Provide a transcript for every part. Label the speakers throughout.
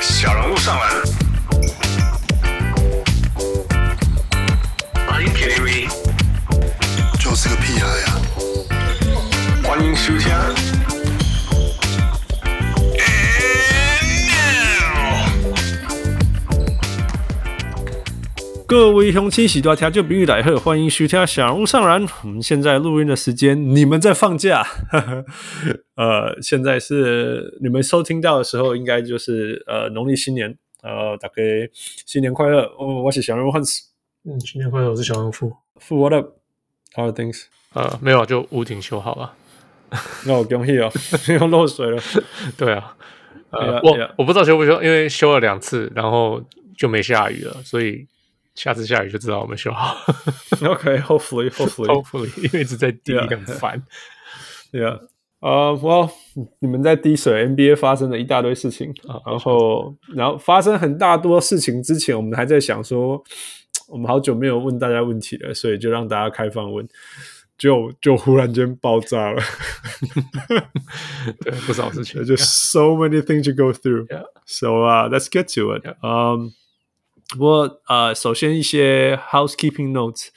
Speaker 1: 小人物上篮。Are you kidding me？
Speaker 2: 就是个屁孩呀、
Speaker 1: 欢迎收听。And now，
Speaker 3: 各位雄亲喜多条就比喻来贺，欢迎徐天小人物上篮。我们现在录音的时间，你们在放假， 呃，现在是你们收听到的时候，应该就是呃农历新年，呃，大概新年快乐。哦，我是小人物 Hans，
Speaker 4: 嗯，新年快乐，我是小人夫。
Speaker 3: f what up？How are things？
Speaker 4: 呃，没有啊， 就屋顶修好了。
Speaker 3: 那我恭喜哦， 又漏水了。
Speaker 4: 对啊，呃
Speaker 3: Yeah,
Speaker 4: 我
Speaker 3: yeah.
Speaker 4: 我不知道修不修，因为修了两次，然后就没下雨了，所以下次下雨就知道我们修 好。
Speaker 3: OK，hopefully，hopefully，
Speaker 4: Hopefully，因为一直在滴
Speaker 3: Yeah,
Speaker 4: 很烦。
Speaker 3: Yeah，呃、well，你们在滴水 NBA 发生了一大堆事情，
Speaker 4: 啊
Speaker 3: 然后，然后发生很大多事情之前，我们还在想说，我们好久没有问大家问题了，所以就让大家开放问，就就忽然间爆炸了 啊
Speaker 4: 对，不少事情。
Speaker 3: ，just so many things to go through。
Speaker 4: Yeah.
Speaker 3: So 啊、uh,，let's get to it。嗯，不过呃，首先一些 housekeeping notes，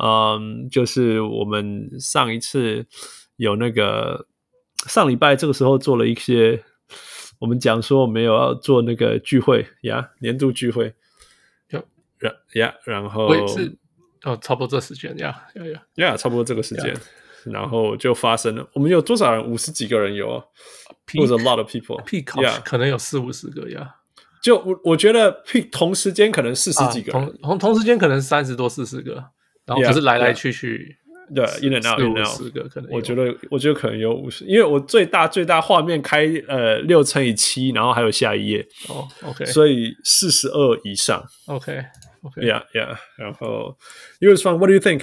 Speaker 3: 嗯，就是我们上一次有那个上礼拜这个时候做了一些，我们讲说我们有要做那个聚会呀，年度聚会
Speaker 4: Yep.。
Speaker 3: 然呀，然后
Speaker 4: 我也是，哦，差不多这时间呀，呀呀，
Speaker 3: 呀，差不多这个时间然后就发生了。我们有多少人？五十几个人有啊，it was a lot of people。
Speaker 4: 屁考
Speaker 3: Yeah
Speaker 4: 可能有四五十个呀，
Speaker 3: 就我我觉得 peak 同时间可能四十几个人，
Speaker 4: 啊同同同时间可能三十多四十个，然后
Speaker 3: Yeah,
Speaker 4: 可是来来
Speaker 3: yeah.
Speaker 4: 去去
Speaker 3: 对
Speaker 4: 四
Speaker 3: ，in and out
Speaker 4: 四
Speaker 3: in
Speaker 4: 五
Speaker 3: and
Speaker 4: 十
Speaker 3: out。
Speaker 4: 个可能有。
Speaker 3: 我觉得，我觉得可能有五十，因为我最大最大画面开呃六乘以七，然后还有下一页，
Speaker 4: 哦，OK
Speaker 3: 所以四十二以上
Speaker 4: OK OK，
Speaker 3: ，Yeah Yeah。然后，It was fun. What do you think?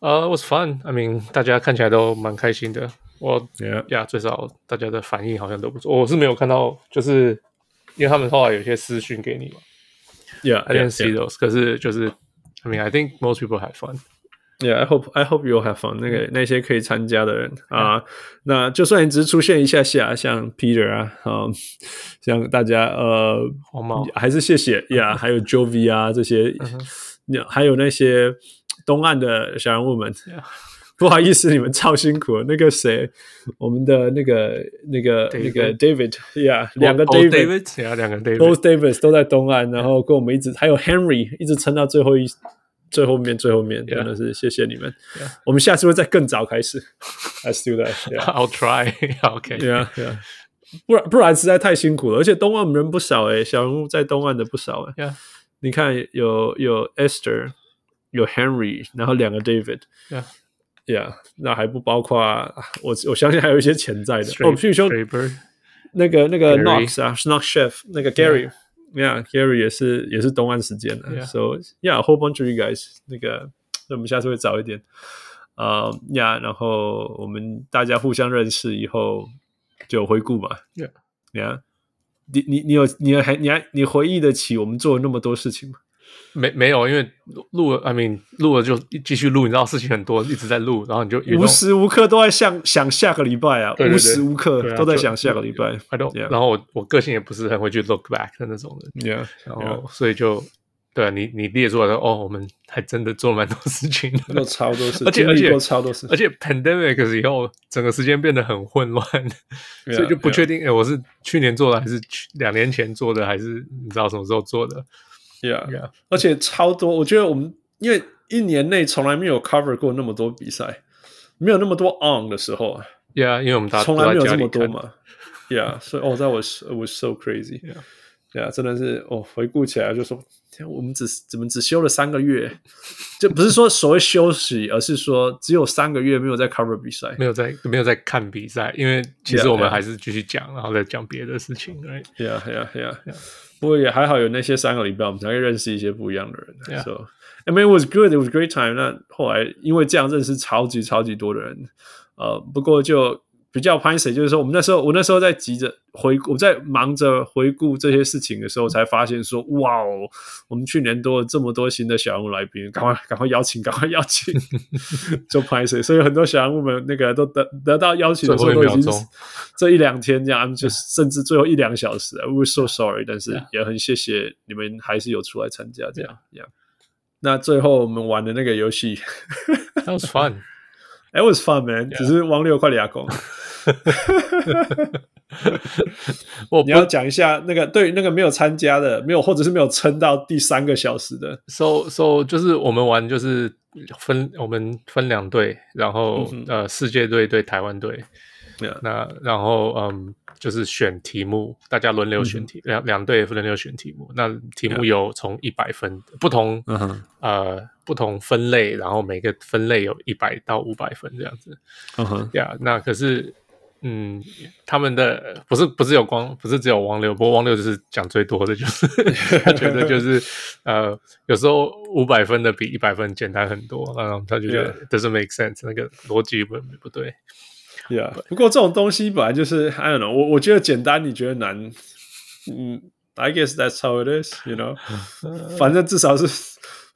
Speaker 4: 呃、i was fun. I mean，大家看起来都蛮开心的。我
Speaker 3: Yeah
Speaker 4: 呀最少大家的反应好像都不错。我是没有看到，就是因为他们后来有一些私讯给你嘛
Speaker 3: Yeah,
Speaker 4: ，I didn't see
Speaker 3: yeah,
Speaker 4: those。可是就是，I mean，I think most people had fun。
Speaker 3: yeah. I hope, I hope you have fun. 那
Speaker 4: 嗯
Speaker 3: 个那些可以参加的人啊、那就算你只是出现一下下，像 Peter 啊，啊、像大家呃，
Speaker 4: 黄毛嗯
Speaker 3: 还是谢 谢呀，还有 Jovi 啊这些，还有那些东岸的小人物们。
Speaker 4: Yeah
Speaker 3: 不好意思，你们超辛苦了。那个谁，我们的那个、那个、那个 David 呀、两个
Speaker 4: Both
Speaker 3: David，both
Speaker 4: 哦 David，呀，两个 David，
Speaker 3: Davis 都在东岸，然后跟我们一直，还有 Henry 一直撑到最后一、最后面、最后面，真的是谢谢你们。我们下次会再更早开始。Let's do that. Yeah.
Speaker 4: I'll try，OK，
Speaker 3: Yeah, yeah. 不然不然实在太辛苦了，而且东岸人不少诶、小人物在东岸的不少诶、欸
Speaker 4: Yeah
Speaker 3: 你看有有 Esther，有 Henry，然后两个 David。
Speaker 4: Yeah
Speaker 3: Yeah，那还不包括我，我相信还有一些潜在的。哦，旭兄，
Speaker 4: Straight Bird，
Speaker 3: 那个那个
Speaker 4: Gary
Speaker 3: Knox 啊，Knox Chef，那个 Gary，Yeah，Gary 也是也是东岸时间的
Speaker 4: Yeah
Speaker 3: ，So yeah，whole bunch of you guys，那个那我们下次会早一点，呃呀，然后我们大家互相认识以后就回顾嘛
Speaker 4: Yeah
Speaker 3: ，Yeah，你你你有你还你还你回忆得起我们做了那么多事情吗？
Speaker 4: 没没有，因为录录了，I mean，录了就继续录，你知道事情很多，一直在录，然后你就
Speaker 3: 无时无刻都在想想下个礼拜啊，
Speaker 4: 对对对
Speaker 3: 无时无刻
Speaker 4: 对啊
Speaker 3: 都在
Speaker 4: 就
Speaker 3: 想下个礼拜
Speaker 4: I don't，
Speaker 3: Yeah
Speaker 4: 然后我我个性也不是很会去 look back 的那种人，
Speaker 3: ，Yeah，
Speaker 4: 然后所以就对啊，你你列出来说，哦，我们还真的做了蛮多事情的，
Speaker 3: 都超多事，
Speaker 4: 而且
Speaker 3: 经
Speaker 4: 而
Speaker 3: 历
Speaker 4: 且
Speaker 3: 过超多事
Speaker 4: 而，且 pandemic 以后，整个时间变得很混乱，
Speaker 3: Yeah,
Speaker 4: 所以就不
Speaker 3: yeah.
Speaker 4: 确定，哎、我是去年做的，还是去两年前做的，还是你知道什么时候做的
Speaker 3: Yeah，
Speaker 4: ？Yeah，
Speaker 3: 而且超多，我觉得我们因为一年内从来没有 cover 过那么多比赛，没有那么多 on 的时候啊，
Speaker 4: yeah, 因为我们大家
Speaker 3: 从来没有
Speaker 4: 都
Speaker 3: 这
Speaker 4: 在家里
Speaker 3: 么多
Speaker 4: 看，
Speaker 3: 嘛。Yeah，所以哦，that was it was so crazy。
Speaker 4: Yeah
Speaker 3: Yeah，真的是哦，回顾起来就说，天，我们只怎么只休了三个月？就不是说所谓休息，而是说只有三个月没有在 cover 比赛。
Speaker 4: 没有在没有在看比赛，因为其实
Speaker 3: Yeah, 啊
Speaker 4: 我们
Speaker 3: yeah.
Speaker 4: 还是继续讲然后再讲别的事情，right？
Speaker 3: Yeah, yeah, yeah. 不过也还好，有那些三个礼拜，我们才会认识一些不一样的人。啊
Speaker 4: Yeah.
Speaker 3: So, I mean, it was good, it was great time. 那后来因为这样认识超级超级多的人，呃，不过就比较拍谁，就是说我们那时候我那时候在急着回，我在忙着回顾这些事情的时候，才发现说，哇哦，我们去年多了这么多新的小人物来宾，赶快赶快邀请，赶快邀 请，就拍谁。所以很多小人物们那个都得得到邀请的时候，
Speaker 4: 最后
Speaker 3: 都
Speaker 4: 一
Speaker 3: 已经
Speaker 4: 秒钟
Speaker 3: 是 这一两天这样，就甚至最后一两个小时，we're 啊 so sorry，但是
Speaker 4: Yeah.
Speaker 3: 也很谢谢你们还是有出来参加这样这样。那最后我们玩的那个游戏
Speaker 4: That was fun.
Speaker 3: It was fun, man. 只是王六快俩 拱。
Speaker 4: 我
Speaker 3: 你要讲一下那个对于那个没有参加的，没有或者是没有撑到第三个小时的，
Speaker 4: so so 就是我们玩就是分我们分两队，然后、
Speaker 3: 嗯哼
Speaker 4: 呃世界队对台湾队
Speaker 3: Yeah
Speaker 4: 那然后嗯就是选题目，大家轮流选题，两两队轮流选题目。那题目
Speaker 3: Yeah
Speaker 4: 有从一百分不同、
Speaker 3: 嗯哼
Speaker 4: 呃不同分类，然后每个分类有一百到五百分这样子。
Speaker 3: 嗯哼，
Speaker 4: 对啊，那可是，嗯，他们的不是不是有光，不是只有王六，不过王六就是讲最多的，就是他觉得就是呃，有时候五百分的比一百分简单很多，然后他就觉得 doesn't make sense，那个逻辑不不对。
Speaker 3: Yeah，不过这种东西本来就是 I don't know，我我觉得简单，你觉得难，嗯，I guess that's how it is，you know，反正至少是，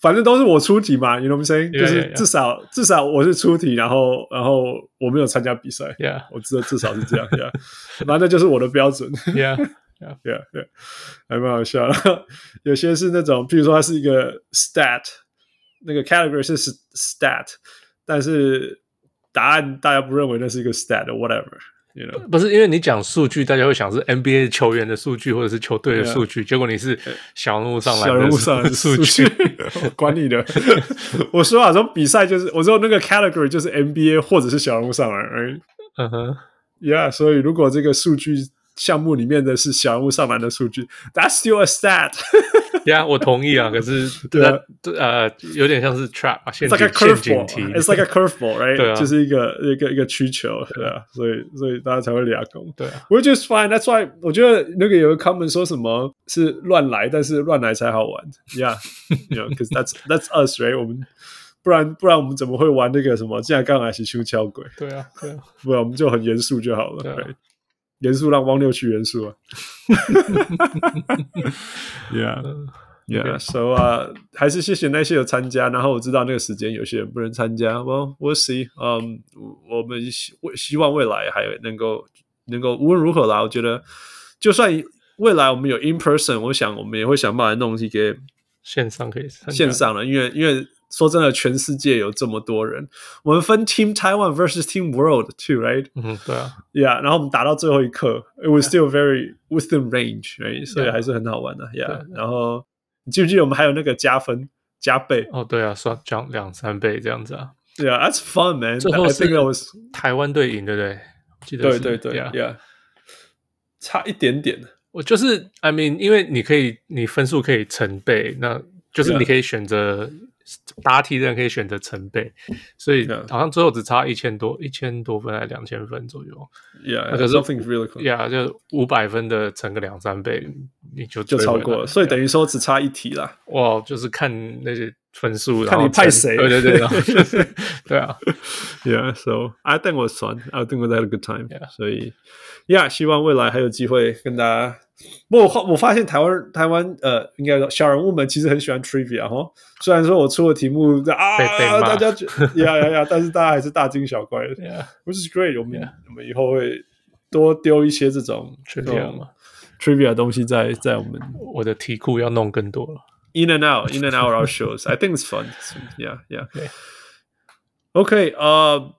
Speaker 3: 反正都是我出题嘛，you know what I'm saying？就
Speaker 4: Yeah,
Speaker 3: 是
Speaker 4: yeah, yeah.
Speaker 3: 至少至少我是出题，然后然后我没有参加比赛，
Speaker 4: Yeah,
Speaker 3: 我知道至少是这样，Yeah，反正就是我的标准。
Speaker 4: yeah,
Speaker 3: 对啊对啊，还蛮好笑的。 有些是那种，譬如说它是一个 stat，那个 category 是 s- stat，但是答案大家不认为那是一个 stat，whatever，you know。
Speaker 4: 不是因为你讲数据，大家会想是 NBA 球员的数据或者是球队的
Speaker 3: Yeah
Speaker 4: 数据，结果你是小人物上
Speaker 3: 啊
Speaker 4: 来的
Speaker 3: 小人物上来的
Speaker 4: 数
Speaker 3: 数据，我管你的。 我说啊，说比赛就是，我说那个 category 就是 NBA 或者是小人物上来而已。
Speaker 4: 嗯哼
Speaker 3: Yeah，所以如果这个数据项目里面的是小人物上篮的数据，That's still a stat 。
Speaker 4: ，Yeah，我同意啊。可是
Speaker 3: 对啊
Speaker 4: 那呃，有点像是 trap 啊，陷
Speaker 3: It's
Speaker 4: 阱
Speaker 3: like a
Speaker 4: 陷阱
Speaker 3: curveball.
Speaker 4: 题。
Speaker 3: It's like a curveball, right?
Speaker 4: 对啊
Speaker 3: 就是一个一个一个曲球，对啊，所以所以大家才会俩攻。
Speaker 4: 对啊，
Speaker 3: Which is fine. That's why 我觉得那个有个 comment 说什么是乱来，但是乱来才好玩。Yeah, you know, because that's that's us, right? 我们不然不然我们怎么会玩那个什么架杠还是修敲鬼？
Speaker 4: 对啊，对啊。
Speaker 3: 不然我们就很严肃就好
Speaker 4: 对啊
Speaker 3: 了。right？严肃让汪六去严 肃啊。yeah.
Speaker 4: 嗯
Speaker 3: Yeah, so 啊、uh,，还是谢谢那些有参加。然后我知道那个时间有些人不能参加。Well, we'll see. 嗯、我们希我希望未来还能够能够无论如何啦，我觉得就算未来我们有 in person，我想我们也会想办法弄一个
Speaker 4: 线上可以参加
Speaker 3: 线上了，因为因为说真的，全世界有这么多人，我们分 Team Taiwan versus Team World too, right?
Speaker 4: 嗯，对啊，
Speaker 3: Yeah，然后我们打到最后一刻，it was still very within range，right？所以
Speaker 4: Yeah.
Speaker 3: 还是很好玩的，Yeah
Speaker 4: 对。
Speaker 3: 然后你记不记得我们还有那个加分加倍
Speaker 4: 哦，对啊，算讲两三倍这样子啊。
Speaker 3: ？Yeah，that's fun man。
Speaker 4: 最后
Speaker 3: I
Speaker 4: 是
Speaker 3: think that was
Speaker 4: 台湾队赢，对不对？记得
Speaker 3: 对
Speaker 4: 是
Speaker 3: 对对
Speaker 4: yeah
Speaker 3: ，Yeah，差一点点。
Speaker 4: 我就是 I mean，因为你可以，你分数可以成倍，那就是你
Speaker 3: Yeah
Speaker 4: 可以选择答题的人可以选择成倍，所以
Speaker 3: Yeah
Speaker 4: 好像最后只差一千多，一千多分还是两千分左右。
Speaker 3: Yeah，
Speaker 4: 那个是
Speaker 3: something really cool。
Speaker 4: 呀，就五百分的乘个两三倍，你就
Speaker 3: 就超过了，所以等
Speaker 4: 于
Speaker 3: 于说只差一题啦。
Speaker 4: 哇，就是看那些分数，
Speaker 3: 看
Speaker 4: 然后
Speaker 3: 你派
Speaker 4: 乘
Speaker 3: 谁
Speaker 4: 对对 对，然后对啊，
Speaker 3: Yeah，so I think it was fun. I think we had a good time.
Speaker 4: Yeah.
Speaker 3: 所以，Yeah，希望未来还有机会跟大家。不过我发我发现台湾台湾呃，应该说小人物们其实很喜欢 trivia 哈。虽然说我出的题目啊，
Speaker 4: 被被骂
Speaker 3: 大家觉呀呀呀，但是大家还是大惊小 怪的
Speaker 4: Yeah，
Speaker 3: ，which is great。我们
Speaker 4: Yeah.
Speaker 3: 我们以后会多丢一些这种
Speaker 4: 是这
Speaker 3: 啊
Speaker 4: 样吗？
Speaker 3: 这种 trivia 的东西在在我们
Speaker 4: 我的题库要弄更多了。
Speaker 3: in and out, in and out our shows. I think it's fun. It's- yeah, yeah.
Speaker 4: Yeah.
Speaker 3: OK，呃，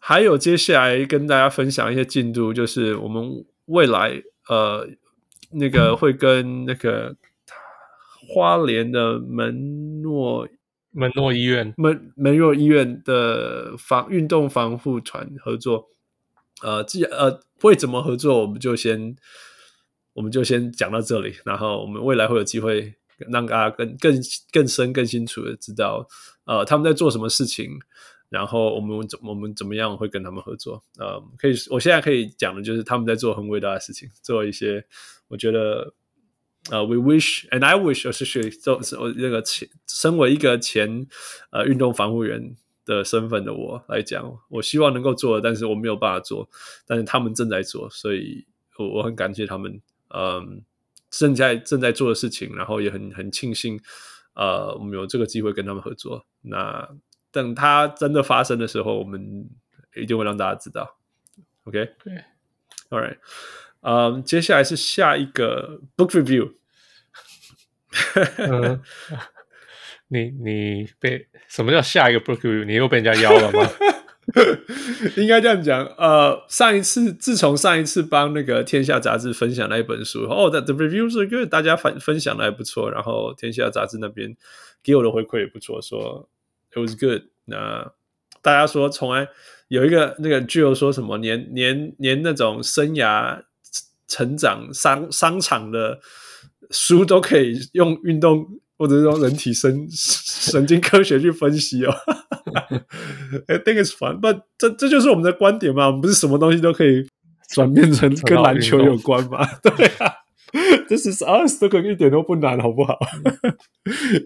Speaker 3: 还有接下来跟大家分享一些进度，就是我们未来呃那个会跟那个花莲的门诺
Speaker 4: 门诺医院
Speaker 3: 门门诺医院的防运动防护团合作。呃，既呃会怎么合作，我们就先我们就先讲到这里，然后我们未来会有机会让大家更更更深、更清楚的知道呃他们在做什么事情，然后我们怎我们怎么样会跟他们合作。呃，可以我现在可以讲的就是他们在做很伟大的事情，做一些我觉得。呃、w e wish and I wish，especially 做做那个前身为一个前呃运动防护员的身份的我来讲，我希望能够做的，但是我没有办法做，但是他们正在做，所以我我很感谢他们，嗯，正在正在做的事情，然后也很很庆幸，呃，我们有这个机会跟他们合作。那等它真的发生的时候，我们一定会让大家知道。OK，All、
Speaker 4: OK
Speaker 3: right，嗯，接下来是下一个 book review。
Speaker 4: 嗯， 你你被什么叫下一个 book review？你又被人家邀了 吗？
Speaker 3: 应该这样讲，呃，上一次自从上一次帮那个《天下》杂志分享那一本书，哦、t h e the reviews are good，大家反分享的还不错，然后《天下》杂志那边给我的回馈也不错，说 it was good。那大家说从来有一个那个具有说什么连连连那种生涯成长商商场的书都可以用运动或者是用人体神神经科学去分析哦。I think it's fun, but 这这就是我们的观点嘛，我们不是什么东西都可以转变成跟篮球有关嘛？ 对啊。This is us，这个一点都不难，好不好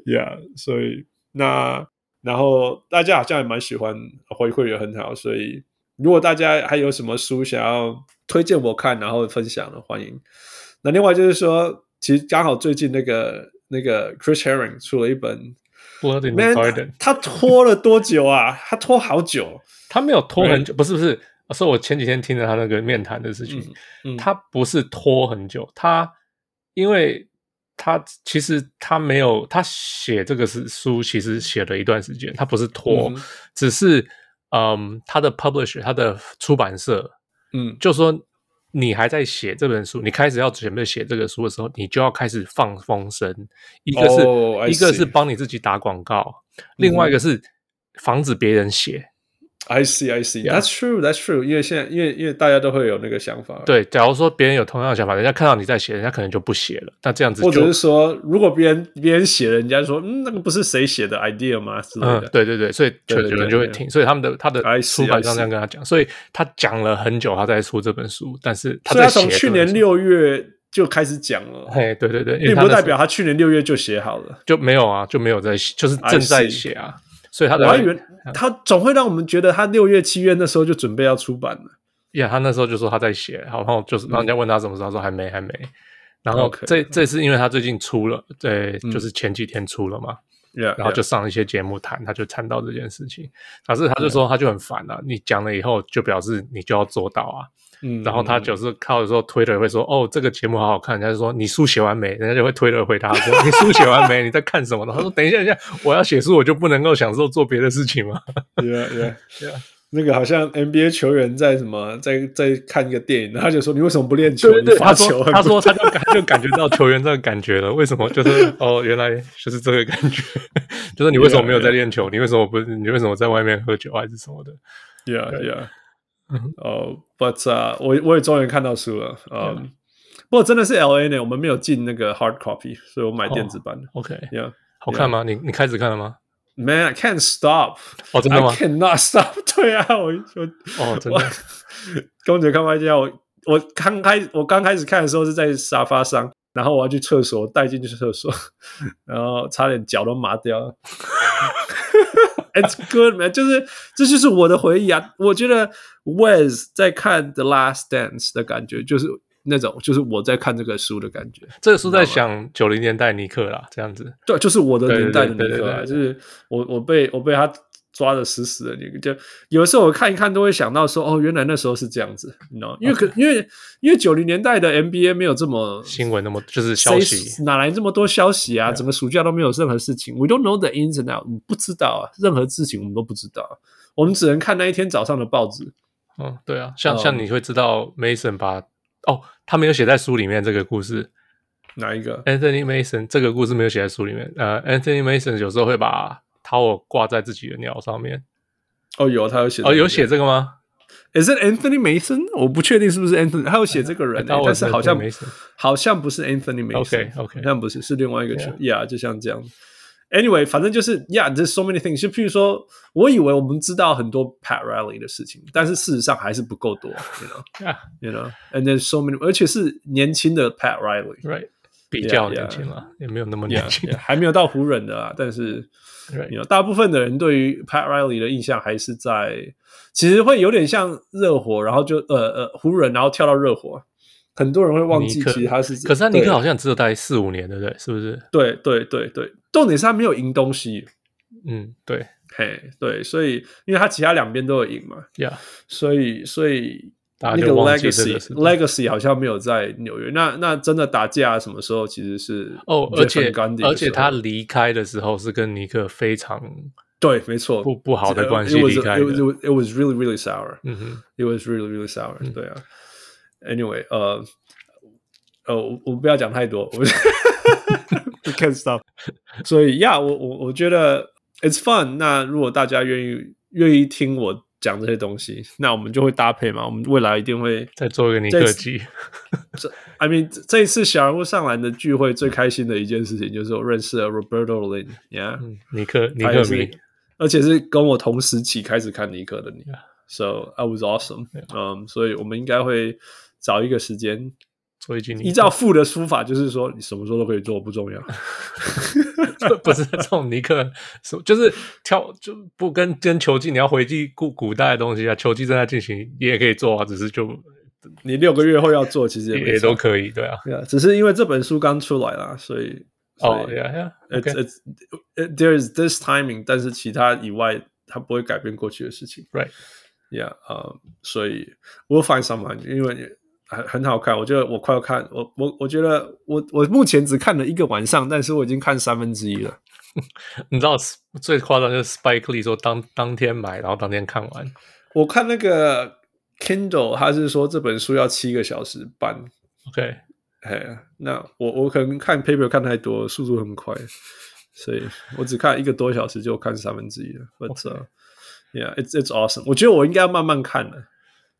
Speaker 3: ？Yeah，所以那然后大家好像也蛮喜欢，回馈也很好，所以如果大家还有什么书想要推荐我看，然后分享的，欢迎。那另外就是说，其实刚好最近那个那个 Chris Herring 出了一本
Speaker 4: Blood in the
Speaker 3: Man，
Speaker 4: Garden，
Speaker 3: 他拖了多久啊？他拖好久。
Speaker 4: 他没有拖很久，不是不是，是我前几天听了他那个面谈的事情，
Speaker 3: 嗯嗯
Speaker 4: 他不是拖很久，他因为他其实他没有他写这个是书，其实写了一段时间，他不是拖，
Speaker 3: 嗯
Speaker 4: 只是嗯，他的 publisher 他的出版社
Speaker 3: 嗯
Speaker 4: 就说你还在写这本书，你开始要准备写这个书的时候，你就要开始放风声。一个是、
Speaker 3: Oh, I
Speaker 4: 一个是
Speaker 3: see.
Speaker 4: 帮你自己打广告，另外一个是防止别人写。
Speaker 3: 嗯，I see, I see.
Speaker 4: Yeah.
Speaker 3: That's true, that's true. 因为现在，因为因为大家都会有那个想法，，
Speaker 4: 对，假如说别人有同样的想法，人家看到你在写，人家可能就不写了。那这样子
Speaker 3: 或者
Speaker 4: 就是
Speaker 3: 说，如果别人别人写了，人家说，嗯，那个不是谁写的 idea 吗？之类
Speaker 4: 嗯
Speaker 3: 的。，
Speaker 4: 对对对，所以就
Speaker 3: 对对
Speaker 4: 有人就会
Speaker 3: 对
Speaker 4: 听，所以他们的他的
Speaker 3: I see,
Speaker 4: 出版
Speaker 3: I
Speaker 4: 商
Speaker 3: see
Speaker 4: 这样跟他讲，所以他讲了很久，他在出这本书，但是他
Speaker 3: 所以
Speaker 4: 在
Speaker 3: 他
Speaker 4: 写
Speaker 3: 从去
Speaker 4: 这本
Speaker 3: 年
Speaker 4: 书，
Speaker 3: 六月就开始讲了，
Speaker 4: 嘿，对对对，因为
Speaker 3: 并
Speaker 4: 他
Speaker 3: 不
Speaker 4: 那
Speaker 3: 代
Speaker 4: 时候
Speaker 3: 表他去年六月就写好了。
Speaker 4: 就没有啊，就没有在写，就是
Speaker 3: I
Speaker 4: 正在
Speaker 3: see
Speaker 4: 写啊，所以他
Speaker 3: 我
Speaker 4: 的嗯
Speaker 3: 还以为他总会让我们觉得他六月、七月那时候就准备要出版了。
Speaker 4: 呀他那时候就说他在写，然后就是然后人家问他什么时候，他说还没，还没。然后
Speaker 3: 嗯 OK
Speaker 4: 这这是因为他最近出了，对，
Speaker 3: 嗯
Speaker 4: 就是前几天出了嘛，
Speaker 3: Yeah,
Speaker 4: 然后就上一些节目谈，他就谈到这件事情。可是他就说他就很烦啊，你讲了以后就表示你就要做到啊。
Speaker 3: 嗯，
Speaker 4: 然后他有时靠有时候推特会说哦这个节目好好看，人家就说你书写完没？人家就会推特回他说 你书写完没？你在看什么呢？他说等一下，等一下，我要写书，我就不能够享受做别的事情吗？
Speaker 3: Yeah, yeah, 嗯 yeah. 那个好像 NBA 球员在什么在在看一个电影，然后就说你为什么不练球？你
Speaker 4: 他
Speaker 3: 罚球
Speaker 4: 说
Speaker 3: 很
Speaker 4: 他
Speaker 3: 不
Speaker 4: 说他就感就感觉到球员这个感觉了，为 什么？就是哦，原来就是这个感觉， 就是你为什么没有在练球？你为什么不？你为什么在外面喝酒啊还是什么的？
Speaker 3: Yeah, yeah.
Speaker 4: Mm-hmm.
Speaker 3: 哦、oh,，But 啊、我我也终于看到书了。嗯、不过真的是 L A 呢，我们没有进那个 hard copy，所以我买电子版的。
Speaker 4: OK，
Speaker 3: Yeah,
Speaker 4: 好看吗？你你开始看了吗？
Speaker 3: man, I can't stop.
Speaker 4: 哦，真的
Speaker 3: I
Speaker 4: 吗？
Speaker 3: cannot stop. 对啊，我我
Speaker 4: 哦，真
Speaker 3: 我
Speaker 4: 的。
Speaker 3: 公爵看外家，我我刚开我刚开始看的时候是在沙发上，然后我要去厕所，带进去厕所， 然后差点脚都麻掉了。It's good man，就是这就是我的回忆啊！我觉得 Wes 在看《The Last Dance》的感觉，就是那种就是我在看这个书的感觉。
Speaker 4: 这个书在想九零年代尼克啦，这样子。
Speaker 3: 对，就是我的
Speaker 4: 对对
Speaker 3: 年代的
Speaker 4: 对
Speaker 3: 那
Speaker 4: 对
Speaker 3: 个啊，
Speaker 4: 对
Speaker 3: 就是我我被我被他抓的死死的那个，就有的时候我看一看都会想到说，哦，原来那时候是这样子，你知道吗？因为可因为因为九零年代的 NBA 没有这么
Speaker 4: 新闻那么就是消息
Speaker 3: 谁哪来这么多消息啊？整个暑假都没有任何事情，We don't know the ins and out，我们不知道啊，任何事情我们都不知道啊，我们只能看那一天早上的报纸。
Speaker 4: 嗯，对啊，像
Speaker 3: 嗯
Speaker 4: 像你会知道 Mason 把哦，他没有写在书里面这个故事。
Speaker 3: 哪一个？
Speaker 4: Anthony Mason 这个故事没有写在书里面。呃，Anthony Mason 有时候会把 towel 挂在自己的鸟上面。
Speaker 3: 哦，有他有写
Speaker 4: 哦，有写这个吗？
Speaker 3: ，Is it Anthony Mason？我不确定是不是 Anthony，他有写这个人、
Speaker 4: 哎那我
Speaker 3: 但是好像
Speaker 4: Anthony Mason
Speaker 3: 好像不是 Anthony Mason，
Speaker 4: OK，OK
Speaker 3: 好像不是，是另外一个球，Yeah，就像这样。Anyway，反正就是 Yeah，there's so many things。就譬如说，我以为我们知道很多 Pat Riley 的事情，但是事实上还是不够多，you know，you
Speaker 4: 啊
Speaker 3: know，and there's so many，而且是年轻的 Pat Riley，
Speaker 4: ，Right，比较年轻了，也没有那么年
Speaker 3: Yeah,
Speaker 4: 轻
Speaker 3: yeah，。还没有到湖人的啊，但是
Speaker 4: Right.
Speaker 3: 你大部分的人对于 Pat Riley 的印象还是在，其实会有点像热火，然后就呃呃湖人，然后跳到热火，很多人会忘记
Speaker 4: 尼克
Speaker 3: 其实他是，
Speaker 4: 可是他尼克好
Speaker 3: 像
Speaker 4: 像只有待四五年，对不对？是不是？
Speaker 3: 对对对对，重点是他没有赢东西，
Speaker 4: 嗯，对
Speaker 3: 嘿，对，所以因为他其他两边都有赢嘛，
Speaker 4: 呀，
Speaker 3: 所以所以
Speaker 4: 大家
Speaker 3: 那个
Speaker 4: 就忘记这个
Speaker 3: legacy
Speaker 4: 事情
Speaker 3: legacy 好像没有在纽约，那那真的打架什么时候其实是
Speaker 4: 哦，而且
Speaker 3: Jeff and Gundy
Speaker 4: 而且
Speaker 3: 的时候
Speaker 4: 他离开的时候是跟尼克非常，
Speaker 3: 对没错
Speaker 4: 不不好的关系
Speaker 3: It was-
Speaker 4: 离开的
Speaker 3: it was- it was- it was really really sour，
Speaker 4: 嗯哼，
Speaker 3: it was really really sour、对啊，anyway，呃，呃，我我不要讲太多，我 we can't stop。所 以呀，yeah, 我我我觉得 it's fun。那如果大家愿意愿意听我讲这些东西，那我们就会搭配嘛。我们未来一定会
Speaker 4: 再做一个尼克季，
Speaker 3: 这，I mean，这这一次小人物上篮的聚会最开心的一件事情就是我认识了 Roberto Lin，yeah，、
Speaker 4: 嗯 尼克尼
Speaker 3: 他
Speaker 4: 克
Speaker 3: 也
Speaker 4: 迷
Speaker 3: 是，而且是跟我同时期开始看尼克的你
Speaker 4: Yeah.
Speaker 3: ，so I was awesome，嗯、
Speaker 4: 啊
Speaker 3: 所以我们应该会找一个时间，
Speaker 4: 做一句尼克
Speaker 3: 依照父的书法，就是说你什么时候都可以做，不重要。
Speaker 4: 不是这种尼克，什么就是跳就不跟跟球技，你要回忆古古代的东西啊，球技正在进行，你也可以做啊，只是就
Speaker 3: 你六个月后要做，其实也
Speaker 4: 也
Speaker 3: 没
Speaker 4: 也
Speaker 3: 差
Speaker 4: 都可以，对啊，
Speaker 3: 对啊，只是因为这本书刚出来啦，所以
Speaker 4: 哦
Speaker 3: 所以
Speaker 4: 呀呀
Speaker 3: it's
Speaker 4: ，OK，right，
Speaker 3: it's it, there is this timing，但是其他以外，它不会改变过去的事情。Yeah，呃、所以 We'll find someone，因为很很好看，我觉得我快要看，我我我觉得我我目前只看了一个晚上，但是我已经看三分之一了。
Speaker 4: 你知道最夸张就是 Spike Lee 说当当天买，然后当天看完，
Speaker 3: 我看那个 Kindle，他是说这本书要七个小时半，
Speaker 4: OK，
Speaker 3: 哎，那我我可能看 paper 看太多，速度很快，所以我只看一个多小时就看三分之一了。But、uh, yeah, it's it's awesome。我觉得我应该要慢慢看了。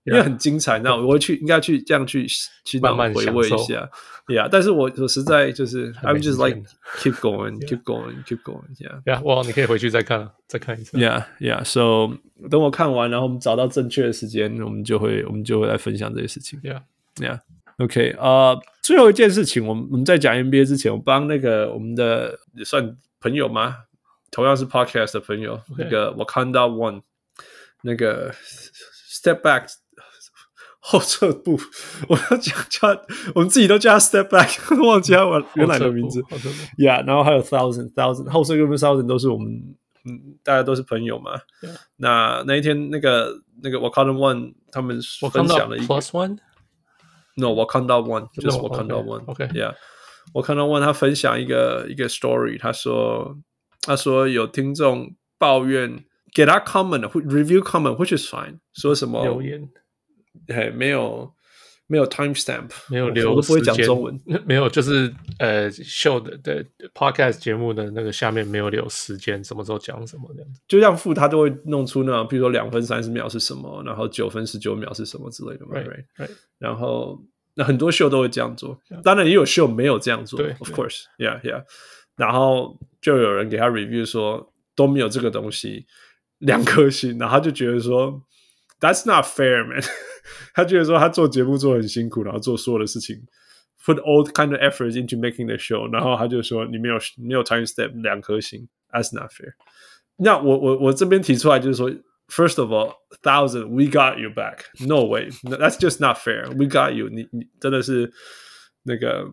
Speaker 3: 因为
Speaker 4: Yeah
Speaker 3: 很精彩，那我会去应该去这样去去
Speaker 4: 慢慢
Speaker 3: 回味一
Speaker 4: 享受
Speaker 3: 下，Yeah。但是我我实在就是
Speaker 4: 还没
Speaker 3: ，I'm just
Speaker 4: 时
Speaker 3: like
Speaker 4: 间
Speaker 3: keep going, keep going, keep going, Yeah,
Speaker 4: 呀，哇，你可以回去再看啊，再看一次，
Speaker 3: Yeah, Yeah. So 等我看完，然后我们找到正确的时间，我们就会我们就会来分享这些事情。
Speaker 4: 呀，
Speaker 3: Yeah. OK，呃，最后一件事情，我们我们在讲 NBA 之前，我帮那个我们的也算朋友吗？同样是 Podcast 的朋友那个 Wakanda One，那个 Step Back 后撤步， 我要讲叫他我们自己都叫他 Step Back，都 忘记他原原来的名字。
Speaker 4: 好的，
Speaker 3: Yeah，然后还有 Thousand Thousand 后撤步 Thousand 都是我们嗯大家都是朋友嘛。
Speaker 4: Yeah
Speaker 3: 那那一天那个那个 Wakanda One 他们
Speaker 4: 我看
Speaker 3: 分
Speaker 4: 到
Speaker 3: 享了一个
Speaker 4: Plus One，
Speaker 3: No，我看到 one，就是我看到
Speaker 4: OK，
Speaker 3: one。
Speaker 4: OK
Speaker 3: yeah，我看到 one，他分享一个一个 story，他说他说有听众抱怨给他 comment review comment，which is fine，说什么
Speaker 4: 留言
Speaker 3: 嘿没有没有 timestamp，
Speaker 4: 没有
Speaker 3: 我
Speaker 4: 留，
Speaker 3: 我都不会讲中文。，
Speaker 4: 没有，就是呃秀的的 podcast 节目的那个下面没有留时间，什么时候讲什么这样子。
Speaker 3: 就像副他都会弄出那种，比如说两分三十秒是什么，然后九分十九秒是什么之类的嘛
Speaker 4: Right，
Speaker 3: right？
Speaker 4: Right，
Speaker 3: 然后那很多秀都会这样做，当然也有秀没有这样做
Speaker 4: 啊对
Speaker 3: ，of
Speaker 4: 对
Speaker 3: course，yeah yeah。然后就有人给他 review 说都没有这个东西，两颗星，然后他就觉得说 that's not fair man，他 觉得说他做节目做得很辛苦，然后做所有的事情。Put all kind of effort into making the show，然后他就说你没有你没有 time step 两颗星，that's not fair。那我我我这边提出来就是说，first of all thousand we got you back no way No, that's just not fair we got you 你你真的是那个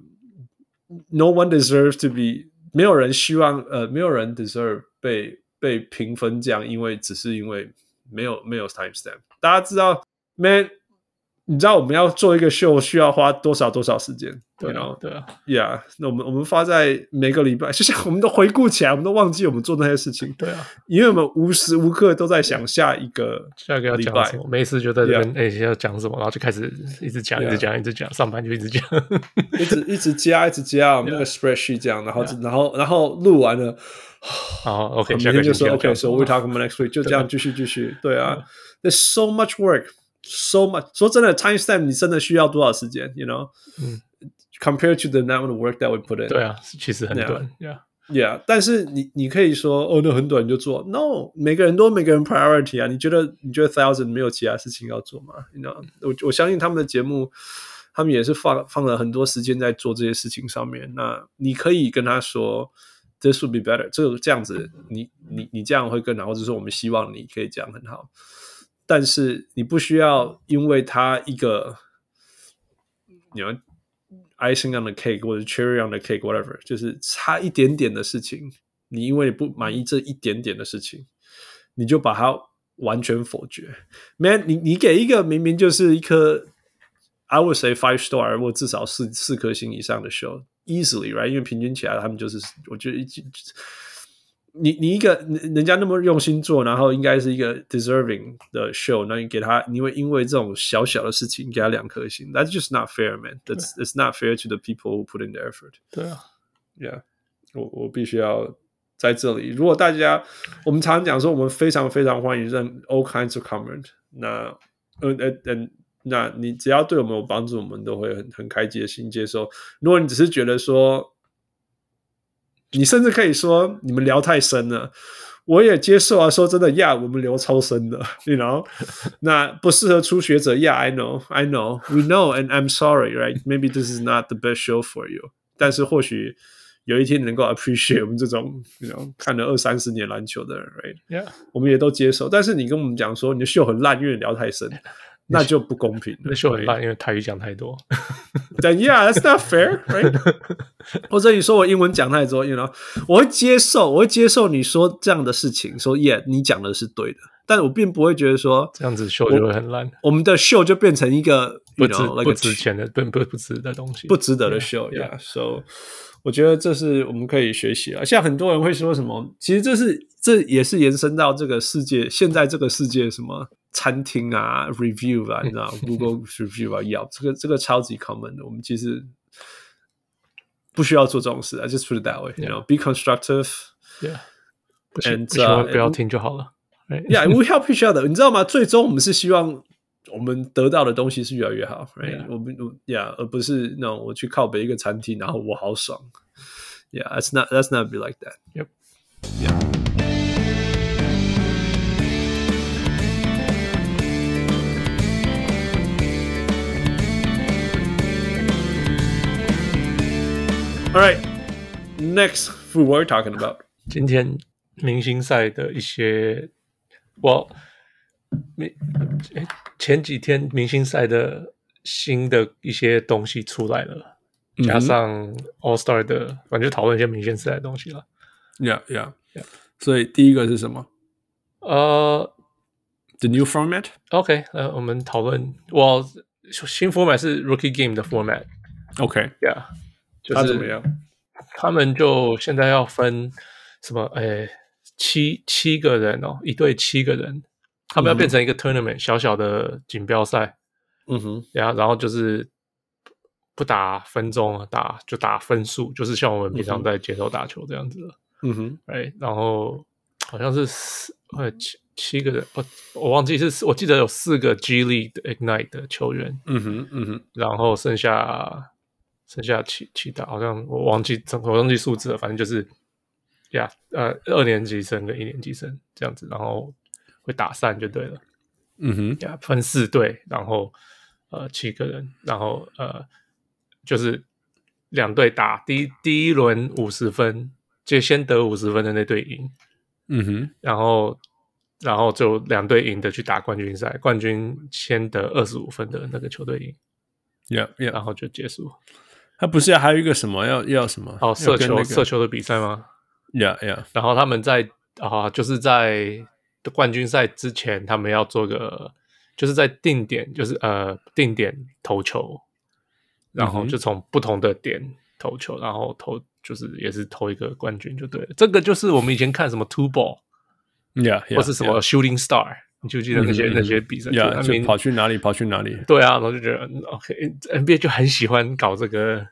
Speaker 3: no one deserves to be 没有人希望呃没有人 deserve 被被评分这样，因为只是因为没有没有 timestamp。大家知道 man，你知道我们要做一个秀需要花多少多少时间，
Speaker 4: 对
Speaker 3: 然后
Speaker 4: 啊，对啊，
Speaker 3: Yeah，那我们我们发在每个礼拜，就像我们都回顾起来，我们都忘记我们做那些事情，
Speaker 4: 对啊。
Speaker 3: 因为我们无时无刻都在想下一个
Speaker 4: 下一个要
Speaker 3: 礼
Speaker 4: 讲
Speaker 3: 拜
Speaker 4: 什么？没事就在这边，哎，要讲什么？然后就开始一直讲，一直讲，一直讲，上班就一直讲。
Speaker 3: 一直一直加一直加我们那个 spreadsheet 这样，然后然后然后录完了，
Speaker 4: 好，OK，
Speaker 3: 明
Speaker 4: 下
Speaker 3: 天
Speaker 4: 个
Speaker 3: 就
Speaker 4: 星期
Speaker 3: 说
Speaker 4: 要讲
Speaker 3: OK，
Speaker 4: 什
Speaker 3: so
Speaker 4: 么
Speaker 3: we talk about next week，就这样继续继续，对啊，there's so much work，so much。说真的，timestamp 你真的需要多少时间？You know，
Speaker 4: 嗯
Speaker 3: c o m p a r e to the amount of work that we put in，
Speaker 4: 对啊，其实很
Speaker 3: 对啊
Speaker 4: 短，Yeah，
Speaker 3: Yeah，但是你你可以说哦，那很短你就做。No，每个人都有每个人 priority 啊。你觉得你觉得 thousand 没有其他事情要做吗？你知道，我我相信他们的节目他们也是放放了很多时间在做这些事情上面。那你可以跟他说，this would be better，这个这样子，你你你这样会更好，或者说我们希望你可以这样很好。但是你不需要因为他一个，你要 icing on the cake 或者 cherry on the cake whatever，就是差一点点的事情，你因为不满意这一点点的事情，你就把它完全否决。man，你你给一个明明就是一颗，I would say five star 或至少四四颗星以上的 show，easily right？因为平均起来他们就是，我觉得一你你一个人人家那么用心做，然后应该是一个 deserving 的 show，那你给他，你会因为这种小小的事情给他两颗星，That's just not fair, man. That's it's not fair to the people who put in the effort.
Speaker 4: 对啊，
Speaker 3: Yeah，我我必须要在这里。如果大家，我们常讲说，我们非常非常欢迎任 all kinds of comment 那。呃呃呃，那你只要对我们有帮助，我们都会很很开启的心接受。如果你只是觉得说，你甚至可以说你们聊太深了。我也接受啊，说真的呀，我们聊超深的，你 know，那不适合初学者呀。I know, I know, we know, and I'm sorry, right? Maybe this is not the best show for you. 但是或许有一天能够 appreciate 我们这种你 know, 看了二三十年篮球的人，right？
Speaker 4: Yeah，
Speaker 3: 我们也都接受。但是你跟我们讲说你的秀很烂，因为你聊太 深，那就不公平了。
Speaker 4: 那秀很烂，因为台语讲太多。
Speaker 3: 但 yeah, that's not fair, right？或 者你说我英文讲太多，you know，我会接受，我会接受你说这样的事情，说 yeah，你讲的是对的，但我并不会觉得说
Speaker 4: 这样子秀就会很烂，
Speaker 3: 我们的秀就变成一个
Speaker 4: 不
Speaker 3: you
Speaker 4: 值
Speaker 3: know, like
Speaker 4: 不
Speaker 3: a
Speaker 4: 值钱的，不不不值的东西，
Speaker 3: 不值得的秀
Speaker 4: Yeah,
Speaker 3: yeah. So，我觉得这是我们可以学习啊。像很多人会说什么，其实这是这也是延伸到这个世界，现在这个世界什么餐厅啊、review 啊，你 知道 Google review 啊、Yelp，这个这个超级 common 的。我们其实不需要做这种事啊，just put it that way，you know，be constructive。
Speaker 4: Yeah，不行
Speaker 3: And,
Speaker 4: 不喜欢
Speaker 3: uh,
Speaker 4: 不要听就好了。Right? 哎
Speaker 3: Yeah, we help each other。你知道吗？最终我们是希望我们得到的东西是越来越好，right？、
Speaker 4: Yeah.
Speaker 3: 我们我 Yeah，而不是那种我去靠北一个餐厅，然后我好爽。Yeah, that's not that's not be like that.
Speaker 4: Yep.
Speaker 3: All right, next food we're talking about.
Speaker 4: 今天明星赛的一些，我明诶前几天明星赛的新的一些东西出来了，
Speaker 3: 嗯
Speaker 4: 加上 All Star 的，反正就讨论一些明星赛的东西了。
Speaker 3: Yeah, yeah,
Speaker 4: Yeah.
Speaker 3: 所以第一个是什么
Speaker 4: 呃
Speaker 3: ？The new format.
Speaker 4: ，OK，呃，我们讨论我新 format 是 Rookie Game 的 format，Yeah，
Speaker 3: OK，
Speaker 4: 就
Speaker 3: 它
Speaker 4: 是
Speaker 3: 怎么样？
Speaker 4: 他们就现在要分什么？诶，七七个人哦，一队七个人，他们要变成一个 tournament，、小小的锦标赛，
Speaker 3: 嗯哼，
Speaker 4: 然后然后就是不打分钟啊，打就打分数，就是像我们平常在街头打球这样子的。
Speaker 3: 嗯哼，
Speaker 4: 哎，然后好像是四呃七七个人，我我忘记是四我记得有四个 G League 的 Ignite 的球员，
Speaker 3: 嗯哼，嗯哼，
Speaker 4: 然后剩下剩下其其他好像我忘记我忘记数字了，反正就是呀呃二年级生跟一年级生这样子，然后会打散就对了
Speaker 3: 嗯哼，
Speaker 4: 呀分四队，然后呃七个人，然后呃就是两队打第一第一轮五十分，就先得五十分的那队赢，
Speaker 3: 嗯哼，
Speaker 4: 然后然后就两队赢的去打冠军赛，冠军先得二十五分的那个球队赢，
Speaker 3: Yeah, yeah.
Speaker 4: 然后就结束。
Speaker 3: 他不是还有一个什么要要什么？
Speaker 4: 哦，射球、射
Speaker 3: 球
Speaker 4: 球的比赛吗？
Speaker 3: ，Yeah, yeah.
Speaker 4: 然后他们在啊、就是在冠军赛之前，他们要做个，就是在定点，就是呃定点投球，然后
Speaker 3: 嗯哼
Speaker 4: 就从不同的点投球，然后投就是也是投一个冠军就对了。这个就是我们以前看什么 two ball
Speaker 3: Yeah, yeah.
Speaker 4: 或是什么 shooting star，你就记得那些、
Speaker 3: 嗯哼
Speaker 4: 那些比赛
Speaker 3: Yeah，
Speaker 4: I
Speaker 3: 就
Speaker 4: mean，
Speaker 3: 跑去哪里跑去哪里。
Speaker 4: 对啊，然后就觉得嗯 OK，NBA 就很喜欢搞这个，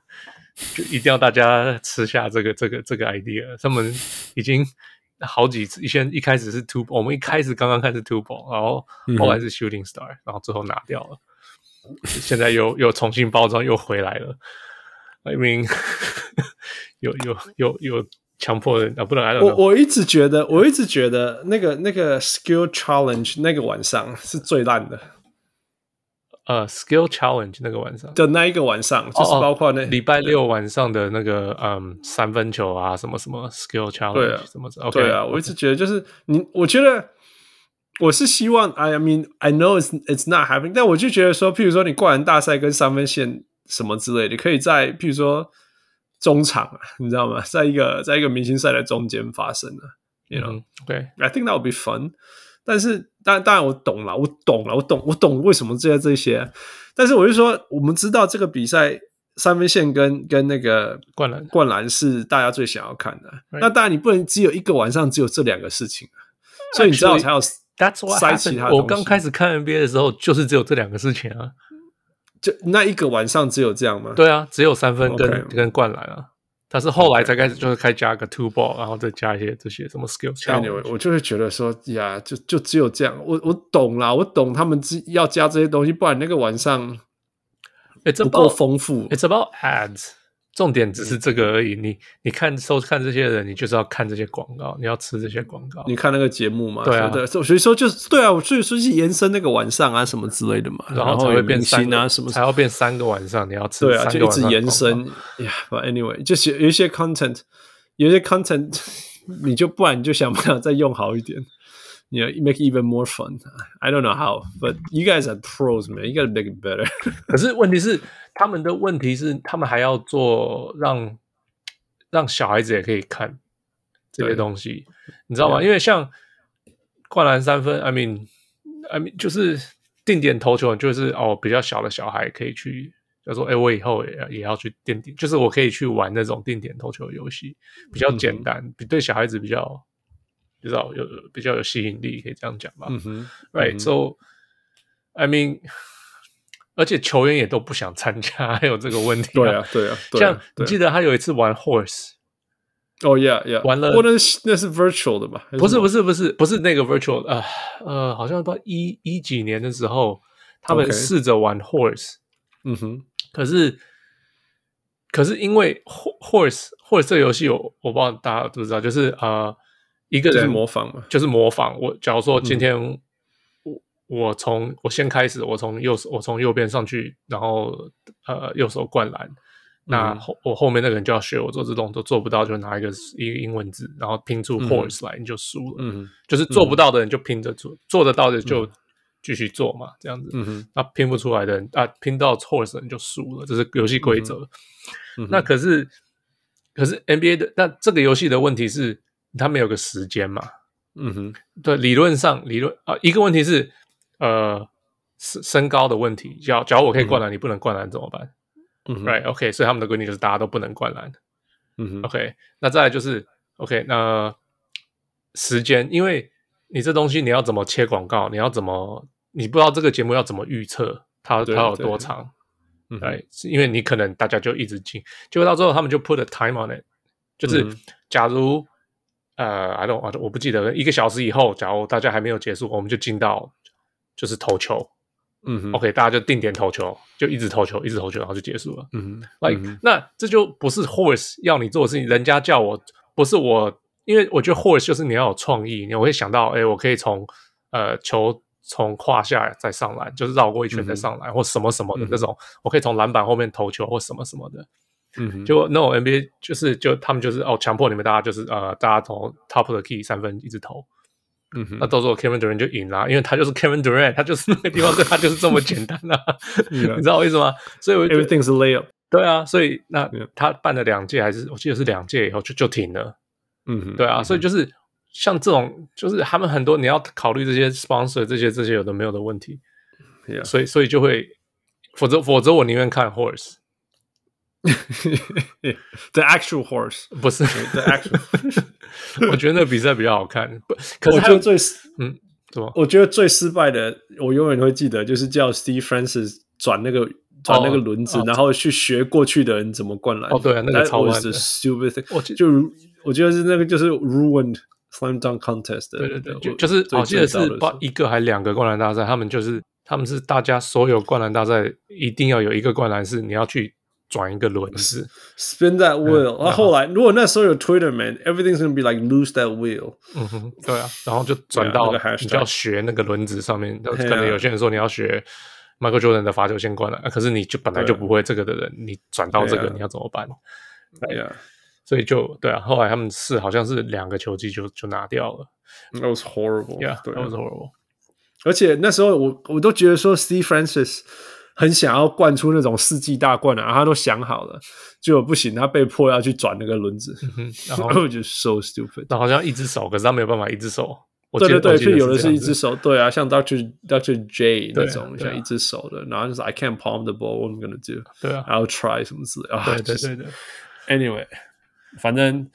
Speaker 4: 就一定要大家吃下这个这个这个 idea。他们已经好几次，以前一开始是 two，我们一开始刚刚看是 two ball，然后
Speaker 3: 嗯哼
Speaker 4: 后来是 shooting star，、然后最后拿掉了，现在又又重新包装又回来了。I mean，有有有有强迫人啊，不能 I don't
Speaker 3: 我
Speaker 4: know。
Speaker 3: 我一直觉得，我一直觉得那个那个 skill challenge 那个晚上是最烂的。
Speaker 4: 呃 Skill Challenge 那个晚上，
Speaker 3: 的那一个晚上，就是
Speaker 4: 哦哦
Speaker 3: 包括那
Speaker 4: 礼拜六晚上的那个嗯三分球啊，什么什么 Skill
Speaker 3: 对啊
Speaker 4: Challenge 什么什么，
Speaker 3: 对啊，我一直觉得就是你，我觉得我是希望，I mean I know it's it's not happening，但我就觉得说，譬如说你灌篮大赛跟三分线什么之类的，可以在譬如说中场啊，你知道吗？在一个在一个明星赛的中间发生啊，you know、
Speaker 4: 嗯对
Speaker 3: I think that would be fun。但是，当然，当然，我懂了，我懂了，我懂，我懂为什么这些这些。但是，我就说，我们知道这个比赛三分线跟跟那个
Speaker 4: 灌篮
Speaker 3: 灌篮是大家最想要看的。
Speaker 4: Right
Speaker 3: 那当然，你不能只有一个晚上只有这两个事情啊，所以你知道
Speaker 4: Actually,
Speaker 3: 才有
Speaker 4: ，That's what
Speaker 3: 塞其他东
Speaker 4: happened。
Speaker 3: 西
Speaker 4: 我刚开始看 NBA 的时候，就是只有这两个事情啊，
Speaker 3: 就那一个晚上只有这样吗？
Speaker 4: 对啊，只有三分
Speaker 3: OK
Speaker 4: 跟跟灌篮啊。但是后来才开始，就是开加个 two ball，然后再加一些这些什么 skill
Speaker 3: Anyway，
Speaker 4: challenge。
Speaker 3: 我就会觉得说，呀，就就只有这样。我我懂啦，我懂他们之要加这些东西，不然那个晚上
Speaker 4: It's
Speaker 3: 不够嗯
Speaker 4: about
Speaker 3: 丰富。
Speaker 4: It's about ads，重点只是这个而已。你你看收看这些人，你就是要看这些广告，你要吃这些广告。
Speaker 3: 你看那个节目嘛？
Speaker 4: 对啊
Speaker 3: 对，所以说就是对啊，我所以说是延伸那个晚上啊什么之类的嘛，
Speaker 4: 嗯然后才
Speaker 3: 后
Speaker 4: 会
Speaker 3: 有
Speaker 4: 变
Speaker 3: 明
Speaker 4: 三
Speaker 3: 星
Speaker 4: 个
Speaker 3: 啊什么
Speaker 4: 才要变三个晚上，你要吃
Speaker 3: 对
Speaker 4: 三
Speaker 3: 啊，
Speaker 4: 个
Speaker 3: 就一
Speaker 4: 晚
Speaker 3: 直
Speaker 4: 上的
Speaker 3: 延
Speaker 4: 广告
Speaker 3: 伸。Yeah，but anyway，就是有有一些 content，有一些 content，你 就不然你就想办法再用好一点。You know, make it even more fun. I don't know how, but you guys are pros, man. You gotta make it better.
Speaker 4: 可是问题是，他们的问题是，他们还要做让让小孩子也可以看这些
Speaker 3: 对啊
Speaker 4: 东西，你知道吗？因为像灌篮三分，I mean，I mean 就是定点投球，就是哦，比较小的小孩可以去。就说，哎、我以后也要也要去定点，就是我可以去玩那种定点投球游戏，比
Speaker 3: 嗯
Speaker 4: 较简单，比对小孩子比较，比较有比较有吸引力，可以这样讲吧？
Speaker 3: 嗯哼，
Speaker 4: Right, so I mean，而且球员也都不想参加，还有这个问题、
Speaker 3: 对啊，对啊，对啊
Speaker 4: 像你
Speaker 3: 对
Speaker 4: 记得他有一次玩 horse，
Speaker 3: 哦，Yeah Yeah，
Speaker 4: 完了
Speaker 3: 不过那是那是 virtual 的吧？还
Speaker 4: 不是
Speaker 3: 什么
Speaker 4: 不是不是不是那个 virtual，呃呃，好像不知道一一几年的时候，他们
Speaker 3: OK
Speaker 4: 试着玩 horse，、
Speaker 3: 嗯哼，
Speaker 4: 可是可是因为 ho- horse horse 这个游戏我我不知道大家知不知道，就是呃一个
Speaker 3: 这是
Speaker 4: 人
Speaker 3: 啊模仿嘛？
Speaker 4: 就是模仿。我假如说
Speaker 3: 嗯
Speaker 4: 今天我、我从我先开始，我从右手我从右边上去，然后呃右手灌篮，
Speaker 3: 嗯
Speaker 4: 那后、我后面那个人就要学我做这动作，做不到就拿一个一个英文字，然后拼出 horse 来，你就输了。
Speaker 3: 嗯嗯哼
Speaker 4: 就是做不到的人就拼着做，做得到的就继续做嘛，这样子。
Speaker 3: 嗯哼，
Speaker 4: 那拼不出来的人啊，拼到错的人就输了，这是游戏规则。
Speaker 3: 嗯哼
Speaker 4: 那可是，可是 NBA 的那这个游戏的问题是，他们有个时间嘛？
Speaker 3: 嗯哼，
Speaker 4: 对，理论上理论啊、一个问题是呃身身高的问题，假如假如我可以灌篮，你不能灌篮怎么办
Speaker 3: 嗯哼
Speaker 4: ？Right，OK，、所以他们的规定就是大家都不能灌篮。
Speaker 3: 嗯哼。
Speaker 4: OK，那再来就是 OK，那时间，因为你这东西你要怎么切广告，你要怎么，你不知道这个节目要怎么预测它它
Speaker 3: 对
Speaker 4: 有
Speaker 3: 对
Speaker 4: 多长，
Speaker 3: 嗯哼
Speaker 4: 对，是因为你可能大家就一直进，结果到最后他们就 put a time on it，就是
Speaker 3: 嗯哼
Speaker 4: 假如、呃，I don't，I don't- 我不记得一个小时以后，假如大家还没有结束，我们就进到就是投球、
Speaker 3: 嗯哼
Speaker 4: o k 大家就定点投球，就一直投球，一直投球，然后就结束了。
Speaker 3: 嗯哼
Speaker 4: like、那这就不是 horse 要你做的事情，人家叫我不是我，因为我觉得 horse 就是你要有创意，你我会想到，哎，我可以从呃球从胯下再上篮，就是绕过一圈再上
Speaker 3: 嗯
Speaker 4: 篮，或什么什么的那种，我可以从篮板后面投球或什么什么的。
Speaker 3: 嗯哼，
Speaker 4: 结果 no NBA 就是就他们就是哦，强迫你们大家就是呃，大家投 top of the key 三分一直投，
Speaker 3: 嗯哼
Speaker 4: 那到时候 Kevin Durant 就赢啦，因为他就是 Kevin Durant，他就是那个 地方，对他就是这么简单啦、
Speaker 3: Yeah
Speaker 4: 你知道我意思吗？所以我就觉得
Speaker 3: Everything's a layup。
Speaker 4: 对啊，所以那
Speaker 3: Yeah.
Speaker 4: 他办了两届，还是我记得是两届以后就就停了。
Speaker 3: 嗯哼，
Speaker 4: 对啊，所以就是像这种，就是他们很多你要考虑这些 sponsor 这些这些有的没有的问题，
Speaker 3: 以
Speaker 4: 所以所以就会，否则否则我宁愿看 horse，
Speaker 3: the actual horse，
Speaker 4: 不是
Speaker 3: the actual，
Speaker 4: 我觉得那比赛比较好看。不，可是
Speaker 3: 我
Speaker 4: 还
Speaker 3: 觉
Speaker 4: 有
Speaker 3: 得最
Speaker 4: 嗯，怎么？
Speaker 3: 我觉得最失败的，我永远会记得，就是叫 Steve Francis 转那个转那个轮子，然后去学过去的人怎么灌篮。
Speaker 4: 哦对啊那个超烂的
Speaker 3: s t u p i d thing。
Speaker 4: 我记
Speaker 3: 就如我觉得是那个就是 ruined slam dunk contest 的。
Speaker 4: 对对对，
Speaker 3: 我
Speaker 4: 就就是
Speaker 3: 最
Speaker 4: 我记得是
Speaker 3: 最糟
Speaker 4: E- 不
Speaker 3: 的
Speaker 4: 知道一个还两个灌篮大赛，他们就是他们是大家所有灌篮大赛一定要有一个灌篮是你要去转一个轮子。
Speaker 3: spin that wheel。然后后来如果那时候有 Twitter man，everything's gonna be like lose that wheel。
Speaker 4: 嗯哼，对啊，然后就转
Speaker 3: 对啊
Speaker 4: 到
Speaker 3: 那个
Speaker 4: 你就
Speaker 3: hashtag
Speaker 4: 要学那个轮子上面，那
Speaker 3: 嘿啊
Speaker 4: 可能有些人说你要学 Michael Jordan 的罚球线灌篮，啊可是你就本来就
Speaker 3: 对
Speaker 4: 不会这个的人，你转到这
Speaker 3: 对
Speaker 4: 个
Speaker 3: 啊
Speaker 4: 你要怎么办？
Speaker 3: Yeah,
Speaker 4: 所以就对啊，后来他们是好像是两个球季就就拿掉了
Speaker 3: that was horrible.
Speaker 4: ，Yeah，
Speaker 3: 对啊
Speaker 4: that was horrible。
Speaker 3: 而且那时候我我都觉得说，Steve Francis 很想要灌出那种世纪大灌篮、啊，他都想好了，结果不行，他被迫要去转那个轮子，
Speaker 4: 嗯然 后
Speaker 3: 就 so stupid。
Speaker 4: 那好像一只手，可是他没有办法一只手。我
Speaker 3: 对
Speaker 4: 记
Speaker 3: 对
Speaker 4: 得
Speaker 3: 对，就有的
Speaker 4: 的
Speaker 3: 是一只手，对啊，像 Doctor Doctor J 那
Speaker 4: 对啊
Speaker 3: 种，
Speaker 4: 对啊
Speaker 3: 像一只手的，然后就是 I can't palm the ball, what I'm gonna do,
Speaker 4: 对啊，
Speaker 3: I'll try 什么之类啊，
Speaker 4: 对对
Speaker 3: 就是
Speaker 4: 对对，
Speaker 3: Anyway，反正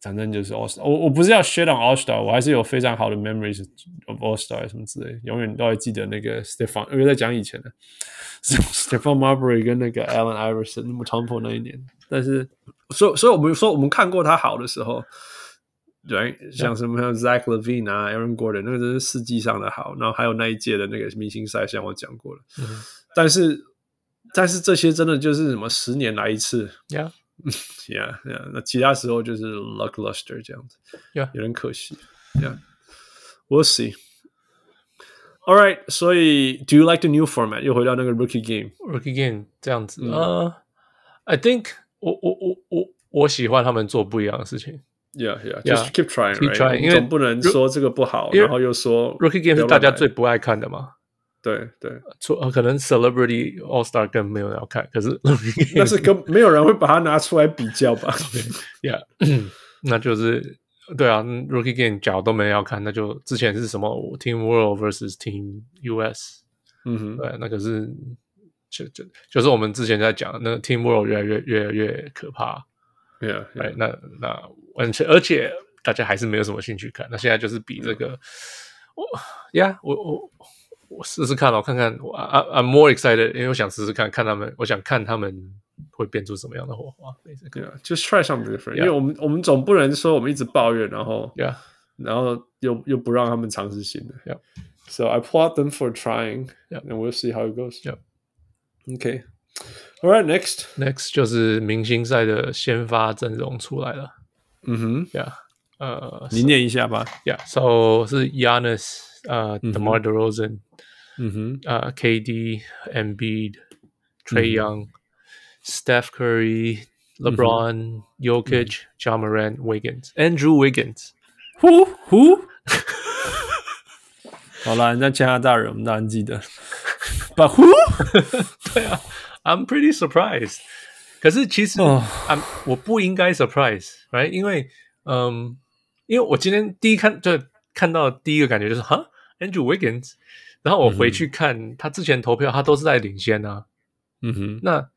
Speaker 3: 反正就是 All Star，我我不是要 shit on All Star，我还是有非常好的 memories of All Star 什么之类，永远都会记得那个 Stefan，因为在讲以前的 Stefan Marbury 跟那个 Allen Iverson 那么长跑那一年，但是所以所以我们说我们看过他好的时候。对，像什么像 Zach Levine 啊，Aaron Gordon，那个真是世纪上的好。然后还有那一届的那个明星赛，像我讲过了。但是，但是这些真的就是什么十年来一次，
Speaker 4: 呀
Speaker 3: Yeah, yeah. 那其他时候就是 lackluster 这样子
Speaker 4: Yeah
Speaker 3: 有点可惜。Yeah, we'll see. All right. 所以，Do you like the new format？又回到那个 rookie game。
Speaker 4: ，Rookie Game 这样子
Speaker 3: 嗯
Speaker 4: 啊，I think 我我我我我喜欢他们做不一样的事情。
Speaker 3: Yeah, yeah.
Speaker 4: Yeah.
Speaker 3: Just keep trying.
Speaker 4: Keep
Speaker 3: right?
Speaker 4: trying，
Speaker 3: 我们
Speaker 4: 因为
Speaker 3: 总不能说这个不好，
Speaker 4: 因为
Speaker 3: 然后又说
Speaker 4: Rookie Game
Speaker 3: 不
Speaker 4: 是
Speaker 3: 要
Speaker 4: 大家
Speaker 3: 乱来
Speaker 4: 最不爱看的嘛，
Speaker 3: 对对。
Speaker 4: 除呃可能 Celebrity All Star 更没有人要看，可是 Rookie
Speaker 3: 但
Speaker 4: Game
Speaker 3: 是 跟没有人会把它拿出来比较吧？
Speaker 4: Yeah，那 就是对啊嗯，Rookie Game 假如都没人要看，那就之前是什么 Team World versus Team US，
Speaker 3: 嗯哼，
Speaker 4: 对，那可是就就就是我们之前在讲的，那个 Team World 越来越越来越可怕，
Speaker 3: Yeah,
Speaker 4: 对
Speaker 3: yeah.，
Speaker 4: 哎那那而且而且大家还是没有什么兴趣看，那现在就是比
Speaker 3: 嗯
Speaker 4: 这个，我呀，我我。我试试看咯，我看看，我 I I'm more excited，因为我想试试看，看他们，我想看他们会变出什么样的火花。
Speaker 3: Yeah, just try something different. 因为我们我们总不能说我们一直抱怨，然后
Speaker 4: Yeah，
Speaker 3: 然后又又不让他们尝试新的。
Speaker 4: Yep.
Speaker 3: So I applaud them for trying,
Speaker 4: Yep.
Speaker 3: and we'll see how it goes.
Speaker 4: Yep.
Speaker 3: Okay. All right. Next.
Speaker 4: Next 就是明星赛的先发阵容出来了
Speaker 3: 嗯哼，
Speaker 4: ，Yeah，呃
Speaker 3: Mm-hmm. 你念一下吧。
Speaker 4: ，Yeah，So 是 Yanis，呃
Speaker 3: 嗯哼
Speaker 4: ，Demar Derozan，
Speaker 3: 嗯哼，
Speaker 4: 呃，KD，Embiid，Trey
Speaker 3: 嗯
Speaker 4: Young，Steph Curry，LeBron，Jokic，Ja Morant，Wiggins，Andrew Wiggins，
Speaker 3: 呼呼。 好啦，人家加拿大人，我们当然记得。把呼
Speaker 4: I'm pretty surprised。可是其实
Speaker 3: 哦
Speaker 4: I'm- 我不应该 surprise，right？因为，嗯，因为我今天第一看就看到第一个感觉就是哈，Andrew Wiggins，然后我回去看他之前投票，他都是在领先啊，
Speaker 3: 嗯哼，
Speaker 4: 那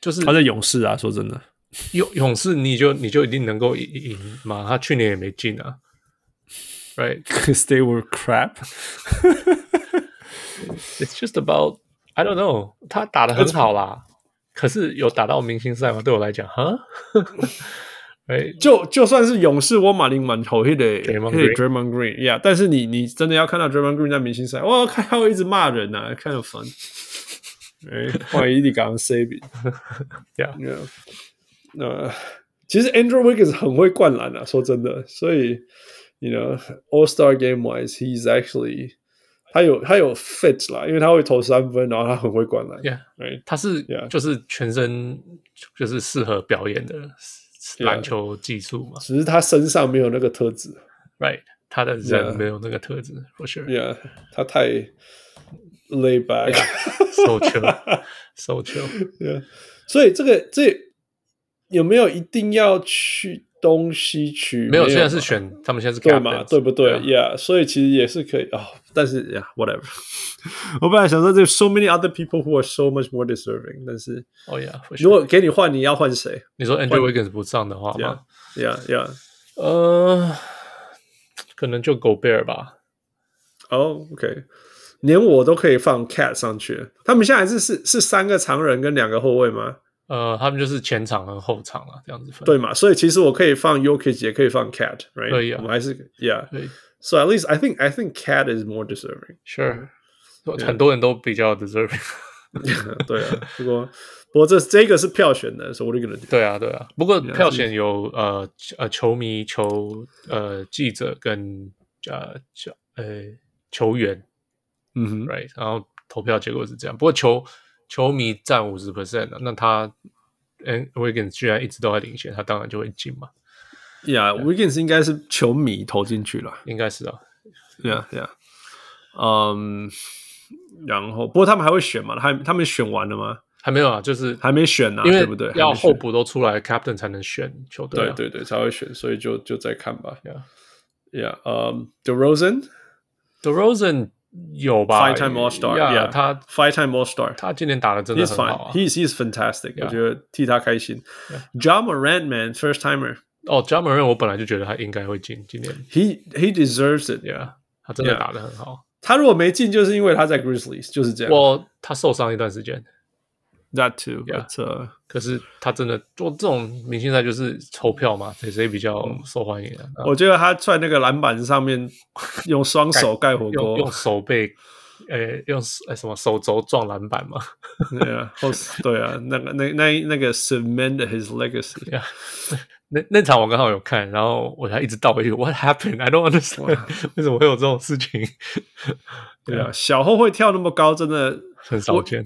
Speaker 4: 就是
Speaker 3: Mm-hmm. 他在勇士啊，说真的，
Speaker 4: 勇勇士你就你就一定能够赢赢嘛？他去年也没进啊，right？
Speaker 3: Cause they were crap.
Speaker 4: It's just about I don't know，他打的很好啦，可是有打到明星赛吗？对我来讲，哈，哎，
Speaker 3: 就就算是勇士，我马林满头黑的
Speaker 4: Draymond
Speaker 3: 黑 Draymond Green，yeah，但是你你真的要看到 Draymond Green 在明星赛，哇，看他会一直骂人呐、啊、，kind of fun。哎，万一你刚刚 say 比
Speaker 4: Yeah.
Speaker 3: 那、其实 Andrew Wiggins 很会灌篮啊，说真的，所以 you know All Star game wise，he's actually 他有他有 fit 啦，因为他会投三分，然后他很会灌篮
Speaker 4: Yeah，
Speaker 3: right？
Speaker 4: 他是
Speaker 3: Yeah.
Speaker 4: 就是全身就是适合表演的篮球技术嘛
Speaker 3: 只是他身上没有那个特质。
Speaker 4: ，Right？他的
Speaker 3: Yeah.
Speaker 4: 人没有那个特质，For sure，
Speaker 3: Yeah，他太 lay back。
Speaker 4: so chill，so chill，
Speaker 3: 对啊，所以这个这有没有一定要去东西区？
Speaker 4: 没有，现在
Speaker 3: 嘛
Speaker 4: 是选他们现在是
Speaker 3: 对
Speaker 4: captain
Speaker 3: 嘛，对不对？Yeah，所
Speaker 4: 啊
Speaker 3: 以其实也是可以哦，但是呀、yeah,，whatever。我本来想说，there's so many other people who are so much more deserving，但是
Speaker 4: 哦呀，
Speaker 3: 如果给你换，你要换谁
Speaker 4: 你说 Andrew Wiggins 不上的话
Speaker 3: ？Yeah，
Speaker 4: 嘛，
Speaker 3: yeah, yeah.
Speaker 4: 呃，可能就 Gobert 吧。
Speaker 3: 哦、o k 连我都可以放 Cat 上去。他们现在还是是是三个常人跟两个后卫吗？
Speaker 4: 呃，他们就是前场和后场啊，这样子分。
Speaker 3: 对嘛？所以其实我可以放 Yokic，也可以放 Cat，right？
Speaker 4: 可以啊
Speaker 3: 我们还是 Yeah。
Speaker 4: 对
Speaker 3: So at least I think I think Cat is more deserving.
Speaker 4: ，Sure，很多人都比较 deserving。
Speaker 3: 对啊，不过不过这这个是票选的，所以我就 gonna do.
Speaker 4: 对啊，对啊。不过
Speaker 3: Yeah，
Speaker 4: 票选有呃呃球迷、球呃记者跟呃球呃球员
Speaker 3: 嗯哼
Speaker 4: Mm-hmm. ，right？然后投票结果是这样。不过球球迷占五十 percent 了，那他 N Wiggins 居然一直都在领先，他当然就会进嘛，
Speaker 3: ，Yeah，Wiggins 应该是球迷投进去了
Speaker 4: 应该是啊。
Speaker 3: ，Yeah Yeah，嗯、然后不过他们还会选嘛？他他们选完了吗？
Speaker 4: 还没有啊，就是
Speaker 3: 还没选呢、
Speaker 4: 因为
Speaker 3: 对不对？
Speaker 4: 要
Speaker 3: 还没
Speaker 4: 候
Speaker 3: 选
Speaker 4: 补都出来，captain 才能选球队、
Speaker 3: 对
Speaker 4: 啊。
Speaker 3: 对对才会选，所以就就再看吧。
Speaker 4: 对
Speaker 3: Yeah，呃、d e r o s e n
Speaker 4: d e r o s e n 有吧
Speaker 3: five time All Star，
Speaker 4: 呀
Speaker 3: yeah，
Speaker 4: 他
Speaker 3: five time All Star，
Speaker 4: 他今年打的真的
Speaker 3: He's
Speaker 4: 很
Speaker 3: fine.
Speaker 4: 好啊。
Speaker 3: He's he's fantastic.
Speaker 4: Yeah.
Speaker 3: 我觉得替他开心。John Morant man, first timer.
Speaker 4: 哦 j a m a r a n 我本来就觉得他应该会进今年
Speaker 3: He he deserves it.
Speaker 4: ，Yeah，他真的
Speaker 3: Yeah
Speaker 4: 打的很好。
Speaker 3: 他如果没进，就是因为他在 Grizzlies，就是这样。
Speaker 4: 我他受伤一段时间，
Speaker 3: that too.
Speaker 4: Yeah.
Speaker 3: But uh,
Speaker 4: 可是他真的做这种明星赛就是投票嘛，谁谁比较
Speaker 3: 嗯
Speaker 4: 受欢迎啊？那
Speaker 3: 我觉得他在那个篮板上面用双手盖火
Speaker 4: 用 用
Speaker 3: 锅，
Speaker 4: 手背，呃，用手呃什么手肘撞篮板嘛？
Speaker 3: 对啊，后对啊，那个那那那个 cement his legacy。
Speaker 4: 呀，那那场我刚好有看，然后我还一直倒回去，What happened? I don't understand，为什么 会有这种事情？
Speaker 3: 对啊，小后会跳那么高，真的
Speaker 4: 很少见。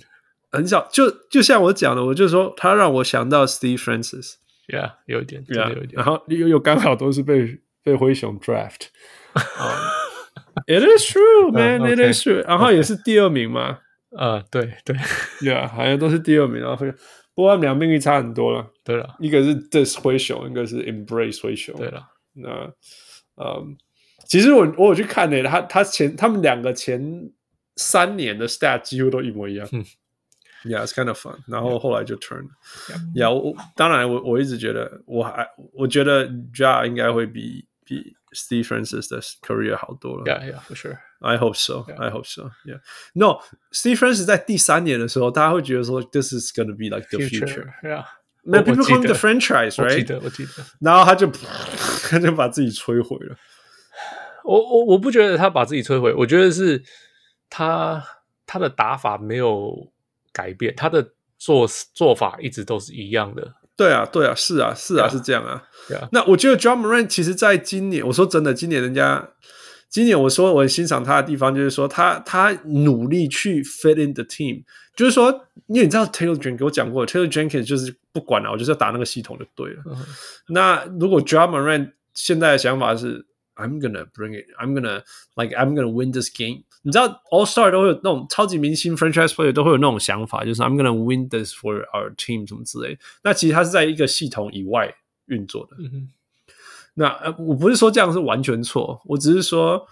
Speaker 3: 很少。就就像我讲的，我就说他让我想到 Steve Francis。
Speaker 4: Yeah，有一点，真
Speaker 3: 对啊
Speaker 4: 的有一，点
Speaker 3: 然。后又又刚好都是被被灰熊 draft。It is
Speaker 4: Oh,
Speaker 3: true, man. It
Speaker 4: OK
Speaker 3: is true. 然后也是第二名嘛
Speaker 4: 呃，对对
Speaker 3: ，Yeah，好啊像都是第二名。然后灰熊，不过他们俩命运差很多了，
Speaker 4: 对了，
Speaker 3: 一个是 dis 灰熊，一个是 embrace 灰熊。
Speaker 4: 对了，
Speaker 3: 那嗯，其实我我有去看呢、他他前他们两个前三年的 stat 几乎都一模一样。
Speaker 4: 嗯
Speaker 3: Yeah, it's kind of fun. 然后后来就 turn. Yeah，我我当然我我一直觉得我还我觉得 Ja 应该会比比 Steve Francis 的 career 好多了。
Speaker 4: 呀呀，for sure。
Speaker 3: I hope so. I hope so. Yeah. No, Steve Francis 在第三年的时候，大家会觉得说 This is gonna be like the future.
Speaker 4: yeah，
Speaker 3: 那
Speaker 4: 我
Speaker 3: people
Speaker 4: 我记
Speaker 3: call him the
Speaker 4: 得
Speaker 3: franchise,
Speaker 4: 我记
Speaker 3: right?
Speaker 4: 得我记得，
Speaker 3: 然后他就 他就把自己摧毁了。
Speaker 4: 我我我不觉得他把自己摧毁，我觉得是他他的打法没有改变，他的做做法一直都是一样的。
Speaker 3: 对啊，对啊，是啊，是啊，
Speaker 4: Yeah.
Speaker 3: 是这样啊。
Speaker 4: Yeah.
Speaker 3: 那我觉得 John Moran 其实在今年，我说真的，今年人家，今年我说我很欣赏他的地方，就是说他他努力去 fit in the team，就是说，因为你知道 Taylor Jenkins 给我讲过，Taylor Jenkins 就是不管了、我就是要打那个系统就对了。
Speaker 4: 哼
Speaker 3: 那如果 John Moran 现在的想法是，I'm gonna bring it，I'm gonna like I'm gonna win this game。你知道 All Star 都会有那种超级明星 franchise player 都会有那种想法，就是 I'm gonna win this for our team 什么之类的。那其实它是在一个系统以外运作的。
Speaker 4: 嗯哼，
Speaker 3: 那呃，我不是说这样是完全错，我只是说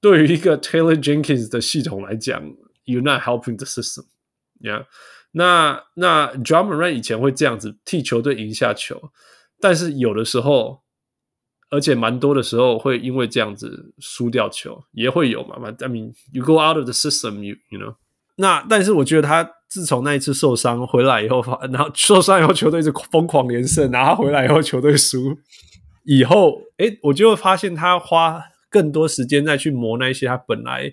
Speaker 3: 对于一个 Taylor Jenkins 的系统来讲，You're not helping the system。Yeah，那那 John Moran 以前会这样子替球队赢下球，但是有的时候，而且蛮多的时候会因为这样子输掉球，也会有嘛。I mean, you go out of the system, you you know. 那但是我觉得他自从那一次受伤回来以后，发然后受伤以后球队一直疯狂连胜，然后他回来以后球队输，以后，诶，我就会发现他花更多时间再去磨那一些他本来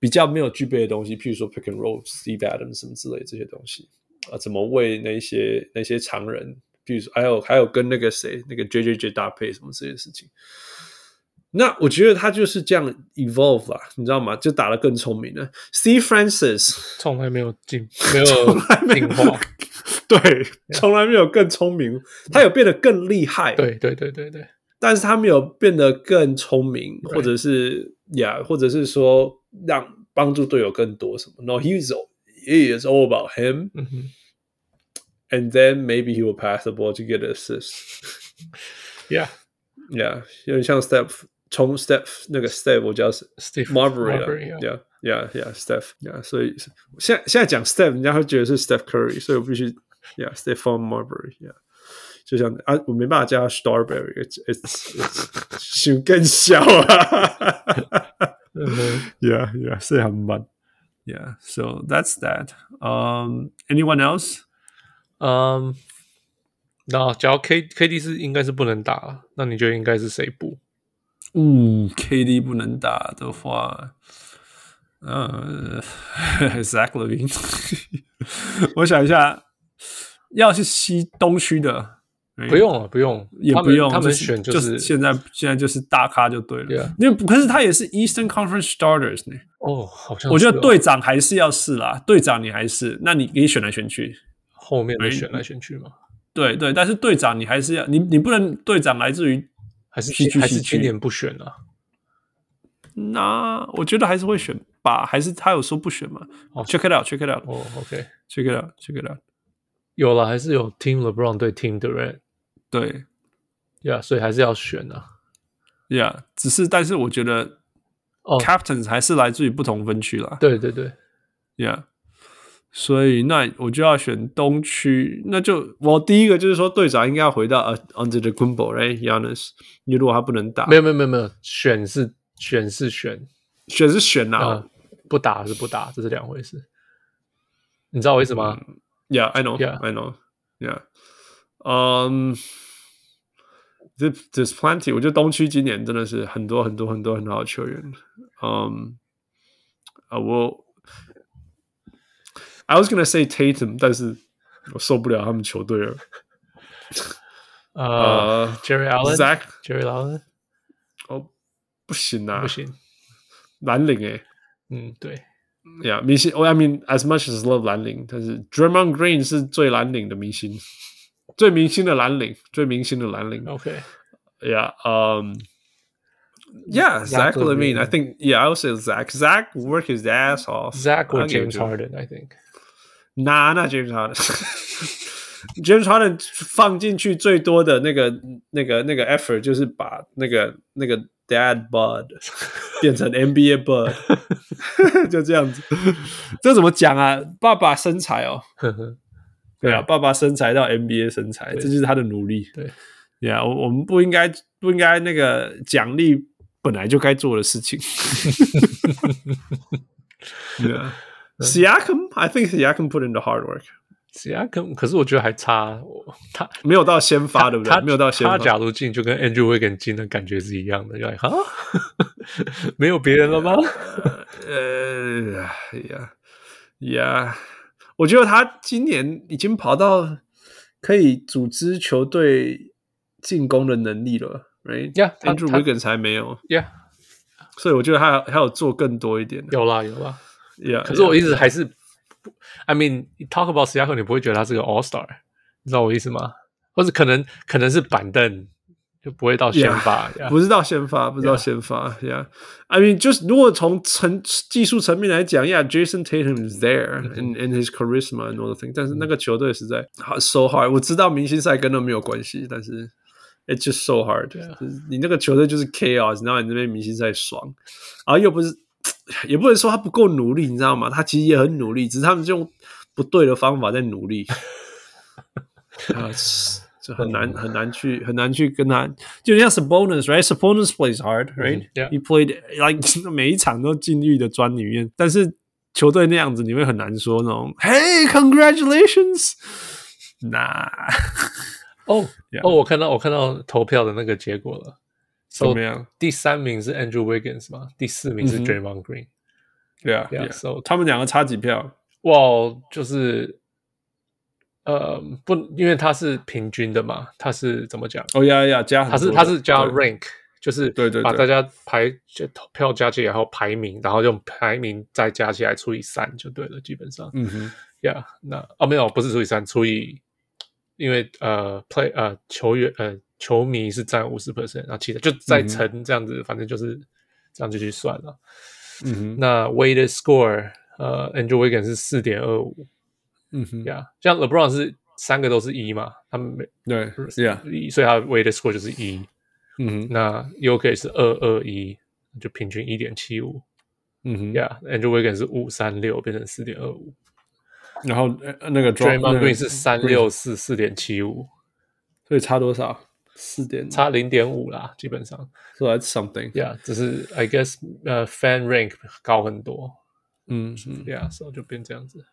Speaker 3: 比较没有具备的东西，譬如说 pick and roll、Steve Adams 什么之类这些东西啊，怎么为那一些那些常人，譬如说还有还有跟那个谁那个 J J J 搭配什么这些事情。那我觉得他就是这样 evolve 啦，你知道吗？就打得更聪明了。Steve Francis
Speaker 4: 从来没有进，没有进化。
Speaker 3: 对，从来没有更聪明，他有变得更厉害。
Speaker 4: 对对对对对，
Speaker 3: 但是他没有变得更聪明，
Speaker 4: Right.
Speaker 3: 或者是呀或者是说让帮助队友更多什么。No, he's he is all about him,
Speaker 4: 嗯哼
Speaker 3: and then maybe he will pass the ball to get an assist.
Speaker 4: ，Yeah，Steve
Speaker 3: Yeah，有点像 Steph 从 Steph 那个 Steph 我叫 Marbury 啊
Speaker 4: Marbury，yeah
Speaker 3: ，Yeah Yeah Yeah Steph Yeah，所以现在现在讲 Steph，人家会觉得是 Steph Curry，所以我必须 Yeah Stephon Marbury Yeah。就像啊，我没办法叫他 Starberry，it's it's it's 就更 小 啊。
Speaker 4: 嗯哼
Speaker 3: Yeah, yeah, 是很慢。Yeah, so that's that. Um, anyone else?
Speaker 4: 嗯，那只要 K K D 是应该是不能打了，那你觉得应该是谁补？
Speaker 3: 嗯，KD 不能打的话，呃 ，Zach Levine，我想一下，要是西东区的 right？
Speaker 4: 不用了，啊不用，
Speaker 3: 嗯也
Speaker 4: 他
Speaker 3: 不
Speaker 4: 们
Speaker 3: 用，
Speaker 4: 他们
Speaker 3: 就是
Speaker 4: 选
Speaker 3: 就是现在现在就是大咖就对了。
Speaker 4: Yeah
Speaker 3: 因为可是他也是 Eastern Conference starters 呢，
Speaker 4: 哦，好像
Speaker 3: 我觉
Speaker 4: 是
Speaker 3: 得
Speaker 4: 哦
Speaker 3: 队长还是要是啦，队长你还是，那你你选来选去，
Speaker 4: 后面的
Speaker 3: 哎
Speaker 4: 选来选去嘛，
Speaker 3: 对对，但是队长你还是要，你你不能队长来自于
Speaker 4: 还是
Speaker 3: 戏剧
Speaker 4: 还
Speaker 3: 戏
Speaker 4: 是
Speaker 3: 剧
Speaker 4: 今年不选啊？
Speaker 3: 那，我觉得还是会选吧，还是他有说不选嘛、
Speaker 4: 哦
Speaker 3: c h e c k it out，check it
Speaker 4: 哦，OK，
Speaker 3: out，check it out，check it out，
Speaker 4: 有了，还是有 Team LeBron 对 Team Durant，yeah，
Speaker 3: 对
Speaker 4: 所以还是要选啊。
Speaker 3: ，Yeah，只是但是我觉得
Speaker 4: 哦
Speaker 3: captains 还是来自于不同分区啦，
Speaker 4: 对对对，
Speaker 3: Yeah，所以那我就要选东区，那就我第一个就是说队长应该要回到呃 under the Gumbo right，Yanis，你如果他不能打，
Speaker 4: 没有没有没有没有，选是选是选
Speaker 3: 选是选啦、
Speaker 4: 啊，不打是不打，这是两回事。你知道我意思吗？
Speaker 3: y e a h I know,
Speaker 4: Yeah.
Speaker 3: I know, yeah. Um, there's there's plenty. 我觉得东区今年真的是很多很多很多很好的球员。嗯，啊，我 I was gonna say Tatum，但是我受不了他们球队了。Uh,
Speaker 4: 呃
Speaker 3: 呃、
Speaker 4: ，Jerry
Speaker 3: z a c k
Speaker 4: Allen，Jerry Allen
Speaker 3: 哦，不行啊，
Speaker 4: 不，行，
Speaker 3: 蓝领诶、
Speaker 4: 嗯，对，
Speaker 3: 欸，呀、yeah,，明星。Oh, I mean, as much as love 蓝领，但是 Draymond Green 是最蓝领的明星，最明星的蓝领，最明星的蓝领。
Speaker 4: OK，
Speaker 3: Yeah. Um. Yeah,
Speaker 4: Zach
Speaker 3: Zach Levine.
Speaker 4: Levine.
Speaker 3: I think. Yeah, I would say Zach. Zach worked his ass off.
Speaker 4: Zach or
Speaker 3: I'll give it
Speaker 4: James
Speaker 3: to him.
Speaker 4: Harden，I think。
Speaker 3: Nah, not James Harden. James Harden 放进去最多的那个、那个、那个 effort 就是把那个、那个 Dad Bud 变成 NBA Bud，就这样子。这怎么讲啊？爸爸身材哦，
Speaker 4: 呵呵，
Speaker 3: 对啊，爸爸身材到 NBA 身材，这就是他的努力。
Speaker 4: 对
Speaker 3: ，Yeah，我我们不应该不应该那个奖励本来就该做的事 情。yeah. Siakam, I think Siakam put in the hard work.
Speaker 4: 只要可可是我觉得还差，我他
Speaker 3: 没有到先发，对不
Speaker 4: 他
Speaker 3: 对？没有到先发。
Speaker 4: 他假如进就跟 Andrew Wiggins 进的感觉是一样的，就哈， 没有别 人了吗？
Speaker 3: 呃，呀呀，我觉得他今年已经跑到可以组织球队进攻的能力了。
Speaker 4: Yeah，他
Speaker 3: Right，Andrew
Speaker 4: 他
Speaker 3: Wiggins 还没有，
Speaker 4: ，Yeah，
Speaker 3: 所以我觉得他还还有做更多一点的。
Speaker 4: 有啦有啦。
Speaker 3: 啊 Yeah，
Speaker 4: 可是我
Speaker 3: yeah
Speaker 4: 一直还是不，I mean you talk about Siakam，你不会觉得他是个 All Star，你知道我意思吗？或者可能可能是板凳，就不会到先发。呀
Speaker 3: 不是到先发，不是到
Speaker 4: Yeah.
Speaker 3: 先发，Yeah，I mean，就是如果从层技术层面来讲，Yeah，Jason Tatum is there
Speaker 4: Mm-hmm
Speaker 3: and and his charisma and all the thing，但是那个球队实在好 so hard。我知道明星赛跟那没有关系，但是 it's just so hard。就是你那个球队就是 chaos，然后你那边明星赛爽，然后又不是，也不能说他不够努力，你知道吗？他其实也很努力，只是他们就用不对的方法在努力。啊，就很难很难去很难去跟他，就像 Sabonis right，Sabonis plays hard right，he、
Speaker 4: 嗯 yeah.
Speaker 3: played like 每一场都进狱的砖里面，但是球队那样子，你会很难说那种 Hey congratulations，那
Speaker 4: 哦
Speaker 3: Yeah
Speaker 4: 哦，我看到我看到投票的那个结果了。
Speaker 3: 怎
Speaker 4: So
Speaker 3: 么样？
Speaker 4: 第三名是 Andrew Wiggins 嘛，第四名是
Speaker 3: 嗯哼
Speaker 4: Draymond Green。
Speaker 3: 对啊，
Speaker 4: Yeah, so
Speaker 3: 他们两个差几票？
Speaker 4: 哇，就是呃不，因为它是平均的嘛，它是怎么讲？
Speaker 3: 哦呀呀，加很
Speaker 4: 它是
Speaker 3: 多
Speaker 4: 它是加
Speaker 3: 对
Speaker 4: rank，就是
Speaker 3: 对对
Speaker 4: 把
Speaker 3: 对
Speaker 4: 大家排就投票加起来后排名，然后用排名再加起来除以三就对了，基本上。
Speaker 3: 嗯哼，
Speaker 4: Yeah，那哦没有，不是除以三，除以因为呃 play 呃球员呃球迷是占五十 percent，然后其他就再
Speaker 3: 嗯哼
Speaker 4: 乘这样子，反正就是这样就去算了。
Speaker 3: 嗯哼，
Speaker 4: 那 weighted score 呃 Andrew Wiggins 是四点二五
Speaker 3: 嗯哼，
Speaker 4: ，Yeah，像 LeBron 是三个都是一嘛，他们每
Speaker 3: 对，Yeah，
Speaker 4: 所以他 weighted score 就是一。
Speaker 3: 嗯哼，
Speaker 4: 那 UK 是二二一，就平均一点七五。
Speaker 3: 嗯哼，
Speaker 4: Yeah，Andrew Wiggins 是五三六，变成四点二五。
Speaker 3: 然后呃那个
Speaker 4: Draymond
Speaker 3: 那个
Speaker 4: Green 是三六四，四点七五，
Speaker 3: 所以差多少？四点，
Speaker 4: 差零点五啦，基本上。
Speaker 3: so that's something。
Speaker 4: Yeah，只是 I guess 呃、fan rank 高很多。
Speaker 3: 嗯嗯。
Speaker 4: Yeah，so 就变这样子。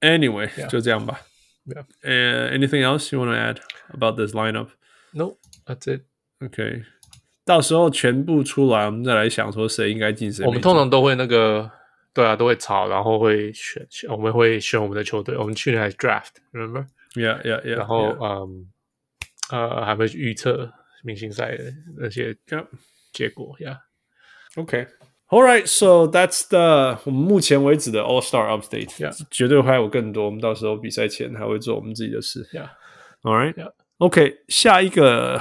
Speaker 3: Anyway，、
Speaker 4: Yeah.
Speaker 3: 就这样吧。
Speaker 4: Yeah.
Speaker 3: Uh, anything else you want to add about this lineup?
Speaker 4: No，that's it。
Speaker 3: OK，到时候全部出来，我们再来想说谁应该进谁没进。
Speaker 4: 我们通常都会那个，对啊，都会吵，然后会选，选我们会选我们的球队。我们去年还 draft，remember？
Speaker 3: yeah yeah yeah，
Speaker 4: 然后啊
Speaker 3: yeah.
Speaker 4: 嗯，呃还会去预测明星赛的那些
Speaker 3: Yep.
Speaker 4: 结果呀。
Speaker 3: Okay. All right. So that's the 我们目前为止的 All Star Update。
Speaker 4: Yeah.
Speaker 3: 绝对还有更多。我们到时候比赛前还会做我们自己的事。
Speaker 4: Yeah.
Speaker 3: All right.
Speaker 4: Yeah.
Speaker 3: OK，下一个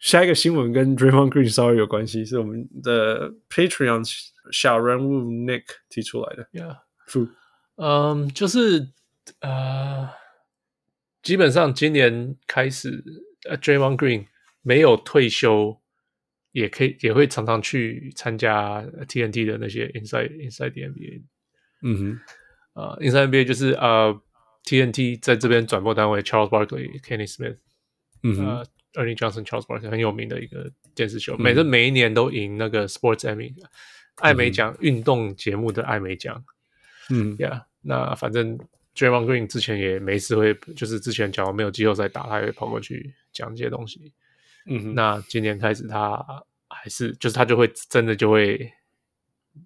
Speaker 3: 下一个新闻跟 Draymond Green 稍微有关系，是我们的 Patreon 小人物 Nick 提出来的。
Speaker 4: Yeah.
Speaker 3: 不
Speaker 4: 嗯，就是呃，基本上今年开始，呃，Draymond Green 没有退休，也可以也会常常去参加呃 TNT 的那些 Inside Inside the NBA
Speaker 3: 嗯
Speaker 4: 啊、呃、，Inside NBA 就是呃 TNT 在这边转播单位 Charles Barkley、Kenny Smith
Speaker 3: 哼，嗯哼，嗯
Speaker 4: 呃 Ernie Johnson、Charles Barkley 很有名的一个电视秀，每次每一年都赢那个 Sports Emmy 艾美奖、运动节目的艾美奖。
Speaker 3: 嗯哼，
Speaker 4: Yeah，那反正 Draymond Green 之前也没事会，就是之前假如没有季后赛打，他也会跑过去讲这些东西。
Speaker 3: 嗯哼，
Speaker 4: 那今年开始，他还是就是他就会真的就会，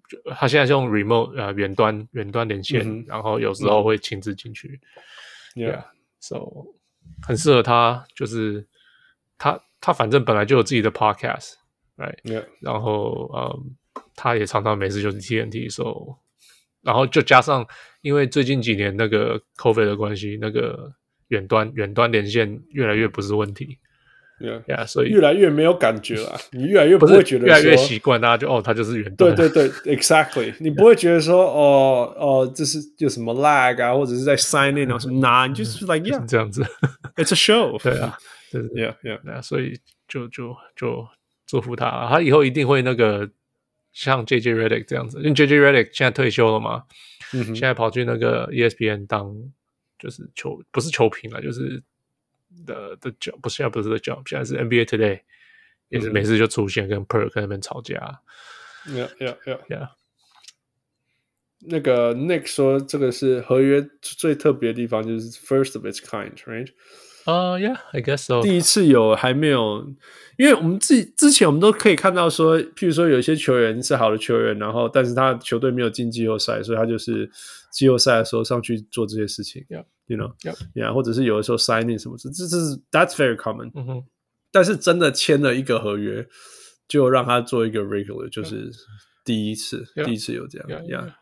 Speaker 4: 就他现在是用 remote 呃远端远端连线，
Speaker 3: 嗯哼
Speaker 4: 然后有时候会亲自进去。
Speaker 3: Yeah，
Speaker 4: Yeah，so 很适合他，就是他他反正本来就有自己的 podcast，right？
Speaker 3: yeah，
Speaker 4: 然后嗯，他也常常没事就是 TNT 手，然后就加上因为最近几年那个 COVID 的关系，那个远端远端连线越来越不是问题
Speaker 3: yeah，
Speaker 4: 呀所以
Speaker 3: 越来越没有感觉了，你越来越
Speaker 4: 不
Speaker 3: 会
Speaker 4: 是
Speaker 3: 觉得
Speaker 4: 越来越
Speaker 3: 说
Speaker 4: 习惯，大家就哦，他就是远
Speaker 3: 对
Speaker 4: 端，
Speaker 3: 对对，exactly，你 不会觉得说哦哦，这是有什么 lag 啊，或者是在 sign in 啊什么，nah，你就是 like
Speaker 4: 就 是
Speaker 3: yeah，it's
Speaker 4: 这样子，
Speaker 3: a show，
Speaker 4: 对啊，对对
Speaker 3: ，yeah yeah，
Speaker 4: 那所以就就就祝福他啊，他以后一定会那个像 J J Redick 这样子，因为 J J Redick 现在退休了嘛，
Speaker 3: 嗯哼
Speaker 4: 现在跑去那个 E ESPN 当就是球不是球评了，就是的的 job 不是现在不是的 job，现在是 NBA Today，也是每次就出现跟 Per 跟那边吵架
Speaker 3: ，yeah yeah yeah，
Speaker 4: ，Yeah，
Speaker 3: 那个 Nick 说这个是合约最特别的地方，就是 first of its kind，right？
Speaker 4: 啊、uh,，Yeah，I guess so，
Speaker 3: 第一次有还没有，因为我们自己之前我们都可以看到说，譬如说有一些球员是好的球员，然后但是他球队没有进季后赛，所以他就是季后赛的时候上去做这些事情
Speaker 4: Yeah.
Speaker 3: you know
Speaker 4: Yeah.
Speaker 3: yeah，或者是有的时候 signing 什么事，这这是 that's very common，
Speaker 4: 嗯哼，
Speaker 3: 但是真的签了一个合约，就让他做一个 regular，就是第一次
Speaker 4: 嗯 Yeah.
Speaker 3: 第一次有这样
Speaker 4: Yeah,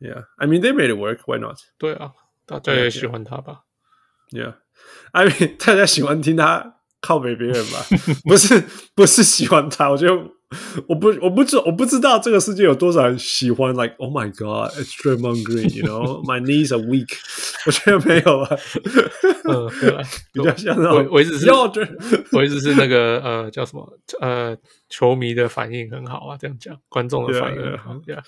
Speaker 3: yeah yeah I mean they made it work why not
Speaker 4: 对啊，大家也喜欢他吧
Speaker 3: Yeah, I mean，大 家喜欢听他靠北别人 吧？不是，不是喜欢他。我觉得我不，我不知，我不知道这个世界有多少人喜欢。Like, oh my god, it's Draymond Green. You know, my knees are weak. 我觉得没有 啊，
Speaker 4: 嗯，对 啊，
Speaker 3: 比较像那
Speaker 4: 我
Speaker 3: 种
Speaker 4: 我一直是
Speaker 3: 要对，
Speaker 4: 我一直是那个呃叫什么呃球迷的反应很好啊，这样讲，观众的
Speaker 3: Yeah,
Speaker 4: 反应很好，Yeah，
Speaker 3: 啊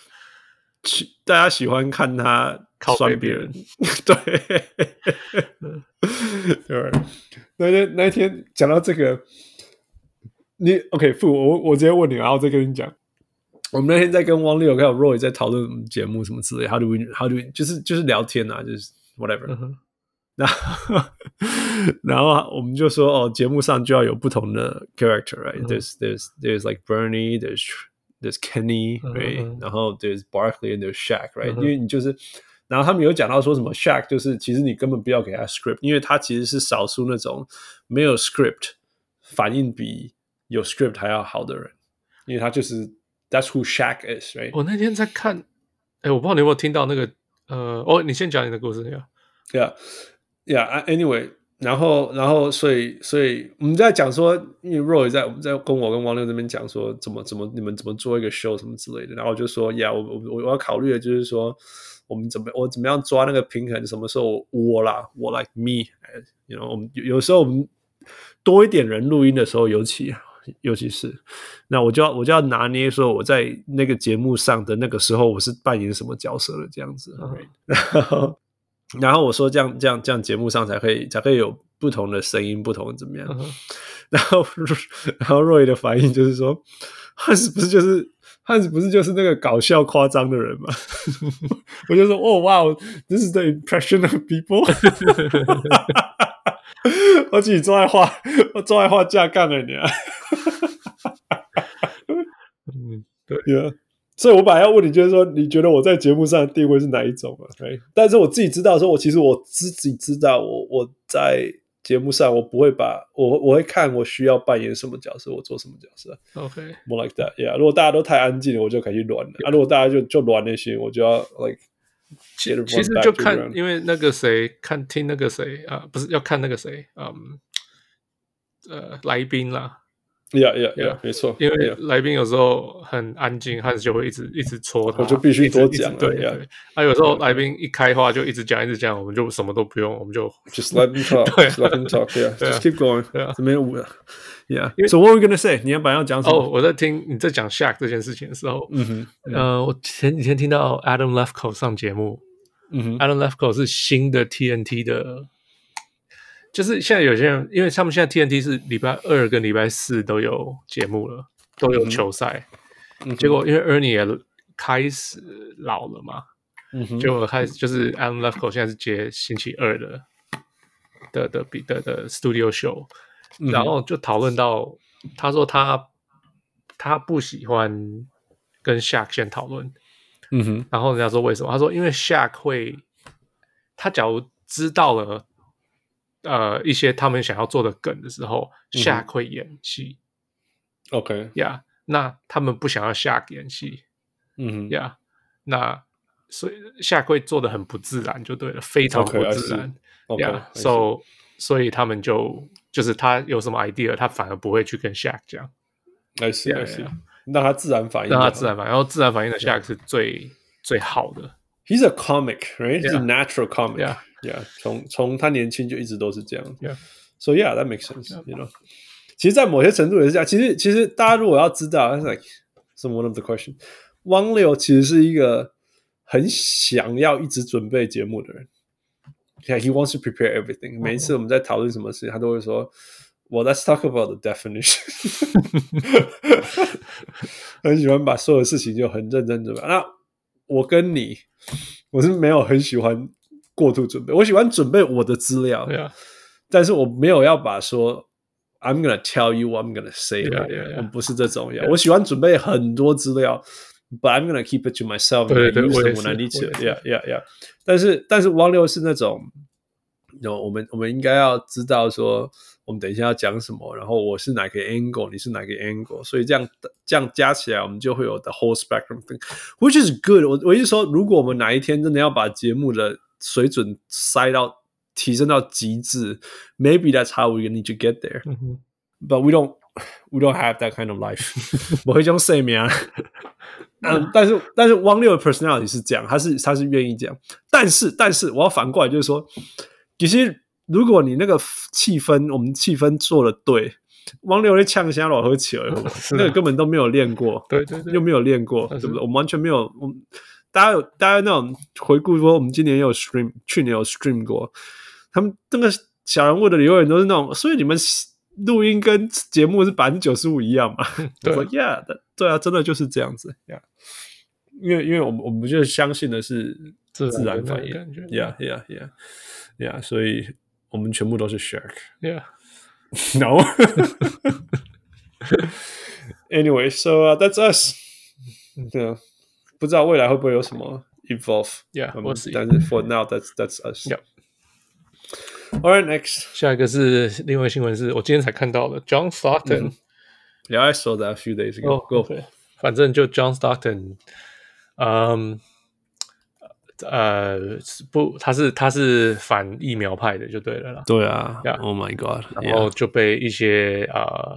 Speaker 3: 喜大家喜欢看他
Speaker 4: 靠北
Speaker 3: 酸别
Speaker 4: 别人
Speaker 3: 人， 对，对。 那天那天讲到这个，你 OK 傅，我我直接问你，然后再跟你讲。我们那天在跟汪六还有 Roy 在讨论我们节目什么之类，How do we How do we 就是就是聊天啊，就是 whatever
Speaker 4: 嗯。哼
Speaker 3: 然后然后我们就说哦，节目上就要有不同的 character，right？、
Speaker 4: 嗯
Speaker 3: There's there's there's like Bernie, there's there's Kenny,
Speaker 4: 嗯
Speaker 3: right？、
Speaker 4: 嗯
Speaker 3: 然后 there's Barkley and there's Shaq, right？、
Speaker 4: 嗯哼
Speaker 3: 因为你就是，然后他们有讲到说什么 Shaq 就是其实你根本不要给他 script，因为他其实是少数那种没有 script 反应比有 script 还要好的人，因为他就是 that's who Shaq is，right？
Speaker 4: 我那天在看，哎，我不知道你有没有听到那个呃，哦，你先讲你的故事呀。
Speaker 3: Yeah, yeah. I- Anyway，然后，然后，所以，所以我们在讲说，因为 Roy 在我们在跟我跟王六这边讲说，怎么怎么你们怎么做一个 show 什么之类的。然后我就说，Yeah，我我我我要考虑的就是说，我们怎么我怎么样抓那个平衡？什么时候我啦，我 like me，you know，我们有有时候我们多一点人录音的时候，尤其。尤其是，那我就要我就要拿捏说我在那个节目上的那个时候我是扮演什么角色的这样子，
Speaker 4: 嗯
Speaker 3: 然后 然后我说这样这样这样节目上才可以才可以有不同的声音，不同的怎么样？
Speaker 4: 嗯哼
Speaker 3: 然后然后若雨的反应就是说，汉斯不是就是汉斯不是就是那个搞笑夸张的人吗？ 我就说哦哇，this is the impression of people 。我自己坐在画，我坐在画架杠了你啊。
Speaker 4: 嗯，
Speaker 3: Yeah，所以我本来要问你，就是说，你觉得我在节目上的定位是哪一种啊？对，但是我自己知道说，我其实我自己知道我，我在节目上，我不会把我我会看我需要扮演什么角色，我做什么角色
Speaker 4: ，OK，
Speaker 3: ，more like that，yeah。如果大家都太安静了，我就可以乱了；啊，如果大家就就乱那些，我就要 like get
Speaker 4: 其
Speaker 3: everyone
Speaker 4: 实
Speaker 3: back
Speaker 4: 就
Speaker 3: to
Speaker 4: 看，
Speaker 3: ground
Speaker 4: 因为那个谁看听那个谁啊、不是要看那个谁，嗯，呃，来宾啦，
Speaker 3: yeah yeah yeah，
Speaker 4: Yeah
Speaker 3: 没错，
Speaker 4: 因为
Speaker 3: yeah
Speaker 4: 来宾有时候很安静，汉斯就会一直一直戳他，
Speaker 3: 我就必须
Speaker 4: 一直
Speaker 3: 多
Speaker 4: 一直
Speaker 3: 讲啊
Speaker 4: 对
Speaker 3: yeah
Speaker 4: 对，啊，有时候来宾一开话就一直讲一直讲，我们就什么都不用，我们就
Speaker 3: just let me talk，
Speaker 4: 对啊
Speaker 3: just let me talk，yeah，
Speaker 4: 对啊
Speaker 3: just keep going，
Speaker 4: 对啊
Speaker 3: 怎么样？yeah。So what are we gonna say？你要本来要讲什
Speaker 4: 哦，
Speaker 3: 么？
Speaker 4: 我在听你在讲 Shaq 这件事情的时候，
Speaker 3: 嗯哼，
Speaker 4: 呃，我前几天听到 Adam Lefko 上节目
Speaker 3: 嗯哼，
Speaker 4: ，Adam Lefko 是新的 TNT 的，就是现在有些人，因为他们现在 TNT 是礼拜二跟礼拜四都有节目
Speaker 3: 嗯
Speaker 4: 了，都有球赛，啊结果因为 Ernie 也开始老了嘛，
Speaker 3: 嗯哼，
Speaker 4: 结果开始就是 Adam Lefko 现在是接星期二的的的比的的 studio show，
Speaker 3: 嗯哼
Speaker 4: 然后就讨论到，他说他他不喜欢跟 Shaq 先讨论，
Speaker 3: 嗯哼，
Speaker 4: 然后人家说为什么？他说因为 Shaq 会，他假如知道了呃一些他们想要做的梗的时候、
Speaker 3: 嗯哼
Speaker 4: s h a q 会演戏
Speaker 3: OK，
Speaker 4: 呀那他们不想要 Shaq 演戏
Speaker 3: 嗯哼
Speaker 4: 呀那所以 Shaq 会做的很不自然，就对了，非常不
Speaker 3: OK，I
Speaker 4: 自然。
Speaker 3: ，OK，
Speaker 4: yeah,
Speaker 3: I see
Speaker 4: so 所以他们就就是他有什么 idea，他反而不会去跟 Shaq 讲，
Speaker 3: I see, I
Speaker 4: Yeah,
Speaker 3: see.
Speaker 4: yeah.
Speaker 3: 让他自然反应，
Speaker 4: 让他自然。反应，然后自然反应的 Shaq 是最最好的。
Speaker 3: He's a comic, right? He's a
Speaker 4: Yeah.
Speaker 3: natural comic.
Speaker 4: Yeah.
Speaker 3: yeah. 从从他年轻就一直都是这样。
Speaker 4: Yeah.
Speaker 3: So yeah, that makes sense. You know. 其实，在某些程度也是这样。其实，其实大家如果要知道，that's like some one of the question。汪六其实是一个很想要一直准备节目的人。Yeah, he wants to prepare everything. 每一次我们在讨论什么事情，他都会说，Well, let's talk about the definition. 很喜欢把所有事情就很认真准备。那我跟你，我是没有很喜欢过度准备，我喜欢准备我的资料。
Speaker 4: 对啊，
Speaker 3: 但是我没有要把说 I'm gonna tell you what I'm gonna say，
Speaker 4: Yeah,
Speaker 3: right？
Speaker 4: yeah, yeah.
Speaker 3: 我不是这种呀。我喜欢准备很多资料，but I'm gonna keep it to myself
Speaker 4: 对
Speaker 3: and
Speaker 4: 对
Speaker 3: I
Speaker 4: 对
Speaker 3: use
Speaker 4: 我也
Speaker 3: them
Speaker 4: 是
Speaker 3: when I need
Speaker 4: 我也
Speaker 3: to。
Speaker 4: 是
Speaker 3: Yeah, yeah, yeah。但是但是汪六是那种，有我们我们应该要知道说。我们等一下要讲什么，然后我是哪个 angle，你是哪个 angle，所以这样这样加起来，我们就会有 the whole spectrum thing。Which is good 我。我一直说，如果我们哪一天真的要把节目的水准塞到提升到极致，maybe that's how we need to get there。
Speaker 4: 嗯哼
Speaker 3: But we don't we don't have that kind of life。我会这样睡眠啊。嗯，但是但是汪六的 personality 是这样，他是他是愿意这样，但是但是我要反过来就是说，其实如果你那个气氛，我们气氛做的对，汪六会呛瞎老喝起而已
Speaker 4: 是啊
Speaker 3: 那个根本都没有练过，
Speaker 4: 对对对
Speaker 3: 又没有练过，
Speaker 4: 但
Speaker 3: 对
Speaker 4: 是
Speaker 3: 不对？我们完全没有，我们大家有大家那种回顾说，我们今年也有 stream，去年有 stream 过，他们那个小人物的留言都是那种，所以你们录音跟节目是百分之九十五一 样嘛？
Speaker 4: 对
Speaker 3: 我说，Yeah，的对啊，真的就是这样子，Yeah。因为因为我们我们就是相信的是
Speaker 4: 自
Speaker 3: 自然
Speaker 4: 然的
Speaker 3: 反应
Speaker 4: 感觉
Speaker 3: ，Yeah Yeah Yeah Yeah，所以我们全部都是 shark。
Speaker 4: ，Yeah，
Speaker 3: No. anyway, so、uh, that's us. 对啊，不知道未来会不会有什么 evolve。
Speaker 4: Yeah,
Speaker 3: Um,
Speaker 4: we'll see.
Speaker 3: 但是 for now, that's that's us.
Speaker 4: Yep.
Speaker 3: All right, next.
Speaker 4: 下一个是另外一个新闻是，我今天才看到的，John Stockton、
Speaker 3: Yeah, I saw that a few days ago.
Speaker 4: 哦，
Speaker 3: Go.
Speaker 4: 对，反正就 John Stockton，嗯，呃，是不，他是他是反疫苗派的就对了啦，
Speaker 3: 对啊
Speaker 4: Yeah.
Speaker 3: Oh my god.
Speaker 4: 然后就被一些呃，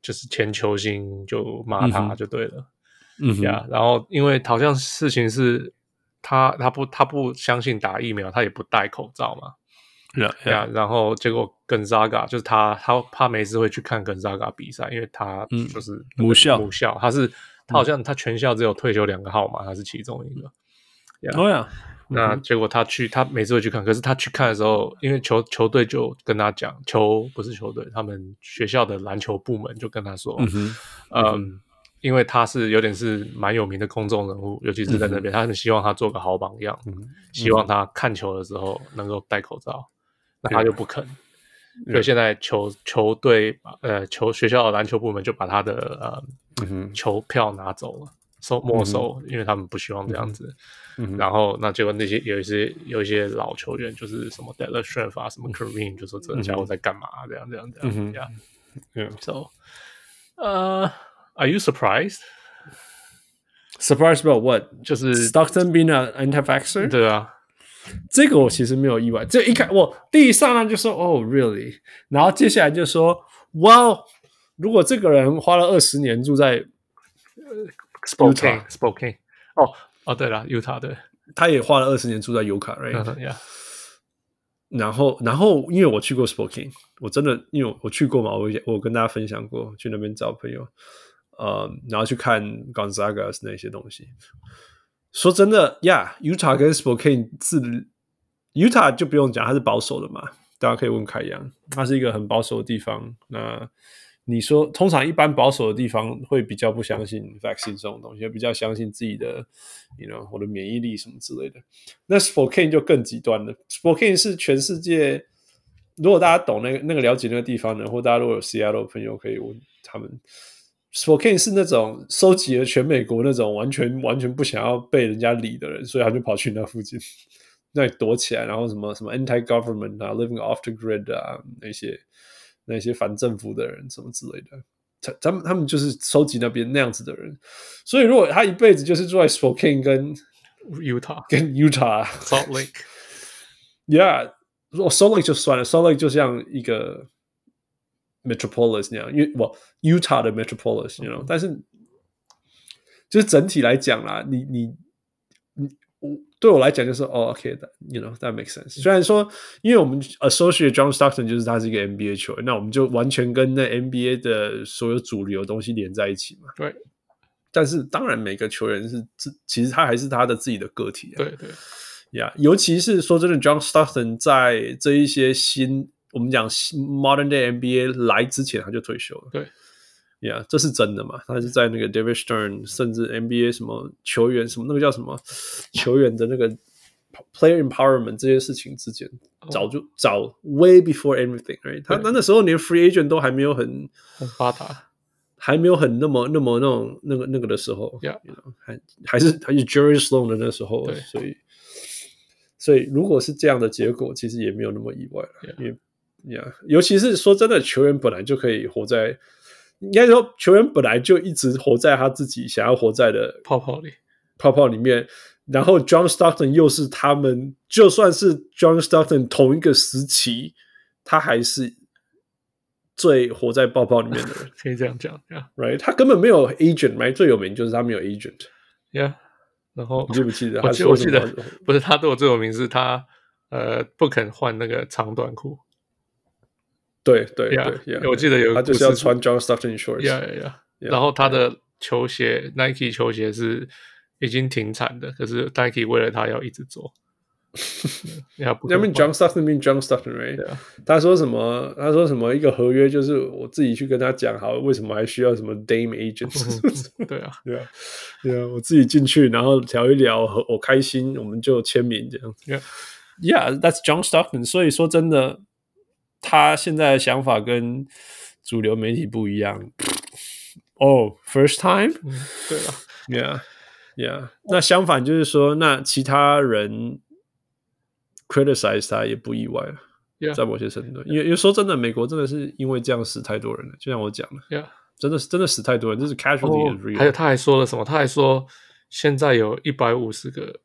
Speaker 4: 就是前球星就骂
Speaker 3: 嗯
Speaker 4: 他
Speaker 3: 哼
Speaker 4: 就对了，
Speaker 3: 嗯哼
Speaker 4: 呀、然后因为好像事情是他他不他不相信打疫苗，他也不戴口罩嘛，
Speaker 3: Yeah,
Speaker 4: 呀、然后结果根扎嘎就是他，他他每次会去看根扎嘎比赛，因为他
Speaker 3: 嗯
Speaker 4: 就是那个
Speaker 3: 母校嗯
Speaker 4: 母校，他是他好像他全校只有退休两个号码，他是其中一个。
Speaker 3: Oh yeah.
Speaker 4: 那结果他去，他每次会去看，可是他去看的时候，因为球球队就跟他讲，球不是球队，他们学校的篮球部门就跟他说，
Speaker 3: 嗯哼
Speaker 4: 嗯，因为他是有点是蛮有名的公众人物，尤其是在
Speaker 3: 嗯
Speaker 4: 那边，他们希望他做个好榜样，希望他看球的时候能够戴口罩，那他就不肯。所以现在球球
Speaker 3: 嗯
Speaker 4: 队呃球学校的篮球部门就把他的呃、球票拿走了，收没收，因为他们不希望这
Speaker 3: 嗯
Speaker 4: 样子。然后那结果那些有一些有一些老球员就是什么 d e l a s h e f 啊，什么 Kareem，就说这家伙在干嘛、啊这样这样这样。
Speaker 3: 嗯嗯哼
Speaker 4: yeah.
Speaker 3: Yeah.
Speaker 4: So, uh, are you surprised?
Speaker 3: Surprise about what？
Speaker 4: 就是
Speaker 3: Stockton being an anti-vaxer？
Speaker 4: 对啊，
Speaker 3: 这个我其实没有意外。这一看我第一上来就说哦，really，然后接下来就说哇哦，如果这个人花了二十年住在，Utah
Speaker 4: Spokane Spokane。哦哦，对了，Utah 对，
Speaker 3: 他也花了二十年住在尤卡瑞，
Speaker 4: 嗯哼，Yeah，
Speaker 3: 然后然后因为我去过 Spokane，我真的因为我去过嘛，我也我跟大家分享过去那边找朋友，呃，然后去看 Gonzaga 那些东西。说真的呀、y u t a h 跟 Spokane 是 Utah 就不用讲，它是保守的嘛，大家可以问凯阳，它是一个很保守的地方。那你说，通常一般保守的地方会比较不相信 vaccine 这种东西，比较相信自己的，you know，我的免疫力什么之类的。那 Spokane 就更极端了，Spokane 是全世界。如果大家懂那个那个了解那个地方的，或大家如果有 Seattle 的朋友，可以问他们。Spokane 是那种收集了全美国那种完全完全不想要被人家理的人，所以他就跑去那附近那里躲起来，然后什么什么 anti government 啊，living off the grid 啊，那些那些反政府的人什么之类的。他他们他们就是收集那边那样子的人，所以如果他一辈子就是住在 Spokane 跟
Speaker 4: Utah
Speaker 3: 跟 Utah，啊
Speaker 4: Salt Lake。
Speaker 3: Yeah，如果 Salt Lake 就算了，Salt Lake 就像一个 metropolis 那样，因为我 Utah 的 metropolis，you
Speaker 4: 嗯
Speaker 3: know，、但是就是整体来讲啦，你你你我对我来讲就是哦，OK，you、know that makes sense。虽然说，因为我们 associate John Stockton 就是他是一个 NBA 球员，那我们就完全跟那 NBA 的所有主流东西连在一起嘛。
Speaker 4: 对
Speaker 3: 但是当然，每个球员是自，其实他还是他的自己的个体、啊。
Speaker 4: 对对，
Speaker 3: 呀尤其是说真的，John Stockton 在这一些新我们讲新 modern day NBA 来之前他就退休了。
Speaker 4: 对
Speaker 3: 呀这是真的嘛？他是在那个 David Stern，甚至 NBA 什么球员什么那个叫什么球员的那个 player empowerment 这些事情之前，早就早 way before everything，right？他那那时候连 free agent 都还没有很
Speaker 4: 很发达。
Speaker 3: 还没有很那么那么那种那个那个的时候
Speaker 4: Yeah.
Speaker 3: you know, 还还是还是 Jerry Sloan 的那时候，
Speaker 4: 对
Speaker 3: 所以所以如果是这样的结果，其实也没有那么意外了
Speaker 4: Yeah.
Speaker 3: 因为呀尤其是说真的，球员本来就可以活在，应该说球员本来就一直活在他自己想要活在的
Speaker 4: 泡泡里，
Speaker 3: 泡泡里面。然后 John Stockton 又是他们，就算是 John Stockton 同一个时期，他还是最活在泡泡里面的人。
Speaker 4: 可以这样讲，Yeah
Speaker 3: right？他根本没有 agent，right？最有名就是他没有 agent，
Speaker 4: Yeah。然后
Speaker 3: 你记不记得？
Speaker 4: 我
Speaker 3: 他
Speaker 4: 记
Speaker 3: 说
Speaker 4: 我
Speaker 3: 什
Speaker 4: 记
Speaker 3: 么
Speaker 4: 得 不是他对我最有名是他呃不肯换那个长短裤
Speaker 3: 对对对
Speaker 4: Yeah，
Speaker 3: yeah，
Speaker 4: 我记得有一
Speaker 3: 他
Speaker 4: 个
Speaker 3: 就是要
Speaker 4: 故事是
Speaker 3: 穿 John Stockton shorts。
Speaker 4: ，Yeah Yeah Yeah，然后他的球鞋 Nike 球鞋是已经停产的，可是 Nike 为了他要一直做，要不
Speaker 3: 那
Speaker 4: 肯
Speaker 3: 边
Speaker 4: 换
Speaker 3: John Stockton 变 John Stockton，right？、
Speaker 4: Yeah
Speaker 3: 他说什么？他说什么？一个合约就是我自己去跟他讲好，为什么还需要什么 Dame agent？
Speaker 4: 对啊，
Speaker 3: 对啊，对啊，我自己进去，然后聊一聊，我我开心，我们就签名这样。
Speaker 4: Yeah
Speaker 3: Yeah, that's John Stockton。所以说真的，他现在的想法跟主流媒体不一样。哦、f i r s t time，
Speaker 4: 嗯对啊，
Speaker 3: Yeah, yeah。那相反就是说，那其他人 criticize 他也不意外了。
Speaker 4: Yeah
Speaker 3: 在某些程度，因为因为说真的，美国真的是因为这样死太多人了。就像我讲的，
Speaker 4: ，Yeah。
Speaker 3: 真的是真的死太多人，这是
Speaker 4: 然
Speaker 3: casualty
Speaker 4: 后
Speaker 3: is real。
Speaker 4: 哦还有他还说了什么？他还说现在有一百五十个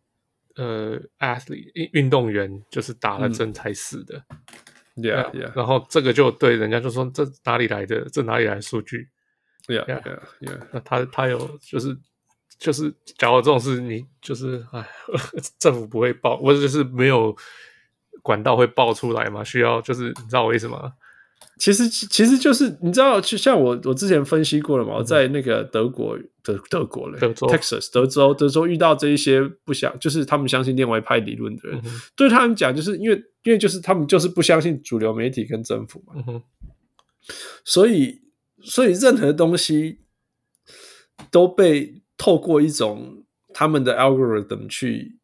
Speaker 4: 呃 athlete 运运动员就是打
Speaker 3: 嗯
Speaker 4: 了针才死的，
Speaker 3: yeah,
Speaker 4: 对
Speaker 3: yeah,
Speaker 4: 然后这个就对人家就说这哪里来的？这哪里来的数据？
Speaker 3: yeah,
Speaker 4: Yeah.
Speaker 3: yeah, yeah.
Speaker 4: 那他他有就是就是，假如这种事你就是哎， 政府不会报，或者就是没有管道会报出来嘛？需要就是你知道我意思吗？
Speaker 3: 其实其实就是你知道，就像我我之前分析过了嘛，我在那个德国德德国嘞，
Speaker 4: 嗯德州
Speaker 3: Texas 德州德州遇到这一些不想就是他们相信另外一派理论的人，
Speaker 4: 嗯哼
Speaker 3: 对他们讲，就是因为因为就是他们就是不相信主流媒体跟政府嘛，
Speaker 4: 嗯哼，
Speaker 3: 所以所以任何东西都被透过一种他们的 algorithm 去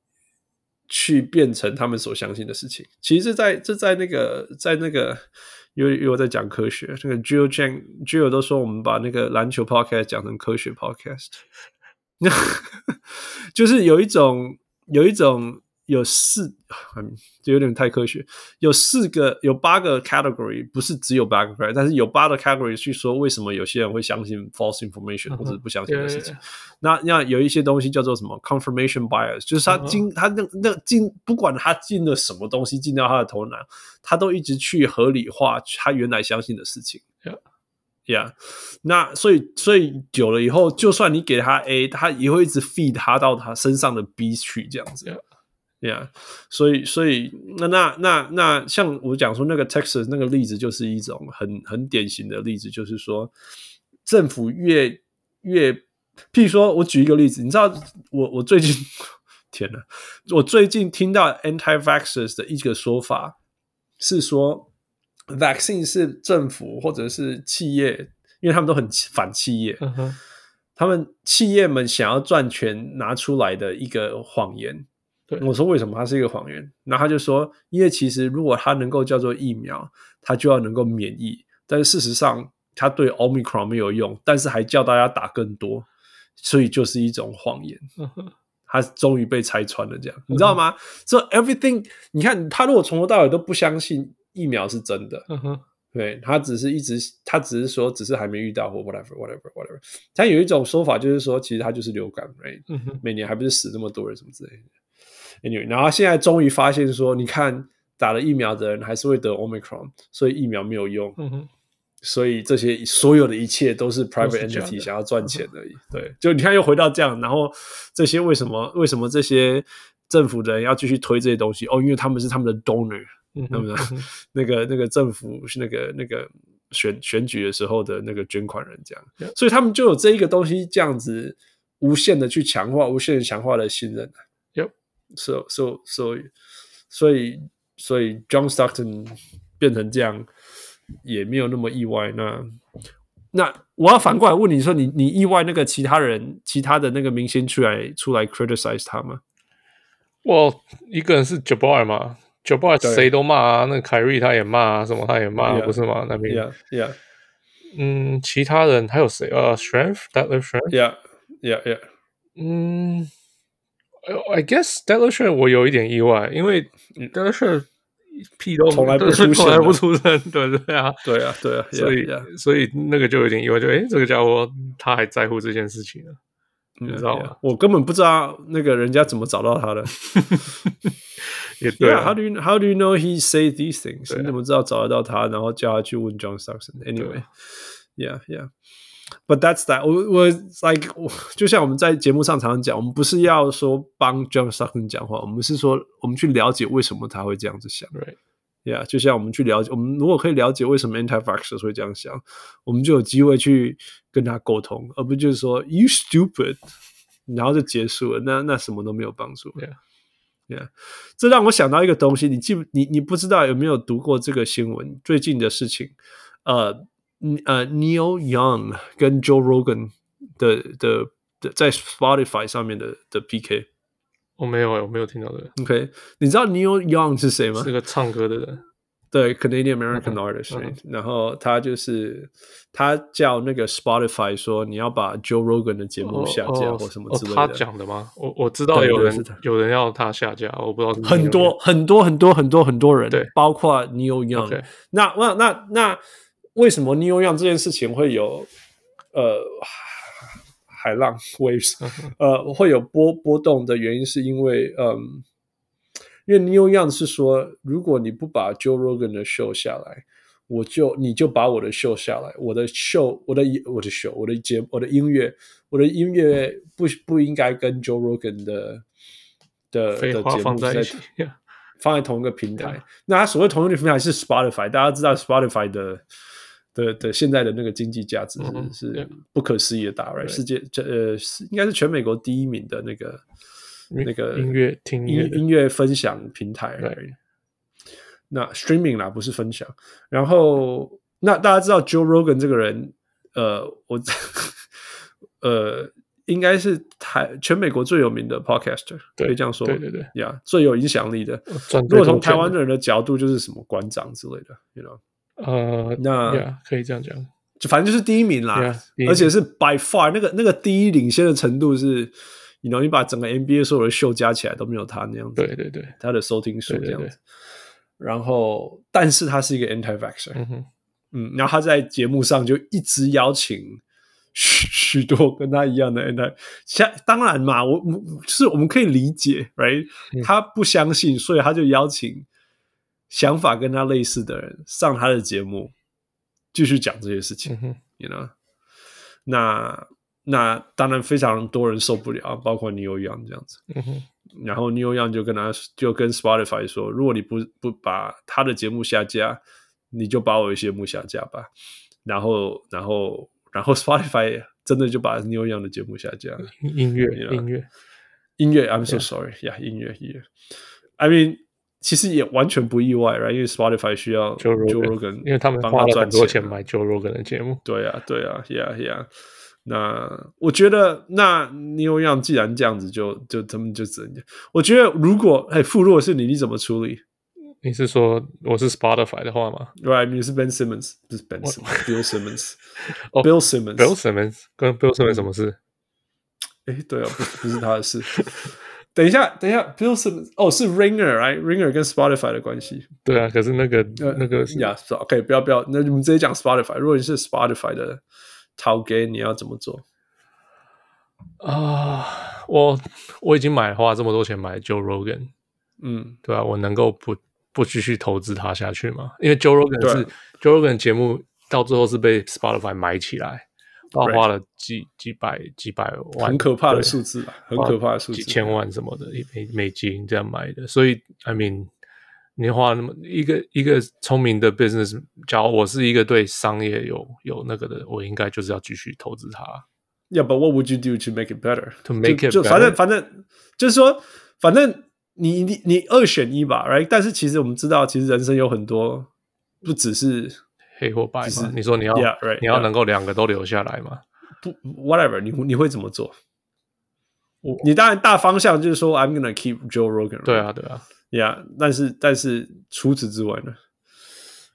Speaker 3: 去变成他们所相信的事情。其实这在这在那个在那个有有在讲科学，那个 Gio Chang Gio 都说我们把那个篮球 podcast 讲成科学 podcast。就是有一种有一种有四，嗯这有点太科学，有四个有八个 category，不是只有八个 category，但是有八个 category 去说为什么有些人会相信 false information
Speaker 4: 嗯哼
Speaker 3: 或者不相信的事情
Speaker 4: Yeah,。
Speaker 3: 那那有一些东西叫做什么 confirmation bias，就是他进他那那进不管他进了什么东西进到他的头脑，他都一直去合理化他原来相信的事情。
Speaker 4: Yeah.
Speaker 3: Yeah，那所以所以久了以后，就算你给他 A，他也会一直 feed 他到他身上的 B 去这样子。Yeah，所以所以那那那那像我讲说那个 Texas 那个例子就是一种很很典型的例子，就是说政府越越，譬如说我举一个例子，你知道我我最近天呐，我最近听到 anti-vaxxers 的一个说法是说，vaccine 是政府或者是企业，因为他们都很反企业，
Speaker 4: 嗯哼，
Speaker 3: 他们企业们想要赚钱拿出来的一个谎言。
Speaker 4: 对
Speaker 3: 我说为什么它是一个谎言？然后他就说，因为其实如果它能够叫做疫苗，它就要能够免疫，但是事实上它对 Omicron 没有用，但是还叫大家打更多，所以就是一种谎言。
Speaker 4: 嗯哼，
Speaker 3: 他终于被拆穿了，这样你知道吗？所、以 everything，你看他如果从头到尾都不相信疫苗是真的，
Speaker 4: 嗯哼，
Speaker 3: 对他只是一直，他只是说只是还没遇到或 whatever whatever whatever。他有一种说法就是说，其实他就是流感，right？
Speaker 4: 嗯哼，
Speaker 3: 每年还不是死那么多人什么之类的。Anyway，然后现在终于发现说，你看打了疫苗的人还是会得 omicron，所以疫苗没有用，
Speaker 4: 嗯哼，
Speaker 3: 所以这些所有的一切都是 private
Speaker 4: 都是假的嗯
Speaker 3: entity 想要赚钱而已。对，就你看又回到这样，然后这些为什么为什么这些政府的人要继续推这些东西？哦，因为他们是他们的 donor，
Speaker 4: 嗯
Speaker 3: 那么
Speaker 4: 哼，
Speaker 3: 那个那个政府是那个那个选选举的时候的那个捐款人这样，所以他们就有这一个东西这样子无限的去强化，无限的强化了信任。啊
Speaker 4: Yep.
Speaker 3: So so so，所以所以 John Stockton 变成这样也没有那么意外。那那我要反过来问你说你，你意外那个其他人其他的那个明星出来出来 criticize 他吗？
Speaker 4: 我一个人是 Jabbar 嘛，Jabbar
Speaker 3: 对
Speaker 4: 谁都骂啊，那凯瑞他也骂啊，什么他也骂啊，
Speaker 3: Yeah
Speaker 4: 不是吗？那边
Speaker 3: Yeah, yeah,
Speaker 4: 嗯，其他人还有谁？呃 s h r e n f d e t l e r s h r e n f
Speaker 3: yeah, yeah, yeah.
Speaker 4: 嗯呃，I guess d e t l e r s h r e n 我有一点意外，因为 d e t l e r s h r e n 屁都
Speaker 3: 从来不
Speaker 4: 都是
Speaker 3: 出现
Speaker 4: 从来
Speaker 3: 的
Speaker 4: 不出声，对对啊，
Speaker 3: 对啊，对啊，
Speaker 4: 所以
Speaker 3: yeah, yeah.
Speaker 4: 所以那个就有点意外，就诶，这个家伙他还在乎这件事情呢，啊你知道
Speaker 3: Yeah,
Speaker 4: 吗
Speaker 3: yeah.？我根本不知道那个人家怎么找到 他的。
Speaker 4: 也对
Speaker 3: Yeah,
Speaker 4: 啊
Speaker 3: how do you how do you know he say these things？、
Speaker 4: 对啊
Speaker 3: 你怎么知道找得到他，然后叫他去问 John Stockton？Anyway,
Speaker 4: 对
Speaker 3: yeah, yeah. But that's that. 我我 like 我就像我们在节目上常常讲，我们不是要说帮 John Stockton 讲话，我们是说我们去了解为什么他会这样子想。
Speaker 4: ，right，
Speaker 3: Yeah，就像我们去了解，我们如果可以了解为什么 anti-vaxxers 会这样想，我们就有机会去跟他沟通，而不就是说 you stupid，然后就结束了，那那什么都没有帮助。
Speaker 4: Yeah.
Speaker 3: Yeah，这让我想到一个东西，你记不你你不知道有没有读过这个新闻？最近的事情，呃嗯呃，Neil Young 跟 Joe Rogan 的的的在 Spotify 上面的的 PK。
Speaker 4: 我哦没有诶，我没有听到这个，
Speaker 3: OK，你知道 Neil Young 是谁吗？
Speaker 4: 是个唱歌的人，
Speaker 3: 对 Canadian American
Speaker 4: 嗯
Speaker 3: artist，、
Speaker 4: 嗯
Speaker 3: right？然后他就是他叫那个 Spotify 说你要把 Joe Rogan 的节目下架
Speaker 4: 哦
Speaker 3: 或什么
Speaker 4: 哦
Speaker 3: 之类的，
Speaker 4: 他讲的吗？我我知道
Speaker 3: 对
Speaker 4: 有
Speaker 3: 对
Speaker 4: 人
Speaker 3: 是他
Speaker 4: 有人要他下架，我不知道是不是
Speaker 3: 很
Speaker 4: 有
Speaker 3: 多
Speaker 4: 人
Speaker 3: 很多很多很多很多人，
Speaker 4: 对
Speaker 3: 包括 Neil Young。
Speaker 4: OK
Speaker 3: 那那那那为什么 Neil Young 这件事情会有呃海浪 waves
Speaker 4: 嗯
Speaker 3: 呃会有波波动的原因，是因为嗯，因为 Neil Young 是说，如果你不把 Joe Rogan 的 show 下来。我就你就把我的 show 下来，我的 show，我的我的 show，我的节我的音乐，我的音乐不不应该跟 Joe Rogan 的的的
Speaker 4: 废
Speaker 3: 节
Speaker 4: 话
Speaker 3: 目
Speaker 4: 放在一起。
Speaker 3: 放在同一个平台。那它所谓同一个平台是 Spotify，大家知道 Spotify 的的的现在的那个经济价值是、
Speaker 4: 嗯哼
Speaker 3: 是
Speaker 4: yeah
Speaker 3: 不可思议的大，right？
Speaker 4: 对
Speaker 3: 世界这呃是应该是全美国第一名的那个那个
Speaker 4: 音乐听音乐
Speaker 3: 音
Speaker 4: 的
Speaker 3: 音乐分享平台。
Speaker 4: 对
Speaker 3: right？那 streaming 啦，不是分享。然后那大家知道 Joe Rogan 这个人，呃，我 呃。应该是台全美国最有名的 podcaster，
Speaker 4: 对
Speaker 3: 可以这样说，
Speaker 4: 对对对，
Speaker 3: 呀最有影响力的。
Speaker 4: 赚
Speaker 3: 如果
Speaker 4: 最多
Speaker 3: 从
Speaker 4: 钱
Speaker 3: 台
Speaker 4: 的
Speaker 3: 湾人的角度，就是什么馆长之类的，you know，
Speaker 4: 呃，
Speaker 3: 那
Speaker 4: yeah，可以这样讲。
Speaker 3: 就反正就是第一名啦
Speaker 4: Yeah，第一名
Speaker 3: 而且是 by far 那个那个第一领先的程度是，你能你把整个 NBA 所有的秀加起来都没有他那样子，
Speaker 4: 对对对，
Speaker 3: 他的收听数
Speaker 4: 对对
Speaker 3: 这样子。
Speaker 4: 对
Speaker 3: 然后，但是他是一个 anti-vaxxer，
Speaker 4: 嗯哼，
Speaker 3: 嗯，然后他在节目上就一直邀请许许多跟他一样的 anti，像当然嘛，我我就是我们可以理解，right？、他不相信，所以他就邀请想法跟他类似的人上他的节目，继续讲这些事情
Speaker 4: 嗯。哼，
Speaker 3: you know，那那当然非常多人受不了，包括 Neil Young 这样子。
Speaker 4: 嗯哼，
Speaker 3: 然后 Neil Young 就跟他就跟 Spotify 说，如果你不不把他的节目下架，你就把我的节目下架吧。然后然后然后 Spotify 真的就把 Neil Young 的节目下架了。
Speaker 4: 音乐
Speaker 3: Yeah
Speaker 4: 音乐，
Speaker 3: 音乐，I'm so sorry，呀、yeah. 音乐音乐，I mean 其实也完全不意外，right？因为 Spotify 需要
Speaker 4: Joe Rogan，
Speaker 3: Rogan，
Speaker 4: 因为他们
Speaker 3: 帮
Speaker 4: 花了
Speaker 3: 赚
Speaker 4: 很多
Speaker 3: 钱
Speaker 4: 钱
Speaker 3: 啊
Speaker 4: 买 Joe Rogan 的节目，
Speaker 3: 对啊，对啊，Yeah Yeah。那我觉得，那 New Young 既然这样子就，就他们就只能，我觉得如果哎，傅若是你，你怎么处理
Speaker 4: 你是说我是 Spotify 的话吗
Speaker 3: ？Right，你是 Ben Simmons，不是 Ben
Speaker 4: 我
Speaker 3: Simmons，Bill Simmons，
Speaker 4: 哦
Speaker 3: Bill Simmons，
Speaker 4: ？Bill Simmons 跟 Bill
Speaker 3: 嗯
Speaker 4: Simmons 什么事？
Speaker 3: 哎，对哦，不是不是他的事。 等一下，等一下，Bill Simmons，哦，是 Ringer，right？Ringer 跟 Spotify 的关系。
Speaker 4: 对啊，可是那个那个是
Speaker 3: 呀、yeah,，OK，不要不要，那你们直接讲 Spotify。如果你是 Spotify 的陶给，你要怎么做？
Speaker 4: 啊，我我已经买花这么多钱买 Joe Rogan，
Speaker 3: 嗯，
Speaker 4: 对啊，我能够不不继续投资它下去吗？因为 Joe Rogan
Speaker 3: 对啊
Speaker 4: 是 Joe Rogan 节目到最后是被 Spotify 买起来，到
Speaker 3: Right
Speaker 4: 花了几几百几百万，
Speaker 3: 很可怕的
Speaker 4: 对
Speaker 3: 数字啊，很
Speaker 4: 花
Speaker 3: 可怕的数字，
Speaker 4: 几千万什么的美美金这样买的，所以 I mean，你花那么一个一个聪明的 business，假如我是一个对商业有有那个的，我应该就是要继续投资它。
Speaker 3: Yeah, but what would you do to make it better?
Speaker 4: To make
Speaker 3: 就
Speaker 4: it
Speaker 3: 就反正
Speaker 4: better？
Speaker 3: 反正就是说，反正你你你二选一吧，right？但是其实我们知道，其实人生有很多不只是
Speaker 4: 黑或白
Speaker 3: 就是
Speaker 4: 嘛，你说你要
Speaker 3: Yeah, right,
Speaker 4: 你要
Speaker 3: yeah.
Speaker 4: 能够两个都留下来嘛？
Speaker 3: 不 whatever，你你会怎么做
Speaker 4: 我？
Speaker 3: 你当然大方向就是说，I'm gonna keep Joe Rogan，
Speaker 4: 对啊，对啊。
Speaker 3: ，Yeah。但是但是除此之外呢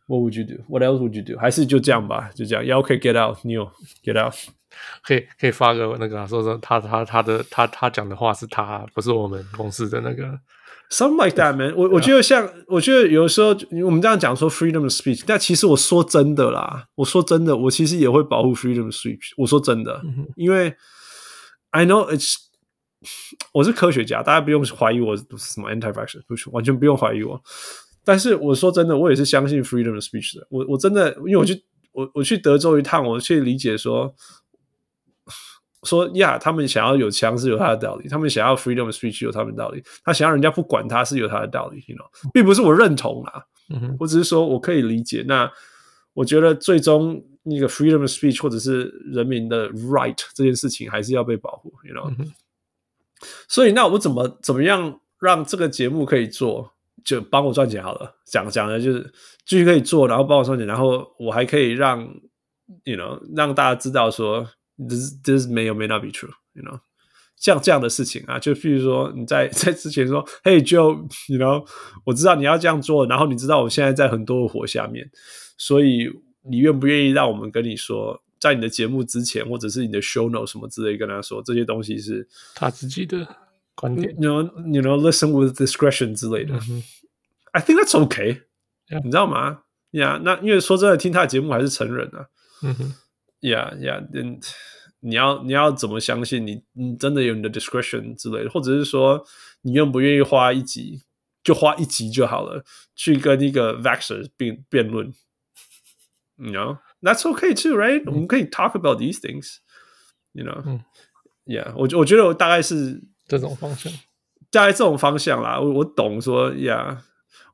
Speaker 3: ？What would you do? What else would you do? 还是就这样吧，就这样。Yeah, OK, get out, Neil, get out.
Speaker 4: 可以可以发个那个、啊、说说他他他的他他讲的话是他不是我们公司的那个
Speaker 3: Something like that, man 我。我觉得像，我觉得有时候我们这样讲说 freedom of speech，但其实我说真的啦，我说真的，我其实也会保护 freedom of speech。我说真的，因为 I know it's 我是科学家，大家不用怀疑我是什么 anti-vaxxer，不是完全不用怀疑我。但是我说真的，我也是相信 freedom of speech 的。我我真的，因为我去我我去德州一趟，我去理解说说呀，他们想要有枪是有他的道理，他们想要 freedom of speech 有他们的道理，他想要人家不管他是有他的道理，you know，并不是我认同啦，
Speaker 4: 嗯哼
Speaker 3: 我只是说我可以理解。那我觉得最终那个 freedom of speech 或者是人民的 right 这件事情还是要被保护，you know、
Speaker 4: 嗯哼
Speaker 3: 所以那我怎么怎么样让这个节目可以做，就帮我赚钱好了。讲讲的就是继续可以做，然后帮我赚钱，然后我还可以让 you know 让大家知道说 this this may or may not be true，you know。像这样的事情啊，就譬如说你在 在之前说，Hey Joe，you know，我知道你要这样做，然后你知道我现在在很多的火下面，所以你愿不愿意让我们跟你说，在你的节目之前，或者是你的 show note 什么之类，跟他说这些东西是
Speaker 4: 他自己的观点。
Speaker 3: you know, you know, listen with discretion 之类的。
Speaker 4: 嗯哼
Speaker 3: I think that's okay，、
Speaker 4: Yeah.
Speaker 3: 你知道吗？Yeah，那因为说真的，听他的节目还是成人啊。
Speaker 4: 嗯哼
Speaker 3: Yeah, yeah，嗯你要你要怎么相信你你真的有你的 discretion 之类的，或者是说你愿不愿意花一集，就花一集就好了，去跟一个 vaxer 辩辩论。You know, that's okay too, right？、我们可以 talk about these things. You know,、
Speaker 4: 嗯
Speaker 3: yeah，我我觉得我大概是
Speaker 4: 这种方向，
Speaker 3: 大概这种方向啦。我我懂说呀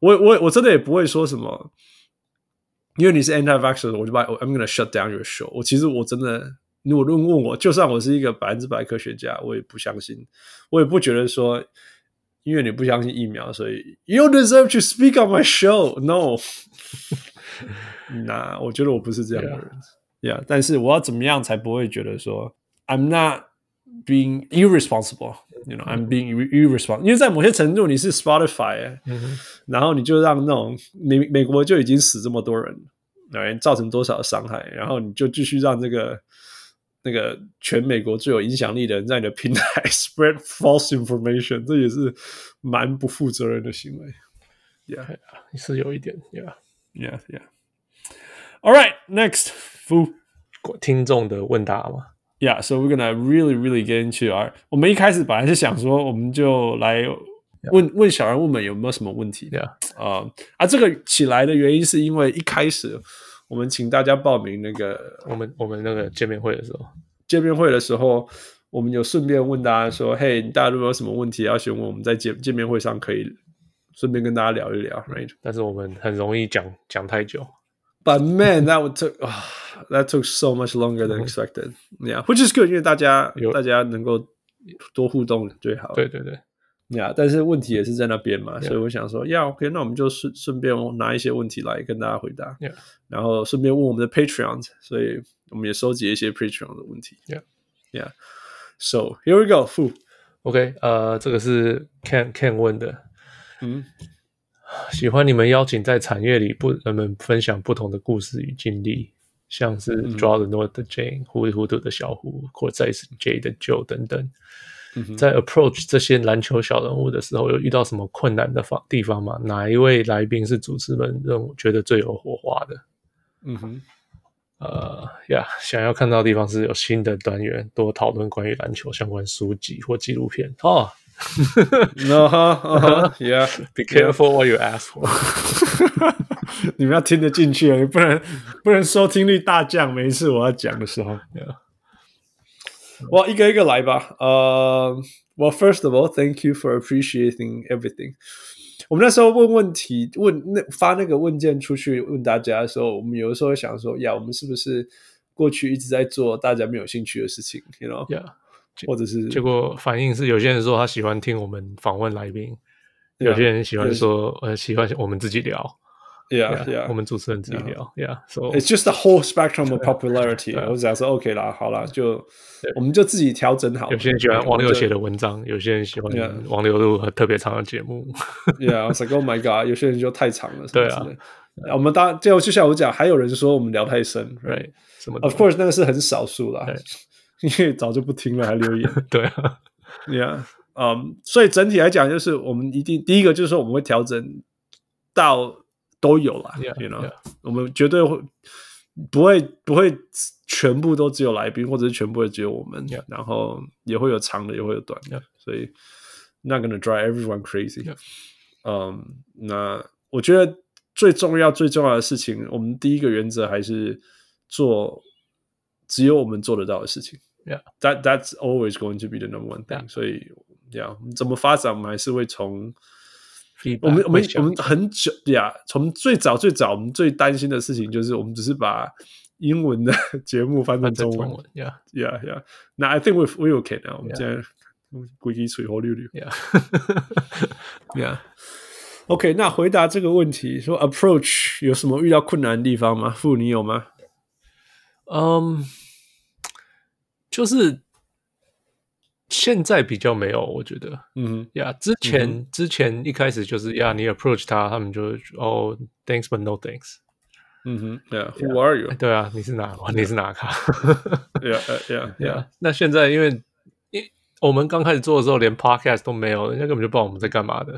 Speaker 3: 我我我真的也不会说什么，因为你是 anti-vaxxer，我就把 I'm gonna shut down your show。我其实我真的，如果论问我，就算我是一个百分之百科学家，我也不相信，我也不觉得说。因为你不相信疫苗，所以 you deserve to speak on my show. No，那我觉得我不是这样的人。Yeah，但是我要怎么样才不会觉得说 I'm not being irresponsible？You know，I'm being irresponsible。因为在某些程度你是 Spotify，、
Speaker 4: 嗯哼
Speaker 3: 然后你就让那种美美国就已经死这么多人，哪人造成多少伤害，然后你就继续让这个那个全美国最有影响力的人在你的平台 spread false information，这也是蛮不负责任的行为。Yeah,
Speaker 4: 是有一点，Yeah，
Speaker 3: yeah, yeah. All right, next, Fu.
Speaker 4: 听众的问答嘛，
Speaker 3: Yeah, so we're gonna really, really get into our。我们一开始本来是想说，我们就来问问小人物们有没有什么问题的
Speaker 4: Yeah
Speaker 3: 啊、啊！这个起来的原因是因为一开始我们请大家报名那个
Speaker 4: 我们我们那个见面会的时候，
Speaker 3: 见面会的时候，我们有顺便问大家说：“嘿，大家如果有什么问题要询问，我们在见见面会上可以顺便跟大家聊一聊，right？”
Speaker 4: 但是我们很容易讲讲太久。
Speaker 3: But man, that would took ah, that took so much longer than expected. Yeah, which is good，因为大家
Speaker 4: 有
Speaker 3: 大家能够多互动最好。
Speaker 4: 对对对，
Speaker 3: 呀但是问题也是在那边嘛所以我想说，呀，OK，那我们就顺顺便拿一些问题来跟大家回答
Speaker 4: Yeah
Speaker 3: 然后顺便问我们的 Patreon，所以我们也收集一些 Patreon 的问题。
Speaker 4: Yeah
Speaker 3: Yeah，yeah。So here we go. Fu，
Speaker 4: OK，呃，这个是 Ken Ken 问的，
Speaker 3: 嗯，
Speaker 4: 喜欢你们邀请在产业里不人们分享不同的故事与经历，像是 Draw the North 的 Jane、糊里糊涂的小胡、或者是 J 的 Joe 等等。在 approach 这些篮球小人物的时候，有遇到什么困难的方地方吗？哪一位来宾是主持人认为觉得最有火花的？
Speaker 3: 嗯 哼，
Speaker 4: 呃呀，想要看到的地方是有新的单元，多讨论关于篮球相关书籍或纪录片哦。
Speaker 3: 啊哈啊哈，Yeah，
Speaker 4: Be careful what you ask for
Speaker 3: 你们要听得进去，不然不然收听率大降。每一次我要讲的时候，
Speaker 4: Yeah.
Speaker 3: 我一个一个来吧。呃、w e l l first of all, thank you for appreciating everything. 我们那时候问问题，问那发那个问件出去问大家的时候，我们有的时候会想说，呀，我们是不是过去一直在做大家没有兴趣的事情，you know，
Speaker 4: Yeah.
Speaker 3: 或者是
Speaker 4: 结果反应是有些人说他喜欢听我们访问来宾，
Speaker 3: 对啊
Speaker 4: 有些人喜欢
Speaker 3: 有
Speaker 4: 说呃喜欢我们自己聊
Speaker 3: ，yeah yeah，
Speaker 4: 我们主持人自己聊，Yeah，so
Speaker 3: It's just the whole spectrum of popularity
Speaker 4: 对啊。
Speaker 3: 我只想说 OK 啦，好啦，就我们就自己调整好。
Speaker 4: 有些人喜欢王
Speaker 3: 六
Speaker 4: 六写的文章，有些人喜欢
Speaker 3: Yeah
Speaker 4: 王六录很特别长的节目
Speaker 3: Yeah, I was like, oh my god，有些人就太长了，什么
Speaker 4: 对啊
Speaker 3: 之类的。我们当然就就像我讲，还有人说我们聊太深
Speaker 4: ，Right？什么的
Speaker 3: ？Of course，那个是很少数啦
Speaker 4: 对，
Speaker 3: 因为早就不听了，还留言。
Speaker 4: 对啊
Speaker 3: Yeah，嗯、所以整体来讲，就是我们一定第一个就是说我们会调整到都有啦
Speaker 4: Yeah,
Speaker 3: you know，、
Speaker 4: yeah.
Speaker 3: 我们绝对会不会不会全部都只有来宾，或者是全部都只有我们
Speaker 4: Yeah.
Speaker 3: 然后也会有长的，也会有短的
Speaker 4: Yeah.
Speaker 3: 所以 not gonna drive everyone crazy。
Speaker 4: Yeah.
Speaker 3: 嗯，那我觉得最重要最重要的事情，我们第一个原则还是做只有我们做得到的事情。
Speaker 4: Yeah.
Speaker 3: that that's always going to be the number one thing. 所以，yeah，我们怎么发展，我们还是会从
Speaker 4: ，feedback
Speaker 3: 我们我们我
Speaker 4: 会想
Speaker 3: 们很久呀，从最早最早，我们最担心的事情就是，我们只是把英文的 节目翻成
Speaker 4: 翻成
Speaker 3: 中
Speaker 4: 中
Speaker 3: 文。
Speaker 4: 文，Yeah
Speaker 3: Yeah, yeah. 那 I think we we okay now. 我们现在鬼鸡水猴溜溜。
Speaker 4: Yeah
Speaker 3: Yeah. OK，那回答这个问题，说 approach 有什么遇到困难的地方吗？傅，你有吗？
Speaker 4: 嗯，就是现在比较没有，我觉得。
Speaker 3: 嗯
Speaker 4: 呀之前、之前一开始就是呀你 approach 他，他们就哦、thanks but no thanks。
Speaker 3: 哼嗯哼，Yeah，Who are you？Yeah,
Speaker 4: 对啊，你是哪？你是哪咖？
Speaker 3: uh, yeah,
Speaker 4: 对
Speaker 3: yeah.
Speaker 4: 啊，那现在因为因我们刚开始做的时候，连 podcast 都没有，人家根本就不知道我们在干嘛的。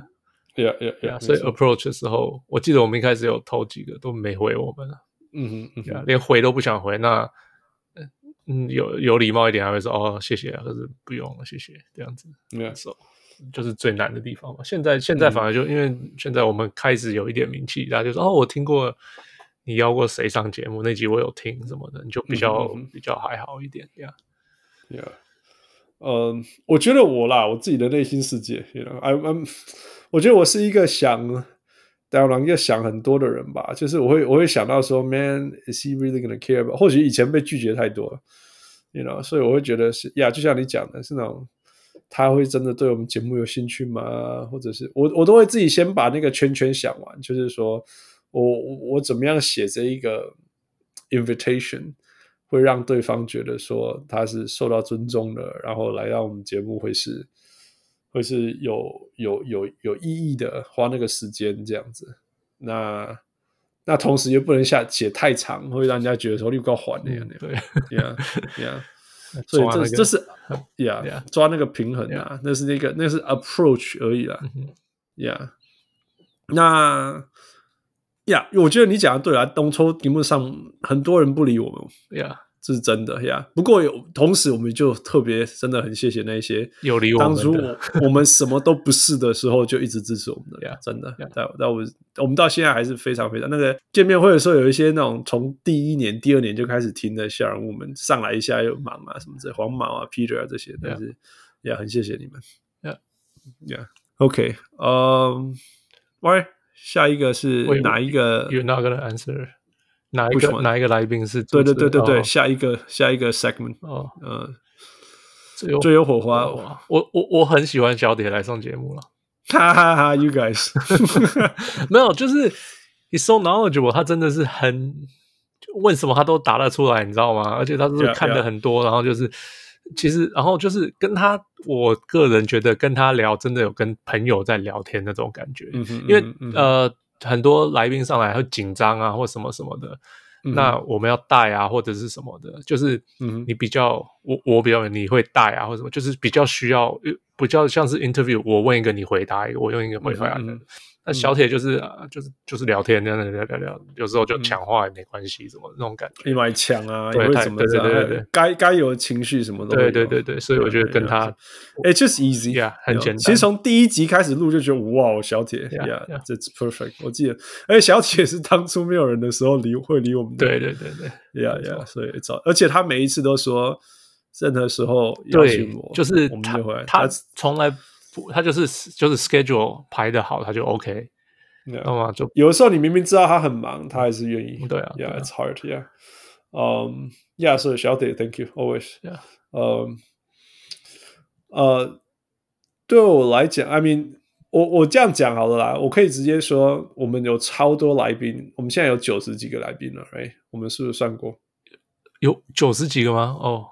Speaker 3: Yeah, yeah,
Speaker 4: 对啊
Speaker 3: yeah.
Speaker 4: 所以
Speaker 3: 没错
Speaker 4: approach 的时候，我记得我们一开始有投几个都没回我们啊，
Speaker 3: 嗯哼，嗯
Speaker 4: 对啊
Speaker 3: 哼，
Speaker 4: 连回都不想回。那呃嗯，有有礼貌一点，还会说哦谢谢啊，可是不用了，谢谢这样子。
Speaker 3: Yeah.
Speaker 4: 手，就是最难的地方嘛。现在现在
Speaker 3: 嗯
Speaker 4: 反而就、因为现在我们开始有一点名气，大家就说哦，我听过你邀过谁上节目那集，我有听什么的，你就比较、
Speaker 3: 嗯嗯嗯
Speaker 4: 比较还好一点这样。
Speaker 3: Yeah，嗯，我觉得我啦，我自己的内心世界，you know，I I'm，我觉 得我是一个想，当然一个想很多的人吧，就是我会我会想到说，man，is he really gonna care about？或许以前被拒绝太多了，you know，所以我会觉得是呀，就像你讲的，是那种。他会真的对我们节目有兴趣吗？或者是我我都会自己先把那个圈圈想完，就是说我我我怎么样写这一个 invitation，会让对方觉得说他是受到尊重的，然后来到我们节目会是会是有有有有意义的，花那个时间这样子。那那同时又不能下写太长，会让人家觉得说你够缓的呀，
Speaker 4: 对，
Speaker 3: 呀呀。 所以
Speaker 4: 抓
Speaker 3: 这
Speaker 4: 那
Speaker 3: 是
Speaker 4: 个
Speaker 3: 这是呀
Speaker 4: Yeah
Speaker 3: 抓那个平衡啊，那是那个那是 approach 而已啦
Speaker 4: 嗯
Speaker 3: 呀。那呀，我觉得你讲的对啊，东抽屏幕上很多人不理我们，
Speaker 4: 呀，
Speaker 3: 这是真的呀。不过有同时，我们就特别真的很谢谢那些
Speaker 4: 有理我
Speaker 3: 当
Speaker 4: 们
Speaker 3: 初
Speaker 4: 的，
Speaker 3: 我我们什么都不是的时候，就一直支持我们的人
Speaker 4: Yeah,
Speaker 3: 真的
Speaker 4: yeah.。
Speaker 3: 但但我们我们到现在还是非常非常那个见面会的时候，有一些那种从第一年、第二年就开始听的小人物们上来一下又忙啊什么这黄毛啊、Peter 啊这些，但是也很谢谢你们。
Speaker 4: Yeah.
Speaker 3: Yeah. OK. 嗯，喂，下一个是
Speaker 4: Wait,
Speaker 3: 哪一个？
Speaker 4: You're not gonna answer 哪一
Speaker 3: Which
Speaker 4: 个
Speaker 3: one？
Speaker 4: 哪一个来宾是
Speaker 3: 对
Speaker 4: 主
Speaker 3: 对
Speaker 4: 持
Speaker 3: 对对对，
Speaker 4: 哦
Speaker 3: 下一个下一个 segment，
Speaker 4: 哦，
Speaker 3: 呃，
Speaker 4: 最有
Speaker 3: 最有火花，
Speaker 4: 哇！我我我很喜欢小铁来上节目了，
Speaker 3: 哈哈哈，You guys，
Speaker 4: 嗯没有，就是 he's so knowledgeable，他真的是很就问什么他都答得出来，你知道吗？而且他就是
Speaker 3: Yeah,
Speaker 4: 看的
Speaker 3: yeah.
Speaker 4: 很多然后就是其实然后就是跟他，我个人觉得跟他聊真的有跟朋友在聊天那种感觉，
Speaker 3: 嗯哼
Speaker 4: 因为、
Speaker 3: 嗯哼嗯哼
Speaker 4: 呃很多来宾上来会紧张啊或什么什么的，
Speaker 3: 嗯哼
Speaker 4: 那我们要带啊或者是什么的，就是
Speaker 3: 嗯哼
Speaker 4: 你比较、我我比较你会带啊或什么，就是比较需要呃比较像是 interview，我问一个你回答一个，我用一个回答一个。
Speaker 3: 嗯哼嗯哼
Speaker 4: 那小铁就是、啊就是就是聊天，这样聊聊聊，有时候就抢话也没关系，什么那种感觉。
Speaker 3: 你买强啊，
Speaker 4: 对
Speaker 3: 你会
Speaker 4: 太
Speaker 3: 怎么这样
Speaker 4: 对对对对
Speaker 3: 该该有的情绪什么都会有
Speaker 4: 对对对对，所以我觉得跟他，
Speaker 3: ，It's just easy，
Speaker 4: Yeah，很简单
Speaker 3: 其实从第一集开始录就觉得，哇，小铁
Speaker 4: Yeah，yeah
Speaker 3: ，Yeah，that's perfect。我记得，而且小铁是当初没有人的时候理会理我们的，
Speaker 4: 对对对对
Speaker 3: ，Yeah
Speaker 4: 没错
Speaker 3: Yeah，所以 it's all- 而且他每一次都说，任何时候邀
Speaker 4: 对
Speaker 3: 请我，，
Speaker 4: 就是
Speaker 3: 我们
Speaker 4: 他
Speaker 3: 就会来，
Speaker 4: 他
Speaker 3: That's-
Speaker 4: 从来不，他就是就是 schedule 排的好，他就 OK，
Speaker 3: yeah
Speaker 4: 那么就
Speaker 3: 有的时候你明明知道他很忙，他还是愿意。
Speaker 4: 对啊对啊
Speaker 3: ，Yeah，it's hard，Yeah，嗯，Yeah，所以小铁，Thank you always。
Speaker 4: Yeah
Speaker 3: 嗯，呃，对我来讲，I mean，我我这样讲好了啦，我可以直接说，我们有超多来宾，我们现在有九十几个来宾了，Right？我们是不是算过？
Speaker 4: 有九十几个吗？哦，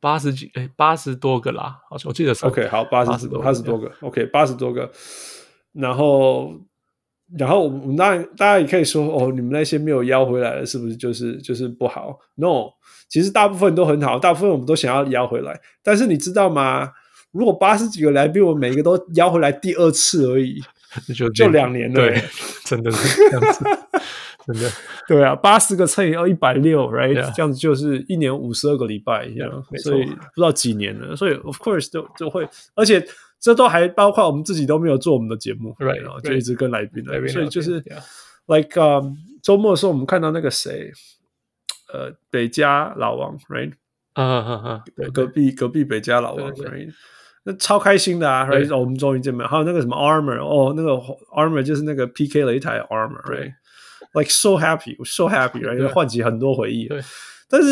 Speaker 4: 八十几，哎，八十多个啦，好像我记得是
Speaker 3: OK，好，八十
Speaker 4: 80多个
Speaker 3: 八十多个，OK，八十多个。然后，然后我们我们当然大家也可以说，哦，你们那些没有邀回来的，是不是就是就是不好？No，其实大部分都很好，大部分我们都想要邀回来。但是你知道吗？如果八十几个来宾，我每个都邀回来第二次而已，
Speaker 4: 就
Speaker 3: 就两年了
Speaker 4: 对， 真的是这样子， 真的
Speaker 3: 对啊，八十个乘以二一百六，right？、
Speaker 4: Yeah.
Speaker 3: 这样子就是一年五十二个礼拜一样
Speaker 4: Yeah，没错
Speaker 3: 所以不知道几年了。所以 of course 就就会，而且这都还包括我们自己都没有做我们的节目
Speaker 4: Right，
Speaker 3: 然后
Speaker 4: right
Speaker 3: 就一直跟来宾聊
Speaker 4: 来宾
Speaker 3: 所以
Speaker 4: 聊
Speaker 3: 就
Speaker 4: 天
Speaker 3: 是
Speaker 4: yeah
Speaker 3: like um, 周末的时候，我们看到那个谁，呃，北加老王，right？
Speaker 4: 嗯嗯嗯，对，
Speaker 3: 隔壁隔壁北加老王
Speaker 4: 对对
Speaker 3: ，right？那超开心的啊
Speaker 4: 对
Speaker 3: ！Right，哦我们终于见面。还有那个什么 armor，哦，那个 armor 就是那个 PK 了一台 armor，right？
Speaker 4: 对
Speaker 3: like so happy，我 so happy，然
Speaker 4: 对
Speaker 3: 后唤起很多回忆
Speaker 4: 对。嗯
Speaker 3: 但是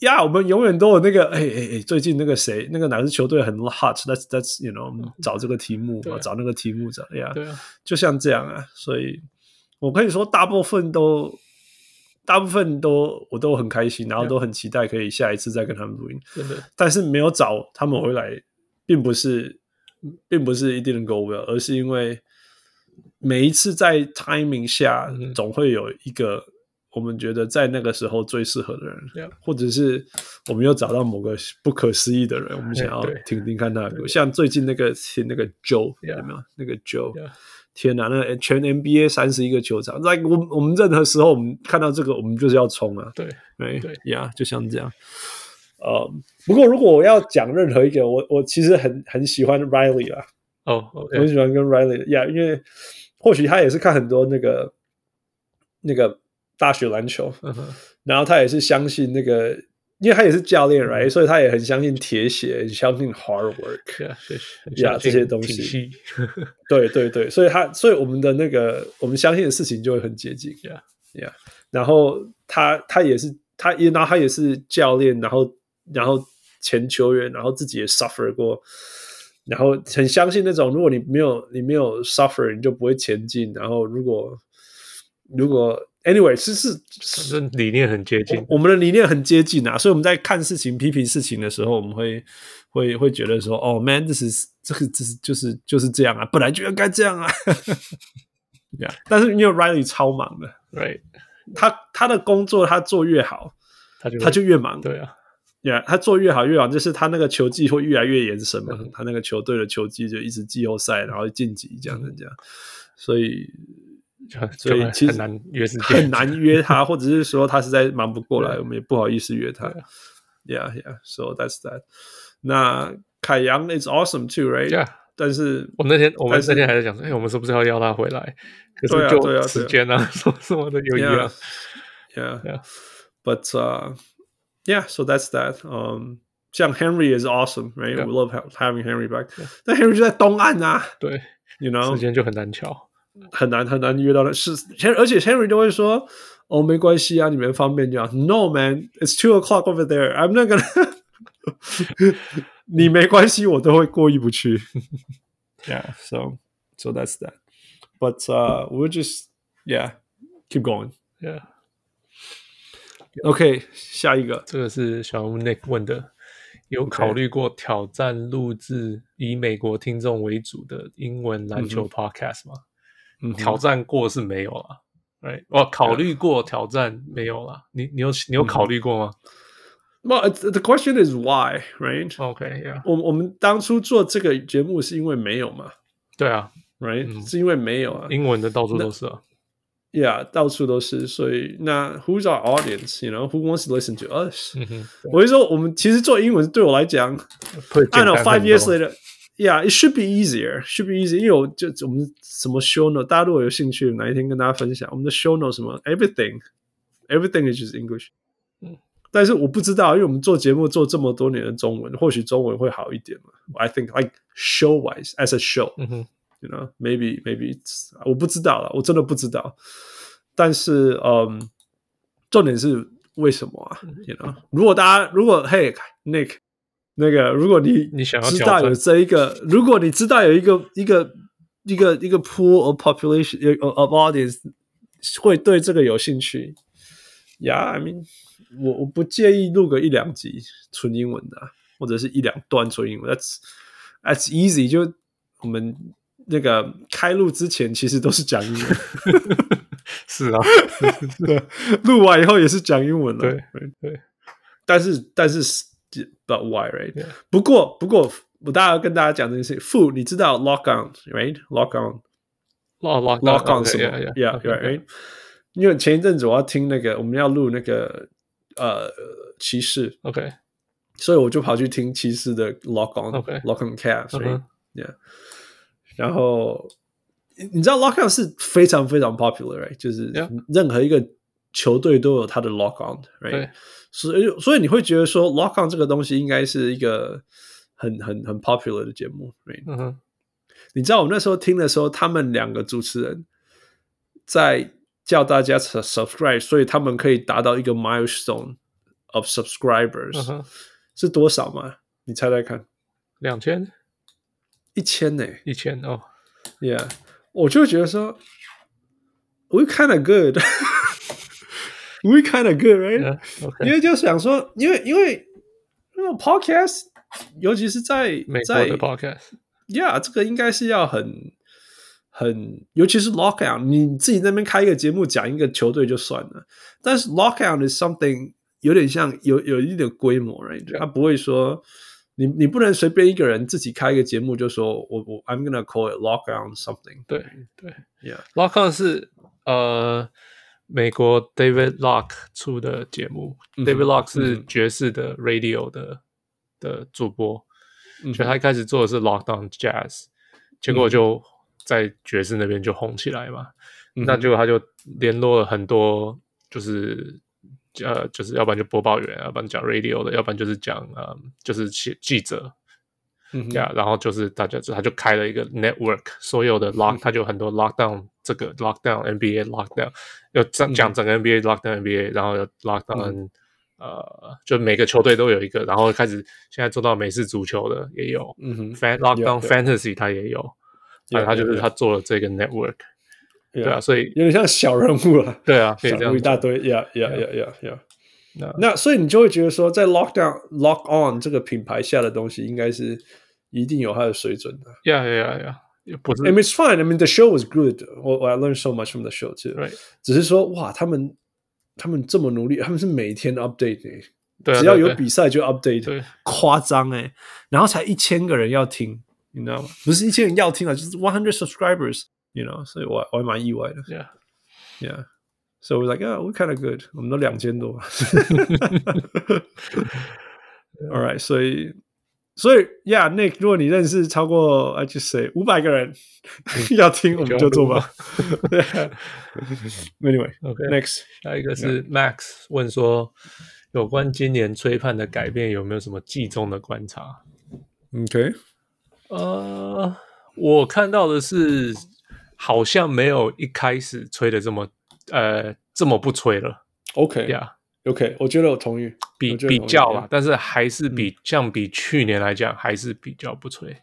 Speaker 3: 呀，我们永远都有那个，哎哎哎，最近那个谁，那个哪支球队很 hot？That's that's you know，我们找这个题目
Speaker 4: 嗯
Speaker 3: 哦
Speaker 4: 对，
Speaker 3: 找那个题目，找呀，
Speaker 4: 对啊，
Speaker 3: 就像这样啊。所以我可以说，大部分都，大部分都我都很开心，然后
Speaker 4: 对啊
Speaker 3: 都很期待可以下一次再跟他们录音。
Speaker 4: 真的
Speaker 3: 但是没有找他们回来，并不是，并不是 it didn't go well，而是因为每一次在 timing 下，
Speaker 4: 嗯
Speaker 3: 总会有一个我们觉得在那个时候最适合的人
Speaker 4: Yeah
Speaker 3: 或者是我们又找到某个不可思议的人，我们想要
Speaker 4: 哎对
Speaker 3: 听听看他的歌。像最近那个听那个 Joe
Speaker 4: Yeah
Speaker 3: 有没有？那个 Joe。
Speaker 4: Yeah
Speaker 3: 天哪，那个全 NBA 三十一个球场，like 我们我们任何时候我们看到这个，我们就是要冲啊！
Speaker 4: 对，
Speaker 3: 对
Speaker 4: 对
Speaker 3: 呀就像这样。呃，不过如果我要讲任何一个，我我其实很很喜欢 Riley 啦，
Speaker 4: 哦
Speaker 3: 我很
Speaker 4: ，OK，
Speaker 3: 喜欢跟 Riley 呀、因为或许他也是看很多那个那个大学篮球，
Speaker 4: 嗯哼
Speaker 3: 然后他也是相信那个，因为他也是教练 right，所以他也很相信铁血，很相信 hard work。
Speaker 4: ，Yeah，谢啊谢
Speaker 3: Yeah，这些东西
Speaker 4: 体系
Speaker 3: 对对对，所以他所以我们的那个我们相信的事情就会很接近
Speaker 4: Yeah
Speaker 3: yeah。然后他他也是他也然后他也是教练，然后然后前球员，然后自己也 suffer 过，然后很相信那种如果你没有你没有 suffer，你就不会前进。然后如果如果 anyway 是是
Speaker 4: 反正理念很接近
Speaker 3: 我，我们的理念很接近啊，所以我们在看事情、批评事情的时候，我们会会会觉得说，哦，man，这是这个这是 就是就是这样啊，本来就应该这样啊。对啊，但是因为 Riley 超忙的，
Speaker 4: ，right？
Speaker 3: 他他的工作他做越好，
Speaker 4: 他就
Speaker 3: 他就越忙。
Speaker 4: 对啊，
Speaker 3: Yeah，他做越好越好，就是他那个球技会越来越延伸嘛。
Speaker 4: 嗯
Speaker 3: 他那个球队的球技就一直季后赛，然后晋级这样子这样，所以
Speaker 4: 就
Speaker 3: 所以
Speaker 4: 就很
Speaker 3: 其实
Speaker 4: 很难约时 间，
Speaker 3: 很难约他，或者是说他实在忙不过来，
Speaker 4: 对
Speaker 3: 我们也不好意思约他。Yeah, yeah. So that's that. 那凯阳 is awesome too, right?
Speaker 4: Yeah
Speaker 3: 但是
Speaker 4: 我那天我们
Speaker 3: 但是
Speaker 4: 那天还在讲说，哎、我们是不是要邀他回来？可
Speaker 3: 对
Speaker 4: 是
Speaker 3: 啊对啊对
Speaker 4: 就
Speaker 3: 啊
Speaker 4: 时间啊， 什么什么的有一样
Speaker 3: yeah,。yeah,
Speaker 4: Yeah.
Speaker 3: But uh, yeah, so that's that. Um, 像 Henry is awesome, right?
Speaker 4: Yeah.
Speaker 3: We love ha- having Henry back. 但 Henry 就在东岸啊
Speaker 4: 对，
Speaker 3: ，you know，
Speaker 4: 时间就很难瞧。
Speaker 3: 很难很难约到的，是 Hen- 而且 Henry 都会说哦没关系啊，你们方便就好。No man, it's two o'clock over there. I'm not gonna 你没关系，我都会过意不去。yeah, so so that's that. But uh, we'll just yeah keep going.
Speaker 4: Yeah，
Speaker 3: OK，下一个
Speaker 4: 这个是小屋 Nick 问的，有考虑过挑战录制以美国听众为主的英文篮球 podcast 吗？
Speaker 3: 嗯嗯哼啊
Speaker 4: 挑战过是没有啦。Right，我考虑过挑战没有啦。你你有你有
Speaker 3: 嗯
Speaker 4: 考虑过吗、
Speaker 3: Well, it's- the question is why, right?
Speaker 4: o k y e a h
Speaker 3: 我我们当初做这个节目是因为没有嘛
Speaker 4: 对啊，
Speaker 3: ，right？、
Speaker 4: 嗯
Speaker 3: 是因为没有啊，
Speaker 4: 英文的到处都是啊。
Speaker 3: yeah，到处都是。所以那 who's our audience？You know who wants to listen to us？、
Speaker 4: 嗯哼，
Speaker 3: 我是说，我们其实做英文对我来讲
Speaker 4: 会
Speaker 3: ，I
Speaker 4: 简
Speaker 3: don't
Speaker 4: 单
Speaker 3: know
Speaker 4: 很多
Speaker 3: five years later，yeah，it should be easier，should be easy。因为我就我们什么 show note，大家如果有兴趣，哪一天跟大家分享我们的 show note 什么 everything，everything is just English。但
Speaker 4: 嗯
Speaker 3: 是我不知道，因为我们做节目做这么多年的中文，或许中文会好一点嘛。I think like show wise as a show，
Speaker 4: 嗯哼，
Speaker 3: you know maybe maybe it's, 我不知道了，我真的不知道。但是嗯，重点是为什么
Speaker 4: 嗯
Speaker 3: 啊？You know，如果大家如果嘿 Nick 那个，如果你
Speaker 4: 你想要
Speaker 3: 知
Speaker 4: 挑
Speaker 3: 道
Speaker 4: 战
Speaker 3: 有这一个，如果你知道有一个一个一个一个 pool of population 呃 of of audience 会对这个有兴趣，Yeah，I mean，我我不介意录个一两集纯英文的啊、或者是一两段纯英文，That's That's easy，就我们那个开录之前其实都是讲英文。
Speaker 4: 是 啊，
Speaker 3: 对，录完以后也是讲英文了。
Speaker 4: 对对，
Speaker 3: 但是但是，but why right？、
Speaker 4: Yeah.
Speaker 3: 不过不过，我大家要跟大家讲这件事情。父，你知道 lock on right lock on
Speaker 4: 老老
Speaker 3: lock on 什么
Speaker 4: 啊 yeah
Speaker 3: yeah right？因为前一阵子我要听那个我们要录那个呃骑士，
Speaker 4: OK
Speaker 3: 所以我就跑去听骑士的 lock on
Speaker 4: OK
Speaker 3: lock on cast right？、
Speaker 4: 嗯
Speaker 3: Yeah，然后你你知道 lock on 是非常非常 popular，right？就是
Speaker 4: Yeah
Speaker 3: 任何一个球队都有它的 lock on，right？
Speaker 4: 对
Speaker 3: 所以所以你会觉得说 lock on 这个东西应该是一个很很很 popular 的节目，right？
Speaker 4: 嗯哼
Speaker 3: 你知道我们那时候听的时候，他们两个主持人在叫大家 sub- subscribe，所以他们可以达到一个 milestone of subscribers、
Speaker 4: 嗯哼，
Speaker 3: 是多少吗？你猜猜看，
Speaker 4: 两千
Speaker 3: 一千呢、
Speaker 4: 一千哦，
Speaker 3: Yeah，我就觉得说，We kind of good，We kind of good, right？、
Speaker 4: 嗯
Speaker 3: 因
Speaker 4: OK
Speaker 3: 为就想说，因为因为那种 podcast，尤其是在
Speaker 4: 美国
Speaker 3: 在
Speaker 4: 的 podcast
Speaker 3: Yeah，这个应该是要很很，尤其是 lockout，你自己那边开一个节目讲一个球队就算了，但是 lockout is something 有点像有有一点规模，right？
Speaker 4: Yeah.
Speaker 3: 他不会说你你不能随便一个人自己开一个节目就说我我 I'm gonna call it lockout something，
Speaker 4: 对对
Speaker 3: Yeah
Speaker 4: ，Lock on 是呃美国 David Lock 出的节目
Speaker 3: 嗯哼
Speaker 4: ，David Lock
Speaker 3: 嗯
Speaker 4: 是
Speaker 3: 哼
Speaker 4: 爵士的 radio 的的主播，
Speaker 3: 嗯
Speaker 4: 所以他一开始做的是 Lock on Jazz，结果就在爵士那边就红起来嘛，
Speaker 3: 嗯哼
Speaker 4: 那结果他就联络了很多，就是呃，就是要不然就播报员，要不然讲 radio 的，要不然就是讲呃，就是记记者
Speaker 3: 嗯哼
Speaker 4: 呀。然后就是大家就他就开了一个 network，所有
Speaker 3: 嗯
Speaker 4: 的 lock，、他就很多 lockdown 这个 lockdown NBA lockdown，有
Speaker 3: 嗯
Speaker 4: 讲讲整个 NBA lockdown NBA，然后有 lockdown、呃，就每个球队都有一个，然后开始现在做到美式足球的也有、
Speaker 3: 嗯哼
Speaker 4: fan lockdown
Speaker 3: Yeah，yeah
Speaker 4: fantasy 他也有，
Speaker 3: Yeah，
Speaker 4: 啊，他就是
Speaker 3: yeah，yeah
Speaker 4: 他做了这个 network，
Speaker 3: 对
Speaker 4: 对啊，所以
Speaker 3: 有点像小人物了。
Speaker 4: 对啊，可以
Speaker 3: 小
Speaker 4: 这
Speaker 3: 人
Speaker 4: 样
Speaker 3: 物一
Speaker 4: 子。
Speaker 3: 大堆，yeah yeah yeah yeah yeah。
Speaker 4: 那
Speaker 3: 那所以你就会觉得说，在 lockdown lock on 这个品牌下的东西，应该是一定有它的水准的。
Speaker 4: 呀呀呀！不是
Speaker 3: I mean, it's fine. I mean, the show was good. Well, I learned so much from the show too.
Speaker 4: Right.
Speaker 3: 只是说，哇，他们他们这么努力，他们是每天 update 的、
Speaker 4: 对啊
Speaker 3: 只要有
Speaker 4: 对
Speaker 3: 比赛就 update，
Speaker 4: 对
Speaker 3: 夸张哎、然后才一千个人要听，你知道吗？不是一千人要听啊了，就是 one hundred subscribers，you know，所以我我还蛮意外的
Speaker 4: yeah.
Speaker 3: ，yeah。So we're like, yeah, we're kind of good. 我们都两千 多。All right，所以所以，Yeah, Nick，如果你认识超过 I just say 五百个人要听，我们就做 吧。anyway,
Speaker 4: OK，
Speaker 3: next.
Speaker 4: 下一个是 Max 问说，有关今年吹判的改变有没有什么季中的观察？
Speaker 3: OK，
Speaker 4: 呃，我看到的是好像没有一开始吹的这么呃这么不吹了
Speaker 3: OK，
Speaker 4: 呀。Yeah.
Speaker 3: OK，我觉得我同意。
Speaker 4: 比
Speaker 3: 我觉得
Speaker 4: 比
Speaker 3: 同意
Speaker 4: 较啦，但是还是比像比去年来讲还是比较不吹，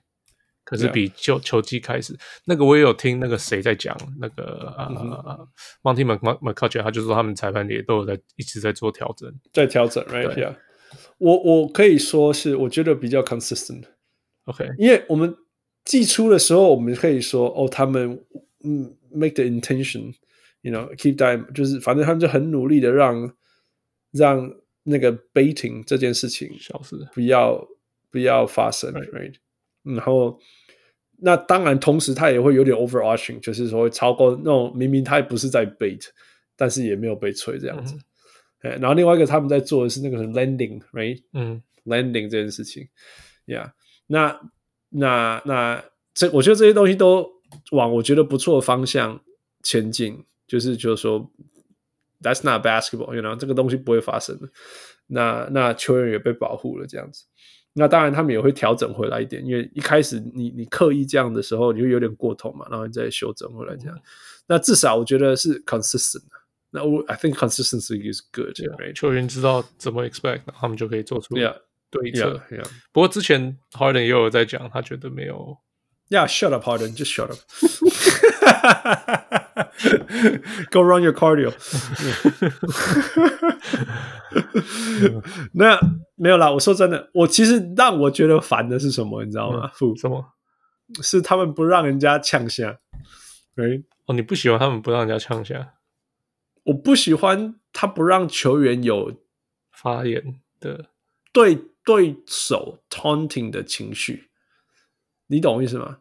Speaker 4: 可是
Speaker 3: Yeah
Speaker 4: 比球球季开始，那个我也有听那个谁在讲那个啊、呃 Monty Mc McCutcheon，他就说他们裁判也都有在一直在做调整，
Speaker 3: 在调整，right？
Speaker 4: 对
Speaker 3: Yeah，我我可以说是我觉得比较 consistent，
Speaker 4: OK，
Speaker 3: 因为我们寄出的时候，我们可以说哦，他们嗯 make the intention，you know，keep time，就是反正他们就很努力的让让那个 baiting 这件事情
Speaker 4: 小时
Speaker 3: 不要不要发生，right？然后，那当然，同时他也会有点 overarching，就是说会超过那种明明他也不是在 bait，但是也没有被吹这样子。哎，然后另外一个他们在做的是那个 landing，right？
Speaker 4: 嗯
Speaker 3: landing 这件事情，yeah，那那那这我觉得这些东西都往我觉得不错的方向前进，就是就是说，that's not basketball，you know，这个东西不会发生的。那那球员也被保护了，这样子。那当然，他们也会调整回来一点，因为一开始你你刻意这样的时候，你会有点过头嘛，然后你再修正回来这样。那至少我觉得是 consistent 的。那我 I think consistency is good，
Speaker 4: 对，啊球员知道怎么 expect，然后他们就可以做出
Speaker 3: right？Yeah,
Speaker 4: 对策。
Speaker 3: yeah, yeah.
Speaker 4: 不过之前 Harden 也有在讲，他觉得没有
Speaker 3: Yeah, shut up, Harden. Just shut up. Go run your cardio. 那没有啦，我说真的，我其实让我觉得烦的是什么，你知道吗？不
Speaker 4: 嗯什么
Speaker 3: 是他们不让人家呛下。哎，
Speaker 4: 哦，你不喜欢他们不让人家呛下
Speaker 3: 我不喜欢他不让球员有
Speaker 4: 发言的，
Speaker 3: 对对手 taunting 的情绪，你懂我意思吗？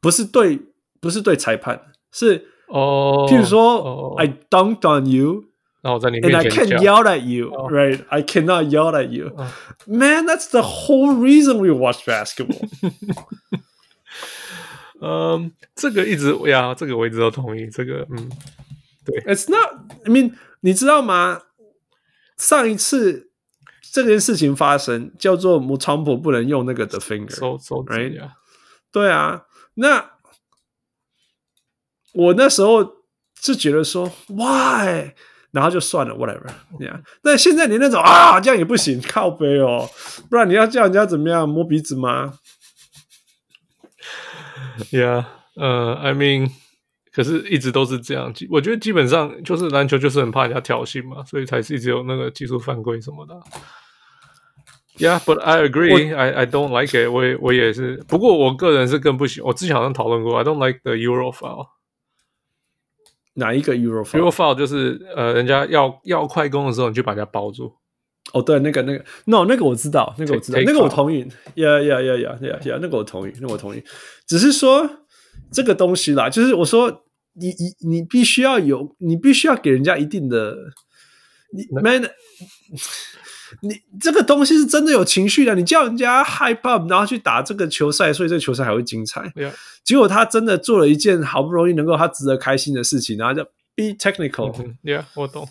Speaker 3: 不是对，不是对裁判，是
Speaker 4: 哦，
Speaker 3: 譬如说、哎
Speaker 4: 哦
Speaker 3: I dunked on you
Speaker 4: 然后我在你
Speaker 3: and
Speaker 4: 面
Speaker 3: I
Speaker 4: 前
Speaker 3: can't
Speaker 4: 讲。
Speaker 3: yell at you,
Speaker 4: Oh.
Speaker 3: right? I cannot yell at you.
Speaker 4: Oh.
Speaker 3: Man, that's the whole reason we watch basketball.
Speaker 4: 嗯，这个一直呀，这个我一直都同意。这个，嗯，
Speaker 3: it's not. I mean，你知道吗？上一次这件事情发生，叫做 Mutombo 不能用那个的 finger。
Speaker 4: 手手指
Speaker 3: Right
Speaker 4: 呀，
Speaker 3: 对啊，那我那时候就觉得说 why，然后就算了，whatever，yeah。但现在你那种啊，这样也不行，靠背哦，不然你要叫人家怎么样摸鼻子吗？
Speaker 4: 呀，呃，I mean，可是一直都是这样。基我觉得基本上就是篮球就是很怕人家挑衅嘛，所以才是一直有那个技术犯规什么的。Yeah, but I agree. I I don't like it. 我也我也是，不过我个人是更不喜。我之前好像讨论过，I don't like the Euro foul.
Speaker 3: 哪一个 Euro f
Speaker 4: Euro foul 就是呃，人家要要快攻的时候，你就把人家包住。
Speaker 3: 哦，对，那个那个，no，那个我知道，那个我知道
Speaker 4: Take-，
Speaker 3: 那个我
Speaker 4: foul
Speaker 3: 同意，yeah yeah yeah yeah yeah yeah，那个我同意，那个我同意。只是说这个东西啦，就是我说你你你必须要有，你必须要给人家一定的，你 man，你这个东西是真的有情绪的，你叫人家 hype up，然后去打这个球赛，所以这个球赛还会精彩。
Speaker 4: Yeah.
Speaker 3: 结果他真的做了一件好不容易能够他值得开心的事情，然后就 be technical，、
Speaker 4: 嗯，Yeah，我懂。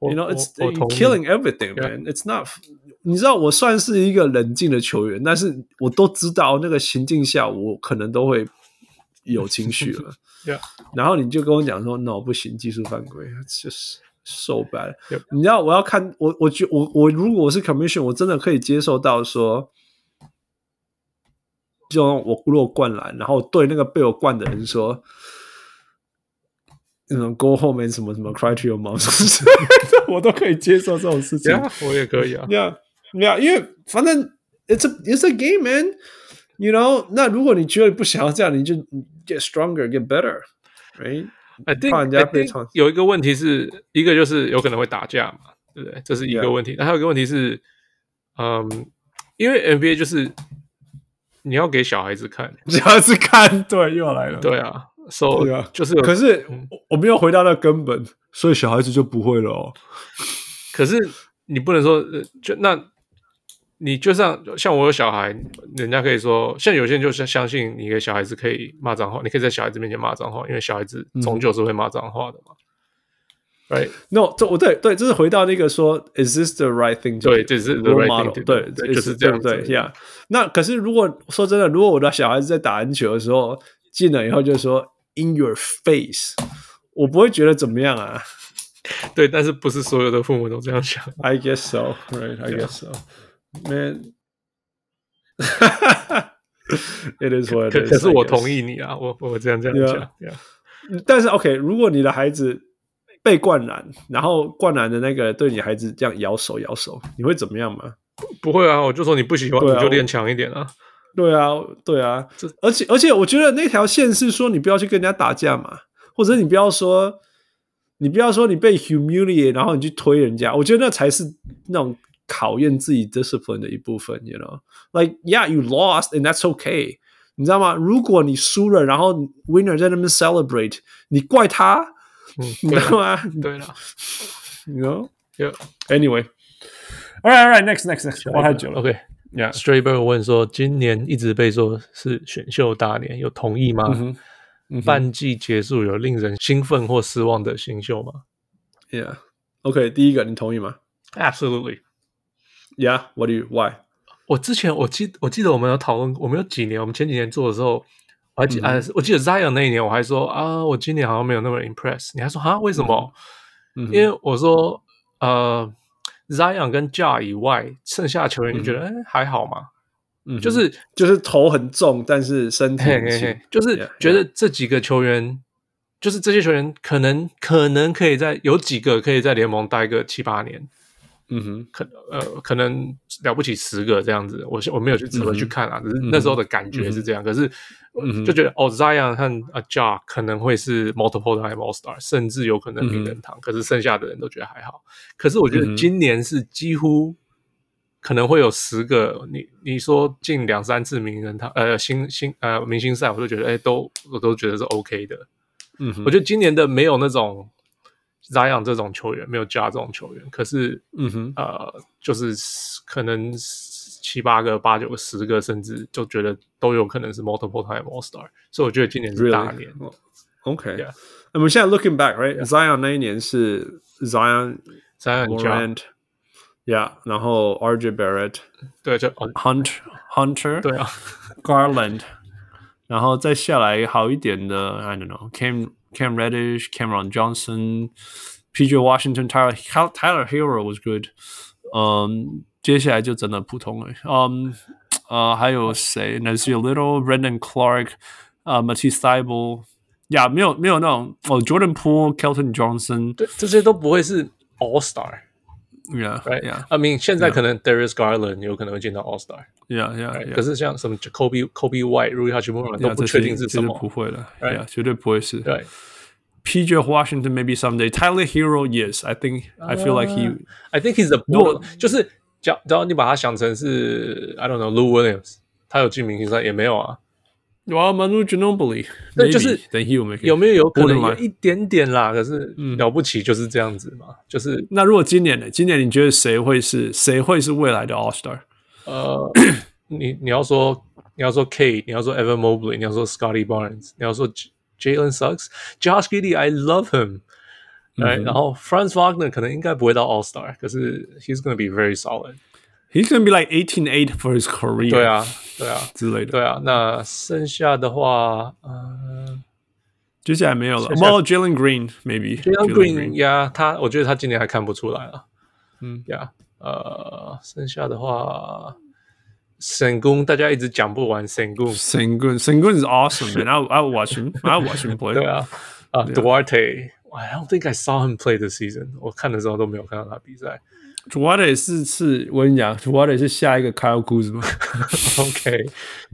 Speaker 4: 我
Speaker 3: You know,
Speaker 4: 我
Speaker 3: it's
Speaker 4: 我
Speaker 3: you're
Speaker 4: 同意
Speaker 3: killing everything,
Speaker 4: Yeah.
Speaker 3: man. It's not. 你知道，我算是一个冷静的球员，但是我都知道那个情境下，我可能都会有情绪了。
Speaker 4: Yeah.
Speaker 3: 然后你就跟我讲说，no，不行，技术犯规，it's just so bad。
Speaker 4: Yep.
Speaker 3: 你知道，我要看我，我觉我我如果我是 commission，我真的可以接受到说，就我如果灌篮，然后对那个被我灌的人说。嗯，go home and 什么什么 cry to your mom，我 都可以接受这种事情。
Speaker 4: Yeah，我也可以啊。
Speaker 3: Yeah, yeah，因为反正 it's a it's a game man。 You know，那如果你觉得不想要这样，你就 get stronger, get better, right？
Speaker 4: I think,
Speaker 3: 怕人家
Speaker 4: I
Speaker 3: 被
Speaker 4: think
Speaker 3: 创
Speaker 4: 有一个问题是一个就是有可能会打架嘛，对不对？这是一
Speaker 3: Yeah.
Speaker 4: 个问题。那还有一个问题是，嗯，因为 NBA 就是你要给小孩子看，
Speaker 3: 只要是看，对，又要来了。，
Speaker 4: 对啊，so
Speaker 3: 对啊
Speaker 4: 就是有
Speaker 3: 可是
Speaker 4: 嗯
Speaker 3: 我我们要回到那根本，所以小孩子就不会了哦。
Speaker 4: 可是你不能说呃就那。你就像像我有小孩，人家可以说，像有些人就是相信你给小孩子可以骂脏话，你可以在小孩子面前骂脏话，因为小孩子
Speaker 3: 嗯
Speaker 4: 终究是会骂脏话的嘛。Right，
Speaker 3: No，这我对对，这是回到那个说，Is this the right thing？to
Speaker 4: 对
Speaker 3: do？
Speaker 4: 这是 the
Speaker 3: Role
Speaker 4: right
Speaker 3: model，
Speaker 4: thing to do，
Speaker 3: 对，
Speaker 4: 对
Speaker 3: is-
Speaker 4: 就是这样子
Speaker 3: 对不对？Yeah。那可是如果说真的，如果我的小孩子在打篮球的时候进了以后就说 In your face，我不会觉得怎么样啊。
Speaker 4: 对，但是不是所有的父母都这样想。
Speaker 3: I guess so. Right. I guess so. Man. it is what it
Speaker 4: 可
Speaker 3: is.
Speaker 4: 可是
Speaker 3: I
Speaker 4: 我
Speaker 3: guess.
Speaker 4: 同意你啊，我我这样这样
Speaker 3: Yeah
Speaker 4: 讲，yeah，
Speaker 3: 但是 OK，如果你的孩子被灌篮，然后灌篮的那个对你孩子这样摇手摇手，你会怎么样吗？
Speaker 4: 不会啊，我就说你不喜欢，
Speaker 3: 对啊
Speaker 4: 你就练
Speaker 3: 我
Speaker 4: 强一点啊。
Speaker 3: 对啊，对啊
Speaker 4: 这，
Speaker 3: 而且而且，我觉得那条线是说你不要去跟人家打架嘛，或者你不要说，你不要说你被 humiliate，然后你去推人家，我觉得那才是那种考验自己 discipline 的一部分，you know，like yeah you lost and that's okay，你知道吗？如果你输了，然后 winner 在那边 celebrate，你怪他，
Speaker 4: 嗯，
Speaker 3: 你知
Speaker 4: 对
Speaker 3: 道
Speaker 4: 啊
Speaker 3: 吗？
Speaker 4: 对了
Speaker 3: you know
Speaker 4: Yeah
Speaker 3: anyway。All right, all right, next, next, next. 我太久了。
Speaker 4: ，OK。
Speaker 3: Yeah，
Speaker 4: Stray Bird 问说，今年一直被说是选秀大年，有同意吗？
Speaker 3: 哼嗯哼
Speaker 4: 半季结束有令人兴奋或失望的新秀吗
Speaker 3: Yeah. OK，第一个你同意吗
Speaker 4: ？Absolutely。
Speaker 3: ？Yeah. What do you? Why?
Speaker 4: 我之前我记我记得我们有讨论，我们有几年，我们前几年做的时候，我还
Speaker 3: 嗯
Speaker 4: 记、啊，我记得 Zion 那一年我还说啊，我今年好像没有那么 impress。你还说哈，为什么？
Speaker 3: 嗯
Speaker 4: 因为我说呃，Zion 跟 Ja 以外，剩下的球员就觉得哎、还好嘛，
Speaker 3: 为
Speaker 4: 就是
Speaker 3: Mm-hmm. 就是头很重，但是身体
Speaker 4: 嘿
Speaker 3: 很
Speaker 4: 嘿
Speaker 3: 轻
Speaker 4: 嘿，就是觉得这几个球员，就是这些球员可能可能可以在有几个可以在联盟待个七八年，
Speaker 3: 嗯哼，
Speaker 4: 可呃可能了不起十个这样子。我是我没有去仔
Speaker 3: 嗯
Speaker 4: 细去看啊，只是那时候的感觉是这样。可是就觉得哦，Zion 和 a j a 可能会是 multiple time All Star，甚至有可能名人堂。可是剩下的人都觉得还好。可是我觉
Speaker 3: 嗯
Speaker 4: 得
Speaker 3: 哼
Speaker 4: 今年是几乎。可能会有十个，你你说进两三次名人堂，呃，新新呃明星赛，我就觉得，哎、都我都觉得是 OK 的。
Speaker 3: 嗯哼，
Speaker 4: 我觉得今年的没有那种 Zion 这种球员，没有 Ja 这种球员，可是
Speaker 3: 嗯哼，
Speaker 4: 呃，就是可能七八个、八九个、十个，甚至就觉得都有可能是 multiple time All Star，所以我觉得今年是大年。
Speaker 3: Really? OK，
Speaker 4: Yeah
Speaker 3: 那么现在 looking back，right，Zion 那一年是 Zion
Speaker 4: Zion Ja
Speaker 3: Morant，Yeah，然后 RJ Barrett，Hunt
Speaker 4: 对，就哦，
Speaker 3: Hunter，
Speaker 4: 对啊，
Speaker 3: Garland，然后再下来好一点的，I don't know，Cam Cam Reddish、Cameron Johnson、P.J. Washington、Tyler Tyler Hero was good。嗯，接下来就真的普通了。嗯，呃，还有谁？Nazir Little、Brandon Clark、啊 m a t i s t y b l 呀，没有没有那种哦，Jordan Poole、Kelton Johnson，
Speaker 4: 对，这些都不会是 All Star。
Speaker 3: yeah
Speaker 4: Right,
Speaker 3: yeah
Speaker 4: I mean，现在可能 Darius Garland 有可能会进到 All Star，、
Speaker 3: yeah yeah，
Speaker 4: right? 可是像什么 Kobe Kobe White、Rui Hachimura 都
Speaker 3: yeah，
Speaker 4: 不
Speaker 3: 这
Speaker 4: 确定是
Speaker 3: 绝
Speaker 4: 什
Speaker 3: 对
Speaker 4: 么
Speaker 3: 不。会的
Speaker 4: right？
Speaker 3: ，yeah，绝对不会是。
Speaker 4: 对
Speaker 3: PJ Washington maybe someday. Tyler Hero, yes, I think I feel like
Speaker 4: Uh。
Speaker 3: he.
Speaker 4: ，I think he's the
Speaker 3: 如果
Speaker 4: border- 就是假，然后你把他想成是 I don't know Lou Williams，他有进明星赛也没有啊，
Speaker 3: Well, Manu Ginobili,
Speaker 4: 对，
Speaker 3: maybe
Speaker 4: 就是
Speaker 3: then he will make it.
Speaker 4: 有没有有可能
Speaker 3: Borderline
Speaker 4: 有一点点啦？可是了不起就是这样子嘛，就是
Speaker 3: 那如果今年呢？今年你觉得谁会是谁会是未来的 All Star？
Speaker 4: 呃，你你要说你要说 K，你要说 Evan Mobley，你要说 Scotty Barnes，你要说 J- Jalen Suggs，Josh Giddey，I love him。哎、然后 Franz Wagner 可能应该不会到 All Star，可是 he's gonna be very solid。
Speaker 3: He's gonna be like eighteen eight for his career.
Speaker 4: 对啊，对啊，
Speaker 3: 之类的。
Speaker 4: 对啊。那剩下的话，呃
Speaker 3: 接下来没有了。
Speaker 4: 接下来
Speaker 3: Well, Jalen Green maybe.
Speaker 4: ，Jalen
Speaker 3: Jalen
Speaker 4: Green 呀，他我觉得他今年还看不出来啊。
Speaker 3: 嗯
Speaker 4: 呀，呃，剩下的话，沈工大家一直讲不完沈工，
Speaker 3: Sengun Sengun is awesome, man. I I watch him. I watch him play.
Speaker 4: 对啊，啊、d u a r t e I don't think I saw him play this season。我看的时候都没有看到他比赛。
Speaker 3: 主瓦德是是我跟你讲，主瓦德是下一个 Kyle Kuzma。
Speaker 4: OK，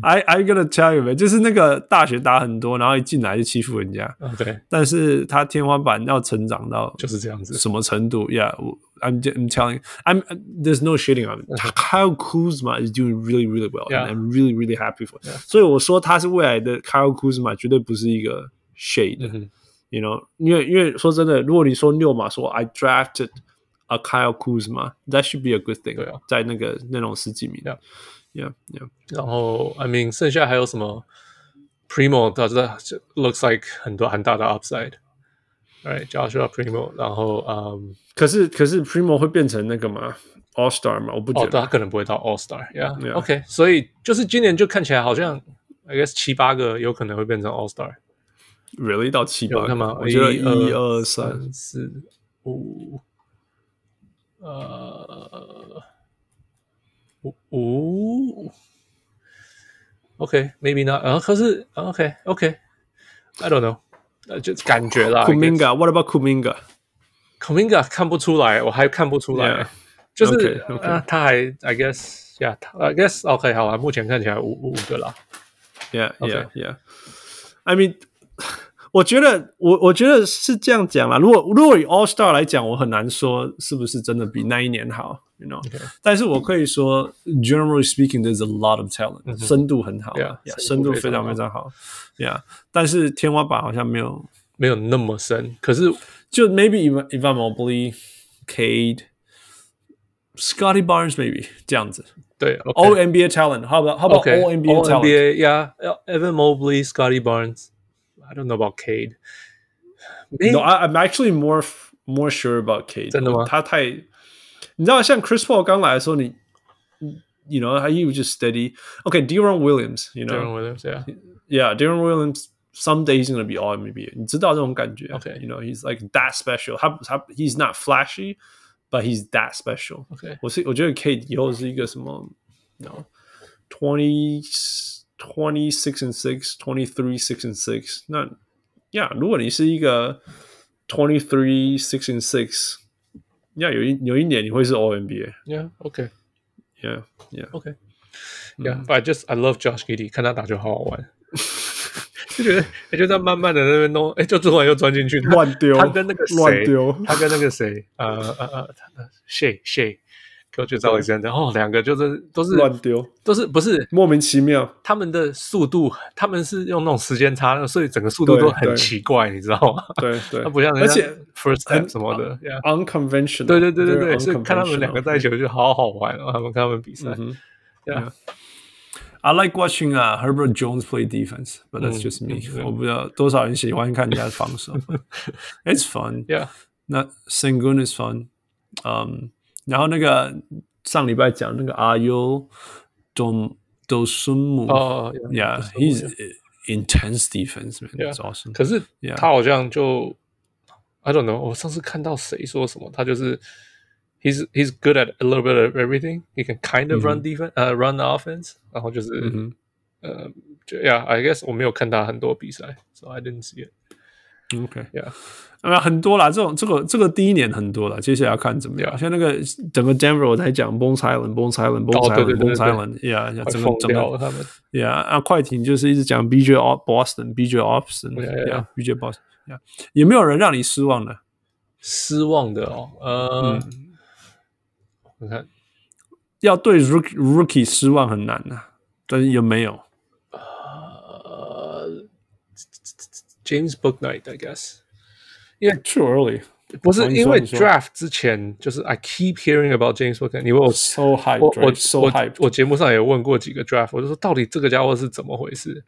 Speaker 3: I I gonna tell you man，就是那个大学打很多，然后一进来就欺负人家，
Speaker 4: 啊对，
Speaker 3: 但是他天花板要成长到
Speaker 4: 就是这样子。
Speaker 3: 什么程度？Yeah, I'm ju- I'm telling I'm there's no shitting on it. Kyle Kuzma is doing really really well,
Speaker 4: Yeah.
Speaker 3: and I'm really really happy for. it. 所以我说他是未来的 Kyle Kuzma，绝对不是一个 shade
Speaker 4: 嗯。哼
Speaker 3: you know，因为因为说真的，如果你说六嘛，说 I drafted a Kyle Kuzma，that should be a good thing。
Speaker 4: 对啊，
Speaker 3: 在那个那种十几名
Speaker 4: Yeah.
Speaker 3: ，yeah yeah，
Speaker 4: 然后 I mean，剩下还有什么？Primo 他这 looks like 很多很大的 upside，right？加需要 Primo，然后嗯，
Speaker 3: 可是可是 Primo 会变成那个嘛 All Star 嘛？我不觉
Speaker 4: 哦，对，
Speaker 3: 得。
Speaker 4: 他可能不会到 All Star，yeah，OK，、
Speaker 3: Yeah
Speaker 4: OK，所以就是今年就看起来好像 I guess 七八个有可能会变成 All Star，
Speaker 3: really 到七八
Speaker 4: 有
Speaker 3: 个，
Speaker 4: 那么
Speaker 3: 我觉得
Speaker 4: 一
Speaker 3: 一
Speaker 4: 二
Speaker 3: 二三，
Speaker 4: 三四五，呃，五五，OK，maybe not，啊，可是啊 OK，OK，I don't know，呃，就感觉啦
Speaker 3: Kuminga，What about Kuminga？
Speaker 4: Kuminga 看不出来，我还看不出来
Speaker 3: Yeah，
Speaker 4: 就是
Speaker 3: OK，OK
Speaker 4: 啊他还 I guess，yeah，他 I guess OK，好啊，目前看起来五五五个啦。
Speaker 3: Yeah, yeah,
Speaker 4: Okay.
Speaker 3: yeah. I mean，我觉得我我觉得是这样讲啦。如果如果以 All Star 来讲，我很难说是不是真的比那一年好，you know。但是我可以说，generally speaking，there's a lot of talent，、深度很好啊
Speaker 4: 嗯 Yeah，
Speaker 3: yeah，
Speaker 4: 深
Speaker 3: 深度
Speaker 4: 度非
Speaker 3: 非
Speaker 4: 常
Speaker 3: 常非常好，Yeah。但是天花板好像没有，
Speaker 4: 没有那么深，可是
Speaker 3: 就 maybe Ivan Ivan Mobley、Cade、Scotty Barnes maybe 这样子。
Speaker 4: 对
Speaker 3: All
Speaker 4: ，OK，
Speaker 3: NBA talent，how about how about
Speaker 4: OK，
Speaker 3: all NBA talent？
Speaker 4: yeah，Evan Mobley, Scotty Barnes. I don't know about Cade. Maybe-
Speaker 3: No, I, I'm actually more f- more sure about Cade.
Speaker 4: 真的吗
Speaker 3: 他太，你知道，像 Chris Paul 刚来的时候，你，you know, how you just steady. Okay, Deron Williams, you
Speaker 4: Darren
Speaker 3: know,
Speaker 4: Williams, yeah.
Speaker 3: yeah, Deron Williams. Someday he's gonna be all NBA. 你知道这种感觉
Speaker 4: Okay.
Speaker 3: you know, he's like that special. 他他 he's not flashy, but he's that special.
Speaker 4: OK，
Speaker 3: 我是我觉得 Cade 以后是一个什么，no twenty twenty six and six twenty three six and six 那呀如果你是一个 twenty three six and six，呀有一有一年你会是 O N B A，
Speaker 4: yeah, OK,
Speaker 3: 呀
Speaker 4: OK,
Speaker 3: Hmm.
Speaker 4: yeah.、But I just I love Josh Giddy，看他打球好好 玩，就觉得哎，就在慢慢的那边弄，哎，就突然又钻进去，他
Speaker 3: 乱丢
Speaker 4: 他跟那个谁
Speaker 3: 乱丢
Speaker 4: 他跟那个谁，呃呃呃他，Shay Shay。我觉得赵伟先，然后两个就是都是
Speaker 3: 乱丢，
Speaker 4: 都是不是
Speaker 3: 莫名其妙，
Speaker 4: 他们的速度，他们是用那种时间差，所以整个速度都
Speaker 3: 对
Speaker 4: 很
Speaker 3: 对
Speaker 4: 奇怪，你知道吗？
Speaker 3: 对对，
Speaker 4: 它不像人
Speaker 3: 而
Speaker 4: 家
Speaker 3: 且
Speaker 4: first step
Speaker 3: 很
Speaker 4: 什么的，yeah，
Speaker 3: unconventional，
Speaker 4: 对对对对对，
Speaker 3: very
Speaker 4: 所以看他们两个
Speaker 3: unconventional
Speaker 4: 在一起我就好好玩哦，他们看他们比赛，
Speaker 3: 嗯 哼
Speaker 4: Yeah.
Speaker 3: I like watching uh, Herbert Jones play defense, but
Speaker 4: 嗯
Speaker 3: that's
Speaker 4: Mm.
Speaker 3: just me. 嗯我不知道多少人喜欢看人家防 守。It's fun.
Speaker 4: yeah，
Speaker 3: 那 Sengun is fun. 嗯、然后那个上礼拜讲那个阿优都都孙母
Speaker 4: 哦
Speaker 3: ，Yeah, he's intense defense man. That's awesome.
Speaker 4: 可是
Speaker 3: Yeah.
Speaker 4: 他好像就 I don't know，我上次看到谁说什么，他就是 he's he's good at a little bit of everything. He can kind of run
Speaker 3: Mm-hmm
Speaker 4: defense，呃、run the offense，然后就是、
Speaker 3: 嗯哼
Speaker 4: 呃，就 yeah，I guess 我没有看他很多比赛，so I didn't see it。
Speaker 3: OK，
Speaker 4: Yeah
Speaker 3: 啊，很多啦，这种这个这个第一年很多啦，接下来要看怎么样。
Speaker 4: Yeah
Speaker 3: 像那个整个 Denver 我才讲 Bones Island，Bones
Speaker 4: 哦对对
Speaker 3: Island，Bones
Speaker 4: 对对
Speaker 3: Island，Bones Island，Yeah，
Speaker 4: 快
Speaker 3: 整
Speaker 4: 疯
Speaker 3: 个整
Speaker 4: 掉了
Speaker 3: 个
Speaker 4: 他们
Speaker 3: Yeah 啊，快艇就是一直讲 BJ O- Boston，BJ
Speaker 4: Yeah, yeah,
Speaker 3: Austin，Yeah，BJ Boston，Yeah，也没有人让你失望的。
Speaker 4: 失望的哦，呃，我看
Speaker 3: 要对 Rookie Rookie 失望很难呐，但是有没有？
Speaker 4: 呃，James Booknight，I guess，因为
Speaker 3: Too early，so
Speaker 4: 不是
Speaker 3: 哦你说
Speaker 4: 因为
Speaker 3: 你说
Speaker 4: draft 之前，就是 I keep hearing about James Booknight，你问我。
Speaker 3: hype，
Speaker 4: 我我
Speaker 3: so
Speaker 4: 我
Speaker 3: hype，
Speaker 4: 我节目上也问过几个 draft，我就说到底这个家伙是怎么回事？
Speaker 3: 嗯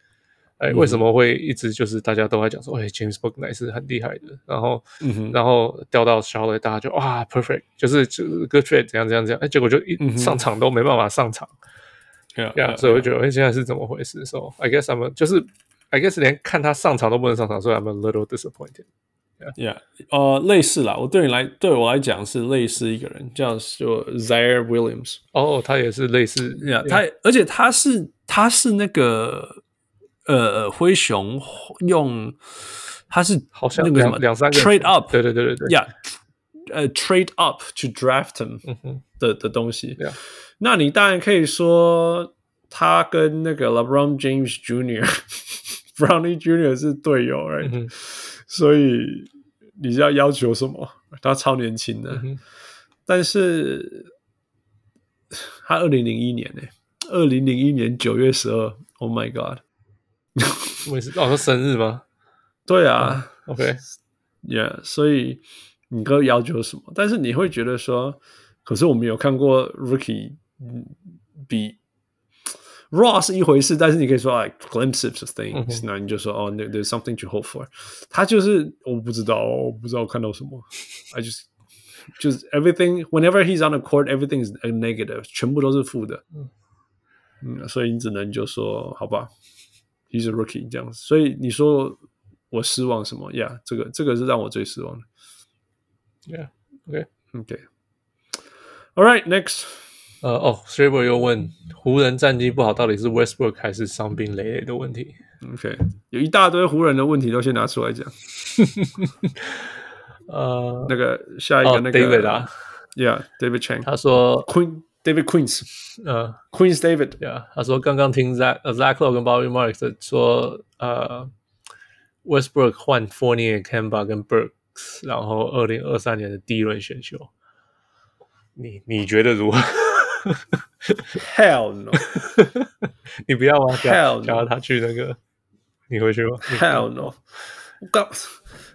Speaker 4: 哎，为什么会一直就是大家都在讲说，哎，James Booknight 是很厉害的，然后，
Speaker 3: 嗯
Speaker 4: 然后调到 Charlotte，大家就哇，perfect，就是就是 good fit，怎样怎样怎样，哎，结果就
Speaker 3: 嗯
Speaker 4: 一、上场都没办法上场，呀、所以我就觉得，哎，现在是怎么回事？So I guess I'm a- 就是 I guess 连看他上场都不能上场，所以 I'm a little disappointed。
Speaker 3: Yeah，呃，类似啦，我对你来对我来讲是类似一个人，叫就 Zaire Williams。
Speaker 4: 哦，他也是类似
Speaker 3: Yeah，他而且他是他是那个呃灰熊用他是
Speaker 4: 好像
Speaker 3: 那个什
Speaker 4: 两
Speaker 3: 么
Speaker 4: 两三个
Speaker 3: trade up
Speaker 4: 对对对对对
Speaker 3: yeah，呃 trade up to draft him
Speaker 4: 嗯哼，
Speaker 3: 的的东西。
Speaker 4: Yeah.
Speaker 3: 那你当然可以说他跟那个 LeBron James Jr. Brownie Jr. 是队友，right？、
Speaker 4: 嗯哼
Speaker 3: 所以你要要求什么？他超年轻的，
Speaker 4: 嗯哼
Speaker 3: 但是他二零零一年呢、2二零零一年九月十二，Oh my God！
Speaker 4: 我也是，哦，他生日吗
Speaker 3: 对啊、
Speaker 4: ？OK，
Speaker 3: y e a h 所以你哥要求什么？但是你会觉得说，可是我们有看过 Rookie 嗯比 Raw 是一回事，但是你可以说 like glimpses of things，、那你就说哦、there- there's something to hope for。他就是我不知道，我不知道我看到什么，I just 就是 everything whenever he's on a court everything is a negative，全部都是负的。嗯，所以你只能就说好吧，he's a rookie 这样子。所以你说我失望什么呀？Yeah, 这个这个是让我最失望的。
Speaker 4: Yeah, OK，
Speaker 3: OK。All right, next.
Speaker 4: 呃，哦 s t r a b e r 又问湖人战绩不好，到底是 Westbrook 还是伤病累累的问题？
Speaker 3: OK，有一大堆湖人的问题都先拿出来讲。
Speaker 4: 呃，
Speaker 3: 那个下一个、
Speaker 4: 哦
Speaker 3: 那个
Speaker 4: ，David 啊，
Speaker 3: ，Yeah，David
Speaker 4: 他
Speaker 3: Chang，Queen
Speaker 4: 说，
Speaker 3: David Queens，Queens
Speaker 4: 呃，
Speaker 3: David。
Speaker 4: 对啊，他说刚刚听 Zach 呃 Zach Lowe 跟 Bobby Marks 说，呃，Westbrook 换 Fournier、Kemba 跟 Burks，然后二零二三年的第一轮选秀，你你觉得如何？
Speaker 3: Hell no，Hell
Speaker 4: 你不要吗？
Speaker 3: Hell
Speaker 4: 想
Speaker 3: no
Speaker 4: 想要他去那个，你会去 吗？
Speaker 3: no！我告诉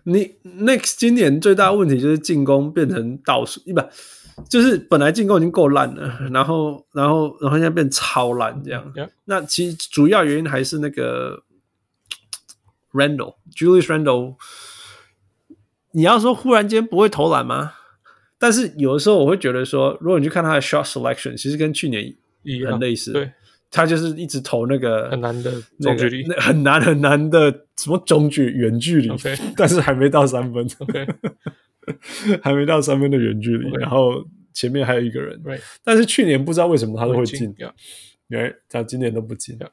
Speaker 3: 你，Next 今年最大的问题就是进攻变成倒数，一般就是本来进攻已经够烂了，然后然后然后现在变超烂这样。
Speaker 4: Yeah.
Speaker 3: 那其实主要原因还是那个 Randall Julius Randall。你要说忽然间不会投篮吗？但是有的时候我会觉得说，如果你去看他的 shot selection，其实跟去年
Speaker 4: 一样
Speaker 3: 很类似
Speaker 4: 对，
Speaker 3: 他就是一直投那个
Speaker 4: 很难的
Speaker 3: 那
Speaker 4: 中
Speaker 3: 个
Speaker 4: 距离。
Speaker 3: 那很难很难的什么中距远距离
Speaker 4: OK
Speaker 3: 但是还没到三分
Speaker 4: OK，
Speaker 3: 还没到三分的远距离
Speaker 4: OK
Speaker 3: 然后前面还有一个人
Speaker 4: right，
Speaker 3: 但是去年不知道为什么他都会进，
Speaker 4: Yeah，
Speaker 3: 原来他今年都不进
Speaker 4: Yeah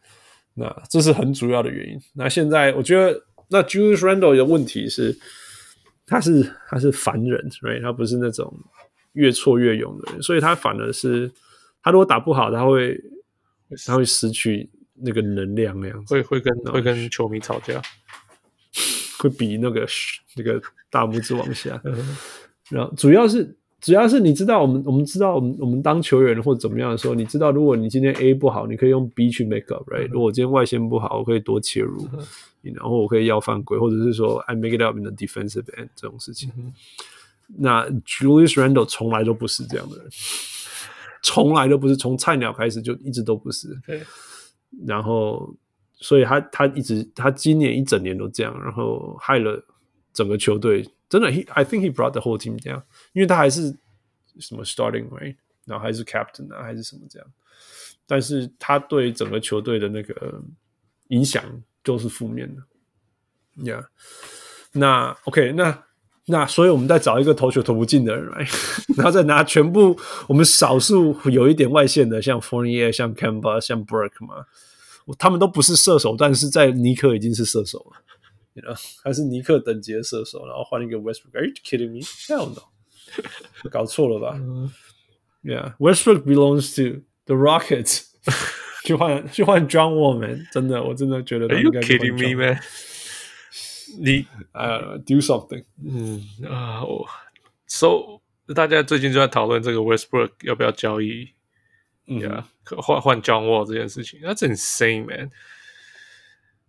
Speaker 3: 那这是很主要的原因。那现在我觉得，那 Julius Randle 的问题是，他是他是凡人，right？他不是那种越挫越勇的人，所以他反而是他如果打不好，他会他会失去那个能量那样子。
Speaker 4: 会会跟会跟球迷吵架。
Speaker 3: 会比那个那个大拇指往 下。然后主要是主要是你知道我们我们知道我们我们当球员或者怎么样的时候，你知道如果你今天 A 不好，你可以用 B 去 make up，right？、如果我今天外线不好，我可以多切入，然后我可以要犯规，或者是说 I make it up in the defensive end 这种事情。那 Julius Randle 从来都不是这样的人。从来都不是从菜鸟开始就一直都不是，
Speaker 4: 对，
Speaker 3: 然后所以他他一直他今年一整年都这样，然后害了整个球队。真的，he I think he brought the whole team down，因为他还是什么 starting right，然后还是 captain 啊，还是什么这样，但是他对整个球队的那个影响就是负面的。Yeah，那 OK，那那所以我们再找一个投球投不进的人来， 然后再拿全部我们少数有一点外线的，像 Fournier、像 Kemba、像 Burke 嘛，我他们都不是射手，但是在尼克已经是射手了。You know，他是尼克等级的射手，然后换一个 Westbrook，Are you kidding me? Hell no！搞 错了吧？Yeah，Westbrook belongs to the Rockets 。 去换去换 John Wallman，真的，我真的觉得他
Speaker 4: Are
Speaker 3: 应
Speaker 4: you
Speaker 3: 该去换
Speaker 4: kidding me,
Speaker 3: John-
Speaker 4: man？你
Speaker 3: 呃，do something。
Speaker 4: 嗯啊，我、so 大家最近就在讨论这个 Westbrook 要不要交易，
Speaker 3: 嗯
Speaker 4: 呀、可换换 John Wall 这件事情，That's insane man。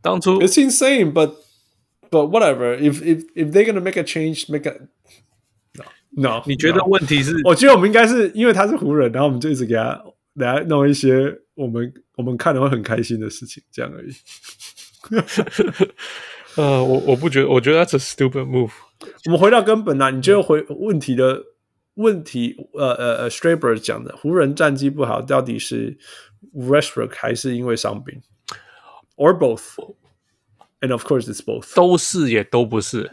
Speaker 4: 当初
Speaker 3: It's insane, but but whatever. If if if they're gonna make a change, make a no no.
Speaker 4: 你觉得
Speaker 3: no.
Speaker 4: 问题是
Speaker 3: 我觉得我们应该是因为他是湖人，然后我们就一直给他给他弄一些我们我们看了会很开心的事情，这样而已。
Speaker 4: 呃，我我不觉得，我觉得 That's a stupid move。
Speaker 3: 我们回到根本啊，你就回问题的问题，呃呃呃，Straber 讲的，湖人战绩不好，到底是 Westbrook 还是因为伤病，or both？And of course, it's both.
Speaker 4: 都是也都不是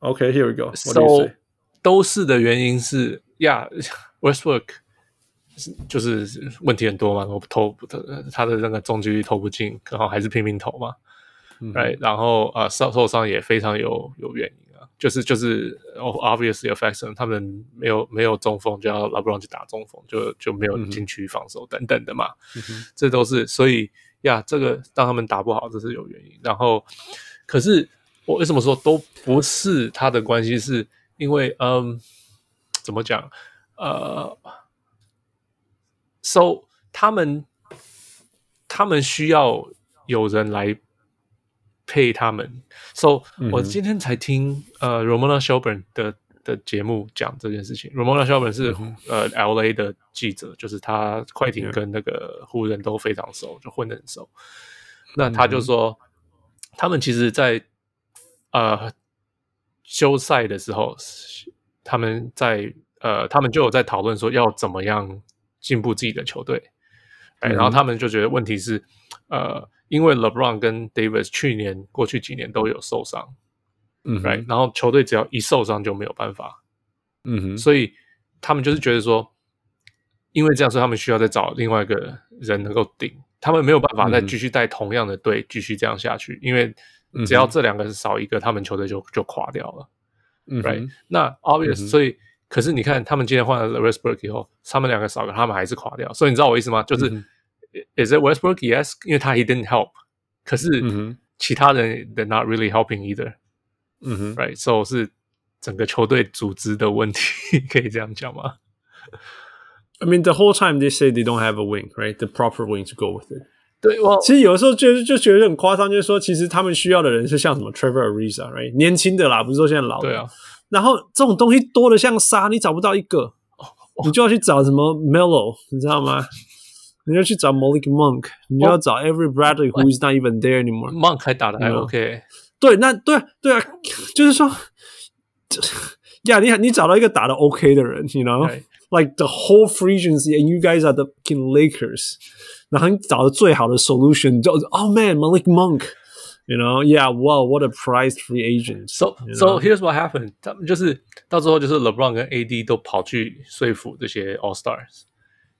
Speaker 3: Okay, here we go. What do you
Speaker 4: ，so
Speaker 3: say?
Speaker 4: 都是的原因是呀、w e s t b r o o k 就是问题很多嘛，我投不他的那个中距离投不进，然后还是拼命投嘛，呃
Speaker 3: 嗯
Speaker 4: 哎、然后啊受、受伤也非常有有原因啊，就是就是哦，obviously affects them。他们没有没有中锋，就要 LeBron 去打中锋，就就没有禁区防守等等的嘛。这都是所以呀，这个让他们打不好，这是有原因。然后，可是我为什么说都不是他的关系？是因为嗯，怎么讲？呃，so 他们他们需要有人来配他们。So、我今天才听呃 Romana Shelburne 的的节目讲这件事情。Romana Shelburne 是、呃 L A 的记者，就是他快艇
Speaker 3: Yeah
Speaker 4: 跟那个湖人都非常熟，就混得很熟。那他就说，他们其实在，呃休赛的时候，他们在呃，他们就有在讨论说要怎么样进步自己的球队。哎，
Speaker 3: 嗯
Speaker 4: 然后他们就觉得问题是，呃，因为 LeBron 跟 Davis 去年过去几年都有受伤，
Speaker 3: 嗯
Speaker 4: ，right，然后球队只要一受伤就没有办法，
Speaker 3: 嗯哼，
Speaker 4: 所以他们就是觉得说，因为这样，所以他们需要再找另外一个人能够顶，他们没有办法
Speaker 3: 嗯
Speaker 4: 再
Speaker 3: 哼
Speaker 4: 继续带同样的队继续这样下去，因为只要
Speaker 3: 嗯哼
Speaker 4: 这两个少一个，他们球队就就垮掉了。
Speaker 3: 嗯
Speaker 4: right？那 obvious，、
Speaker 3: 嗯哼
Speaker 4: 所以可是你看，他们今天换了 Westbrook 以后，他们两个少个，他们还是垮掉。所以你知道我意思吗？就是、
Speaker 3: 嗯
Speaker 4: is it Westbrook yes？因为他 he didn't help，可
Speaker 3: 嗯
Speaker 4: 是
Speaker 3: 哼，
Speaker 4: 其他人 they're not really helping either，right？
Speaker 3: 嗯
Speaker 4: Mm-hmm.
Speaker 3: 哼，
Speaker 4: So 是整个球队组织的问题， 可以这样讲吗？
Speaker 3: I mean, the whole time they say they don't have a wing, right? The proper wing to go with it.
Speaker 4: 对，我
Speaker 3: 其实有的时候觉得就觉得很夸张，就是说，其实他们需要的人是像什么 Trevor Ariza, right？年轻的啦，不是说现在老的。
Speaker 4: 对啊。
Speaker 3: 然后这种东西多的像沙，你找不到一个，你就要去找什么 Melo，你知道 吗？你就去找 Malik Monk，你就要找 Every Bradley who is not even there anymore。
Speaker 4: Monk 还打的还
Speaker 3: 嗯
Speaker 4: OK，
Speaker 3: 对，那对啊 对啊，就是说，这呀，你你找到一个打的 OK 的人，you know。
Speaker 4: 对
Speaker 3: like the whole free agency and you guys are the fucking Lakers. 然后你找的最好的 solution 就 Oh man, Malik Monk. You know, yeah, wow, what a prized free agent.
Speaker 4: So
Speaker 3: You
Speaker 4: so
Speaker 3: know?
Speaker 4: here's what happened，他们就是到最后就是 LeBron 跟 AD 都跑去说服这些 All Stars，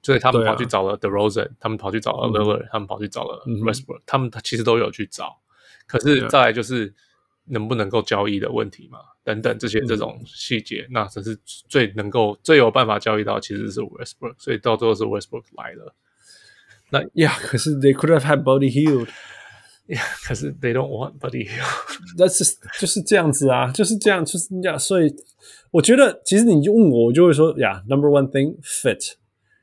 Speaker 4: 所以他们
Speaker 3: 对啊嗯
Speaker 4: 跑去找了 DeRozan，他们跑去找了 Lillard，、他们跑去找了
Speaker 3: 嗯哼啊
Speaker 4: Westbrook，、他们其实都有去找，可是再来就是能不能够交易的问题嘛，等等这
Speaker 3: 嗯
Speaker 4: 些这种细节，那这是最能够最有办法交易到其实是 Westbrook，所以到最后是 Westbrook 来了，
Speaker 3: yeah, 可是 they could have had Buddy Hield.
Speaker 4: 可是 They don't want Buddy Hield。
Speaker 3: That's just 就是这样子啊，就是这样，就是这样。所以我觉得，其实你就问我，我就会说呀、n u m b e r one thing fit。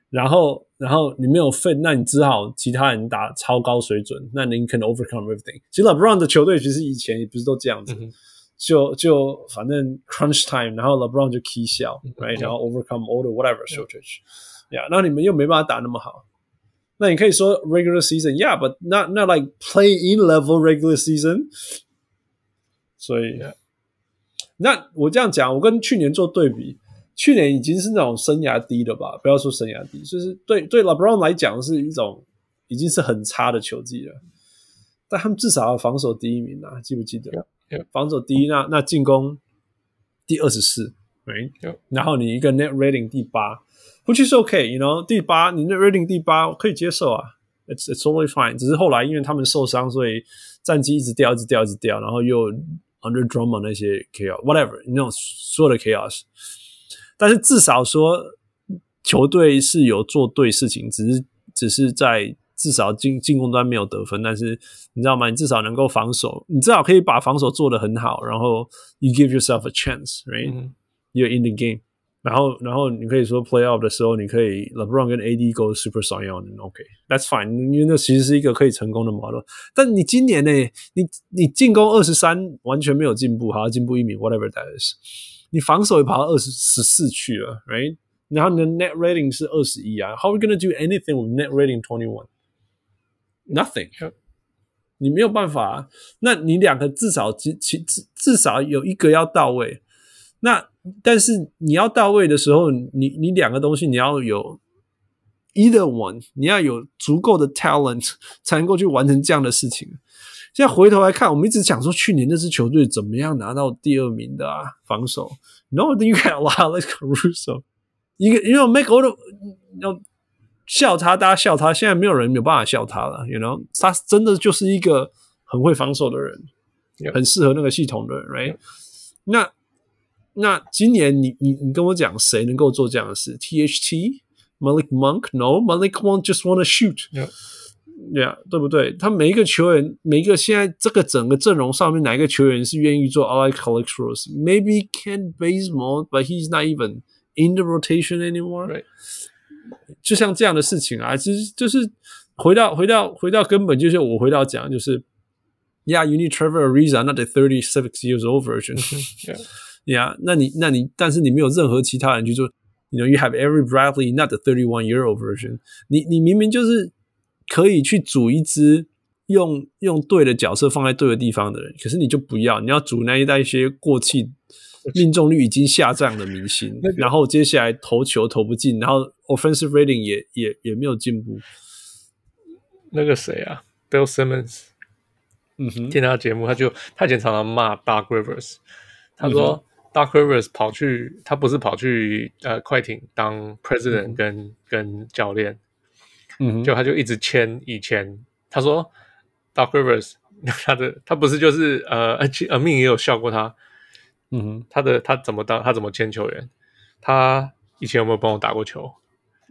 Speaker 3: 然后，然后你没有 fit，那你只好其他人打超高水准，那你可能 overcome everything。其实 LeBron 的球队其实以前也不是都这样子，
Speaker 4: 嗯哼
Speaker 3: 就就反正 crunch time，然后 LeBron 就 key 笑，right，、然后 overcome all the whatever shortage，呀、yeah,，那你们又没办法打那么好，那你可以说 regular season，yeah，but not not like play in level regular season，所以
Speaker 4: Yeah.
Speaker 3: 那我这样讲，我跟去年做对比，去年已经是那种生涯低了吧，不要说生涯低，就是对对 LeBron 来讲是一种已经是很差的球技了，但他们至少要防守第一名啊，记不记得
Speaker 4: yeah.
Speaker 3: 防守第一，那那进攻第二十四
Speaker 4: Yeah.
Speaker 3: 然后你一个 net rating 第八，which is okay，you know，第八，你 net rating 第八我可以接受啊，it's it's totally fine。只是后来因为他们受伤，所以战绩一直掉，一直掉，一直掉，然后又 under drama 那些 chaos whatever，那种所有的 chaos。但是至少说球队是有做对事情，只是只是在至少进进攻端没有得分，但是你知道吗？你至少能够防守，你至少可以把防守做得很好，然后 you give yourself a chance，right？、
Speaker 4: 嗯
Speaker 3: you're in the game。然后，然后你可以说 playoff 的时候，你可以 LeBron 跟 AD go super s o y o n o k that's fine，因为那其实是一个可以成功的 model。但你今年呢，你你进攻二十三完全没有进步，好像进步一米，whatever that is，你防守也跑到二十十四去了，right？然后你的 net rating 是二十一啊，how are we gonna do anything with net rating twenty one？Nothing，
Speaker 4: Yep.
Speaker 3: 你没有办法、啊。那你两个至少至至至少有一个要到位。那但是你要到位的时候，你你两个东西你要有 either one，你要有足够的 talent 才能够去完成这样的事情。现在回头来看，我们一直讲说去年那支球队怎么样拿到第二名的啊，防守。然后 o u got a lot like Caruso，一个 you know make all the 要笑他，大家笑他。现在没有人没有办法笑他了，you know，他真的就是一个很会防守的人
Speaker 4: Yeah.
Speaker 3: 很适合那个系统的人，right？那那今年你你你跟我讲谁能够做这样的事？THT Malik Monk No Malik Monk just wanna shoot，
Speaker 4: Yep.
Speaker 3: yeah, 对不对？他每一个球员，每一个现在这个整个阵容上面，哪一个球员是愿意做 I like Alex Rose？Maybe Ken Bazemore，but he's not even in the rotation anymore。
Speaker 4: Right.
Speaker 3: 就像这样的事情啊，其实就是回到回到回到根本，就是我回到讲，就是，Yeah，you need Trevor Ariza not the thirty six years old version。
Speaker 4: Yeah.
Speaker 3: Yeah，那你那你，但是你没有任何其他人去做。You know, you have every Bradley, not the thirty-one year old version 你。你明明就是可以去组一支用用对的角色放在对的地方的人，可是你就不要，你要组那一代一些过气、命中率已经下降的明星，然后接下来投球投不进，然后 offensive rating 也也也没有进步。
Speaker 4: 那个谁啊，Bill Simmons，
Speaker 3: 嗯哼，
Speaker 4: 听他的节目，他就他以前常常骂 Dark Rivers，他说、Dark Rivers 跑去，他不是跑去呃快艇当 president 跟、跟教练，
Speaker 3: 嗯哼，
Speaker 4: 就他就一直签以前，他说 Dark Rivers 他的他不是就是呃呃其呃命也有笑过他，
Speaker 3: 嗯哼，
Speaker 4: 他的他怎么当他怎么签球员，他以前有没有帮我打过球？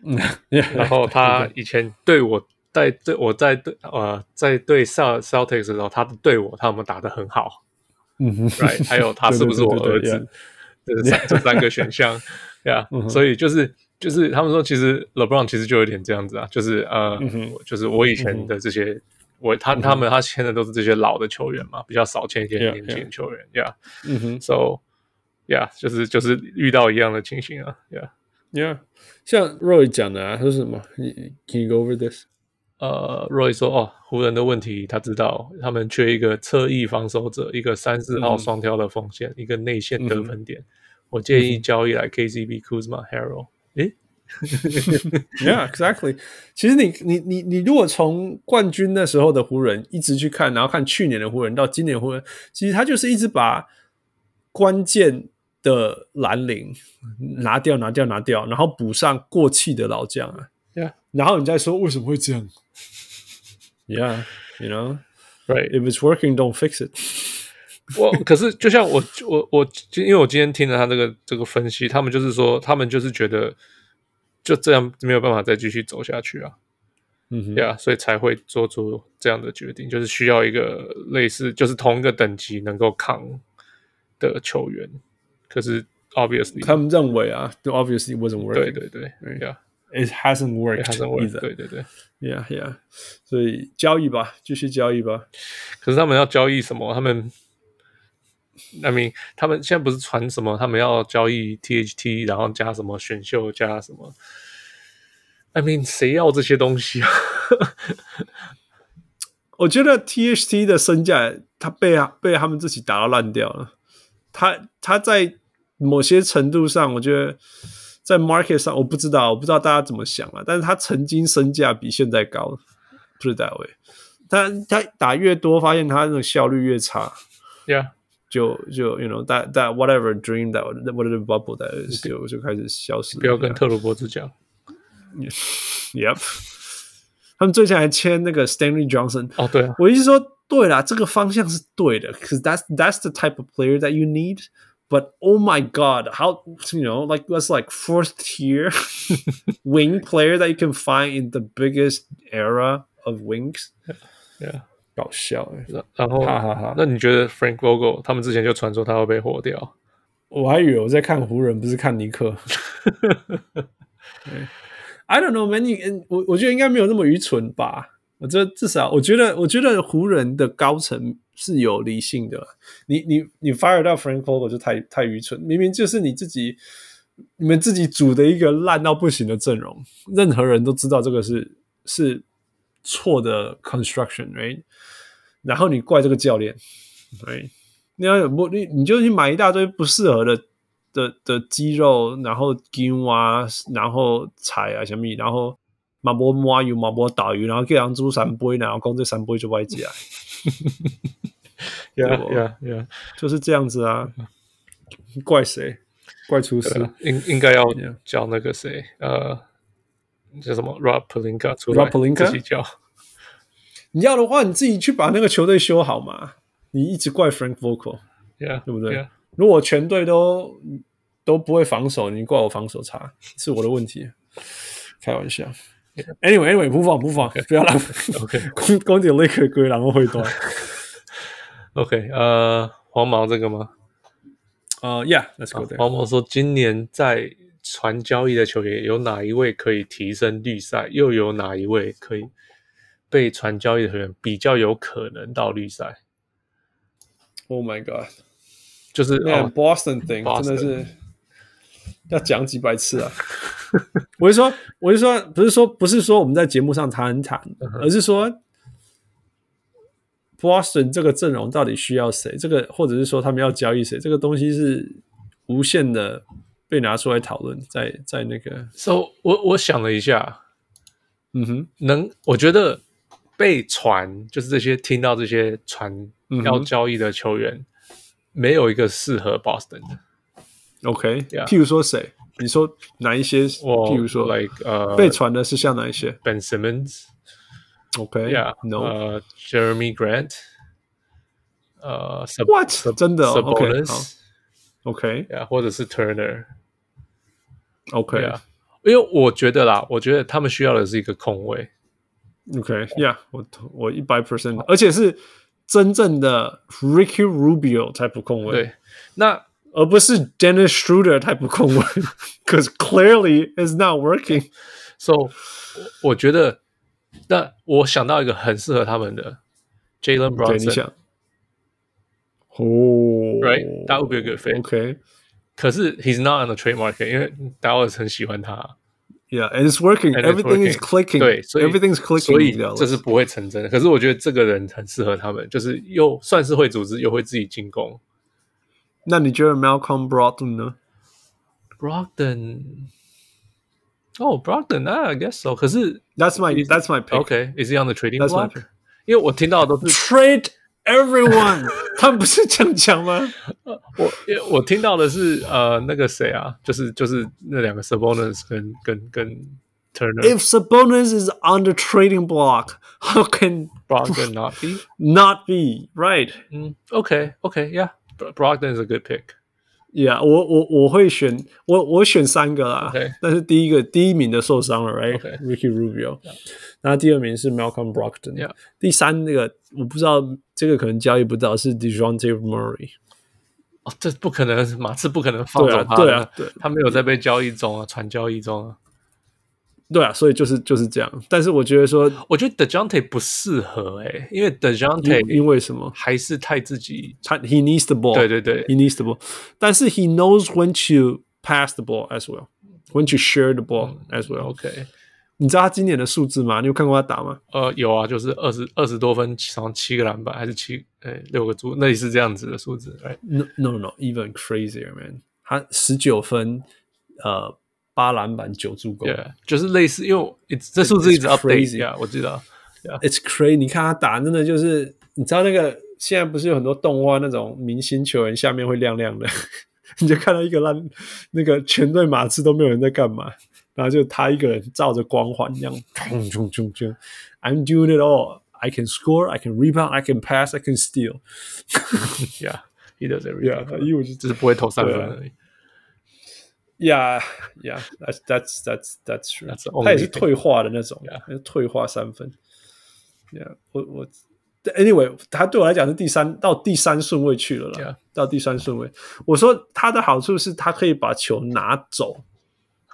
Speaker 3: 嗯，
Speaker 4: 然后他以前对我在对我在对呃在对 Cel- Celtics 的时候，他对我他们打得很好，
Speaker 3: 嗯 哼
Speaker 4: right？还有他是不是我儿
Speaker 3: 对对对对
Speaker 4: 子？这三这三个选项，对啊
Speaker 3: 哼，
Speaker 4: 所以就是就是他们说，其实 LeBron 其实就有点这样子啊，就是呃
Speaker 3: 嗯哼，嗯
Speaker 4: 就是我以前的这些，我他他们他签的都是这些老的球员嘛，比较少签一些
Speaker 3: Yeah,
Speaker 4: 年轻的球员，Yeah，so
Speaker 3: 嗯哼。
Speaker 4: yeah，就是就是遇到一样的情形啊，Yeah，
Speaker 3: Yeah，像 Roy 讲的啊，他说什么你？Can you go over this？
Speaker 4: 呃，Roy 说哦，湖人的问题他知道，他们缺一个侧翼防守者，一个三四号
Speaker 3: 嗯
Speaker 4: 双挑的锋线，一个内线得
Speaker 3: 嗯哼嗯
Speaker 4: 分点。我建议交易来 KCB、Kuzma、Harrell。诶，
Speaker 3: Yeah, exactly. 其实你你你你如果从冠军那时候的湖人一直去看，然后看去年的湖人到今年湖人，其实他就是一直把关键的蓝领
Speaker 4: 嗯
Speaker 3: 拿掉、拿掉、拿掉，然后补上过气的老将啊。
Speaker 4: Yeah.
Speaker 3: 然后你再说为什么会这样？Yeah, you know,
Speaker 4: Right，
Speaker 3: if it's working, don't fix it.
Speaker 4: 我可是就像我我我，因为我今天听了他这个这个分析，他们就是说，他们就是觉得就这样没有办法再继续走下去啊，
Speaker 3: 嗯哼
Speaker 4: 对啊，所以才会做出这样的决定，就是需要一个类似就是同一个等级能够扛的球员，可是 obviously
Speaker 3: 他们认为啊就，obviously wasn't
Speaker 4: 对
Speaker 3: working.
Speaker 4: 对对，
Speaker 3: 对
Speaker 4: 对啊，
Speaker 3: It hasn't worked.
Speaker 4: 他认为
Speaker 3: either.
Speaker 4: 对对对。
Speaker 3: Yeah, yeah，所以交易吧，继续交易吧。
Speaker 4: 可是他们要交易什么？他们，I mean，他们现在不是传什么？他们要交易 THT，然后加什么选秀，加什么？I mean，谁要这些东西啊？
Speaker 3: 我觉得 THT 的身价，他被啊被他们自己打到烂掉了。他他在某些程度上，我觉得在 market 上，我不知道，我不知道大家怎么想啊。但是他曾经身价比现在高，不是大卫。他他打越多，发现他那个效率越差，
Speaker 4: yeah，
Speaker 3: 就就 you know that that whatever dream that whatever bubble that is 就就开始消失了。
Speaker 4: 不要跟
Speaker 3: 嗯 Yeah.
Speaker 4: 特鲁伯兹讲
Speaker 3: Yep，他们最近还签那个 Stanley Johnson。
Speaker 4: 哦。对啊，
Speaker 3: 我意思说，对啦，这个方向是对的，because that's that's the type of player that you need. But oh my god, how you know like that's like fourth tier wing player that you can find in the biggest era of wings.
Speaker 4: Yeah.
Speaker 3: 搞笑哎、
Speaker 4: 然然后
Speaker 3: 哈哈哈
Speaker 4: 那你觉得 Frank Vogel 他们之前就传说他会被火掉？
Speaker 3: 我还以为我在看湖人，不是看尼克。I don't know, man 你。我我觉得应该没有那么愚蠢吧。我这至少我觉得，我觉得湖人的高层是有理性的。你你你 fire 到 Frank Vogel 就太太愚蠢，明明就是你自己你们自己组的一个烂到不行的阵容，任何人都知道这个是是错的 construction，right？然后你怪这个教练，right？你要有不你你就去买一大堆不适合的的的鸡肉，然后筋啊，然后菜啊什么，然后马波摸油，马波打油，然后给人煮三杯，然后讲这三杯就歪起啊，
Speaker 4: 呀
Speaker 3: 我
Speaker 4: 呀呀！
Speaker 3: 就是这样子啊。怪谁？怪厨师
Speaker 4: 应应该要
Speaker 3: 啊 Yeah
Speaker 4: 叫那个谁，呃，叫什么 Rob Pelinka 出来
Speaker 3: Rob Pelinka？
Speaker 4: 自己叫。
Speaker 3: 你要的话，你自己去把那个球队修好嘛。你一直怪 Frank Vogel，
Speaker 4: Yeah，
Speaker 3: 对不对
Speaker 4: Yeah,
Speaker 3: 如果全队都都不会防守，你怪我防守差，是我的问题。开玩笑。Anyway, anyway，不妨不妨，不要浪费。
Speaker 4: OK
Speaker 3: 讲讲点 l a k e 然后会端。
Speaker 4: OK，呃，黄毛这个吗？
Speaker 3: 呃、y e a h let's go there。
Speaker 4: 黄毛说，今年在传交易的球员有哪一位可以提升绿赛，又有哪一位可以被传交易的球员比较有可能到绿赛？
Speaker 3: Oh my god，
Speaker 4: 就是
Speaker 3: 那、
Speaker 4: 哦
Speaker 3: Boston thing
Speaker 4: Boston
Speaker 3: 真的是要讲几百次啊！ 我是说，我是说，不是说不是说我们在节目上谈谈，而是说 Boston 这个阵容到底需要谁？这个或者是说他们要交易谁？这个东西是无限的被拿出来讨论，在在那个
Speaker 4: ，so 我我想了一下，
Speaker 3: 嗯哼
Speaker 4: 能，我觉得被传就是这些听到这些传
Speaker 3: 嗯哼
Speaker 4: 要交易的球员，没有一个适合 Boston 的。
Speaker 3: ，OK，、
Speaker 4: Yeah
Speaker 3: 譬如说谁？你说哪一些？
Speaker 4: 我
Speaker 3: 譬如说
Speaker 4: like 呃
Speaker 3: 被传的是像哪一些
Speaker 4: Ben Simmons。
Speaker 3: ？OK，Yeah，No，、
Speaker 4: Yeah，呃，Jeremy Grant，呃，Sab-
Speaker 3: What？
Speaker 4: Sab-
Speaker 3: 真的哦，OK，
Speaker 4: Sabonis，
Speaker 3: 好 OK，OK，、
Speaker 4: yeah，或者是 Turner，对啊，因为我觉得啦，我觉得他们需要的是一个空位，
Speaker 3: OK，Yeah，、我我一百 percent，而且是真正的 Ricky Rubio 才不控位，
Speaker 4: 对，那
Speaker 3: 而不是 Dennis Schroeder 才不控位，Because clearly it's not working。
Speaker 4: so 我我觉得，那我想到一个很适合他们的 Jalen
Speaker 3: 对，你
Speaker 4: Brunson，
Speaker 3: 想，哦
Speaker 4: Right, that would be a good fit.
Speaker 3: OK，Yeah，and
Speaker 4: 可是 he's not on the trade market，因为 Dallas 很喜欢他，
Speaker 3: it's working.
Speaker 4: And it's
Speaker 3: Everything is
Speaker 4: working.
Speaker 3: clicking.
Speaker 4: 对所以
Speaker 3: everything's clicking.
Speaker 4: 所以
Speaker 3: Dallas
Speaker 4: 这是不会成真的。可是我觉得这个人很适合他们，就是又算是会组织，又会自己进攻。
Speaker 3: 那你觉得 Malcolm Brogdon 呢？
Speaker 4: Brogdon. Oh, Brogdon, ah, I guess so. 可是
Speaker 3: That's my
Speaker 4: Is-
Speaker 3: that's my pick.
Speaker 4: OK, is he on the trading
Speaker 3: That's my
Speaker 4: block？
Speaker 3: pick.
Speaker 4: 因为我听到的都是
Speaker 3: Trade everyone，他们不是这样讲吗？
Speaker 4: 我，因为我听到的是呃那个谁啊，就是就是那两个 Sabonis 跟跟跟 Turner
Speaker 3: If Sabonis is on the trading block, how can
Speaker 4: Brogdon not be？
Speaker 3: not be right?
Speaker 4: 嗯，OK OK yeah。Brogdon is a good pick.
Speaker 3: Yeah，我我我会选我我选三个啦
Speaker 4: OK
Speaker 3: 但是第一个第一名的受伤了，right？、
Speaker 4: OK
Speaker 3: Ricky Rubio，那第二名是 Malcolm Brogdon，、
Speaker 4: Yeah
Speaker 3: 第三那个我不知道这个可能交易不到是 Dejounte Murray，
Speaker 4: 哦，这不可能，马刺不可能放走他的
Speaker 3: 对啊对啊对
Speaker 4: 他没有在被交易中啊，传交易中啊。
Speaker 3: 对啊，所以就是就是这样。但是我觉得说，
Speaker 4: 我觉得 Dejounte 不适合诶、因为
Speaker 3: 因因
Speaker 4: Dejounte
Speaker 3: 为什么？
Speaker 4: 还是太自己，
Speaker 3: 他 he needs the ball，
Speaker 4: 对对对
Speaker 3: Oh。 he needs the ball，但是 he knows when to pass the ball as well，when to share the ball
Speaker 4: Mm，
Speaker 3: as well。
Speaker 4: ，OK。
Speaker 3: 你知道他今年的数字吗？你有看过他打吗？
Speaker 4: 呃，有啊，就是二十二十多分，好像七个篮板，还是七呃六个助，那里是这样子的数字，right？
Speaker 3: No, no, no, even crazier, man. 他十九分，呃，八篮板，九助攻。
Speaker 4: 对，就是类似，因为我 it's- 这数字一直
Speaker 3: it's
Speaker 4: update
Speaker 3: crazy
Speaker 4: 呀、我知道，
Speaker 3: It's crazy. 你看他打，真的就是，你知道那个现在不是有很多动画那种明星球员下面会亮亮的， 你就看到一个烂，那个全队马刺都没有人在干嘛，然后就他一个人照着光环一样，冲冲冲冲，I'm doing it all. I can score, I can rebound, I can pass, I can steal.
Speaker 4: 呀、yeah,，he does
Speaker 3: Yeah,
Speaker 4: everything，、
Speaker 3: 他一我就
Speaker 4: 只是不会投三分
Speaker 3: 对啊
Speaker 4: 而已。
Speaker 3: Yeah, yeah, that's that's that's that's true.
Speaker 4: That's the only
Speaker 3: 他也是退化的那种
Speaker 4: Yeah.
Speaker 3: 退化三分。Yeah，我我 anyway，他对我来讲是第三到第三顺位去了啦
Speaker 4: Yeah.
Speaker 3: 到第三顺位。我说他的好处是他可以把球拿走，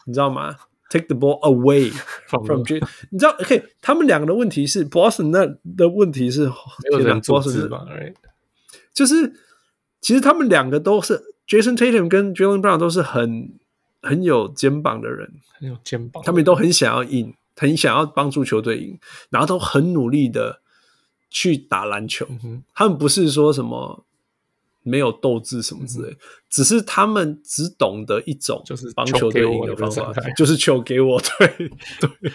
Speaker 3: 你知道吗？Take the ball away
Speaker 4: From
Speaker 3: from J，你知道？OK，他们两个的问题是 Boston 那的问题是
Speaker 4: 没有
Speaker 3: 天哪
Speaker 4: 人组
Speaker 3: Boston
Speaker 4: 织
Speaker 3: 是
Speaker 4: 嘛，right？
Speaker 3: 就是其实他们两个都是 Jason Tatum 跟 Jalen Brown 都是很很有肩膀的人，
Speaker 4: 很有肩膀，
Speaker 3: 他们都很想要赢，很想要帮助球队赢，然后都很努力的去打篮球。
Speaker 4: 嗯哼
Speaker 3: 他们不是说什么没有斗志什么之类，只是他们只懂得一种
Speaker 4: 嗯就是
Speaker 3: 帮球队赢的方
Speaker 4: 球给
Speaker 3: 法
Speaker 4: 我的状态，
Speaker 3: 就是球给我，对对，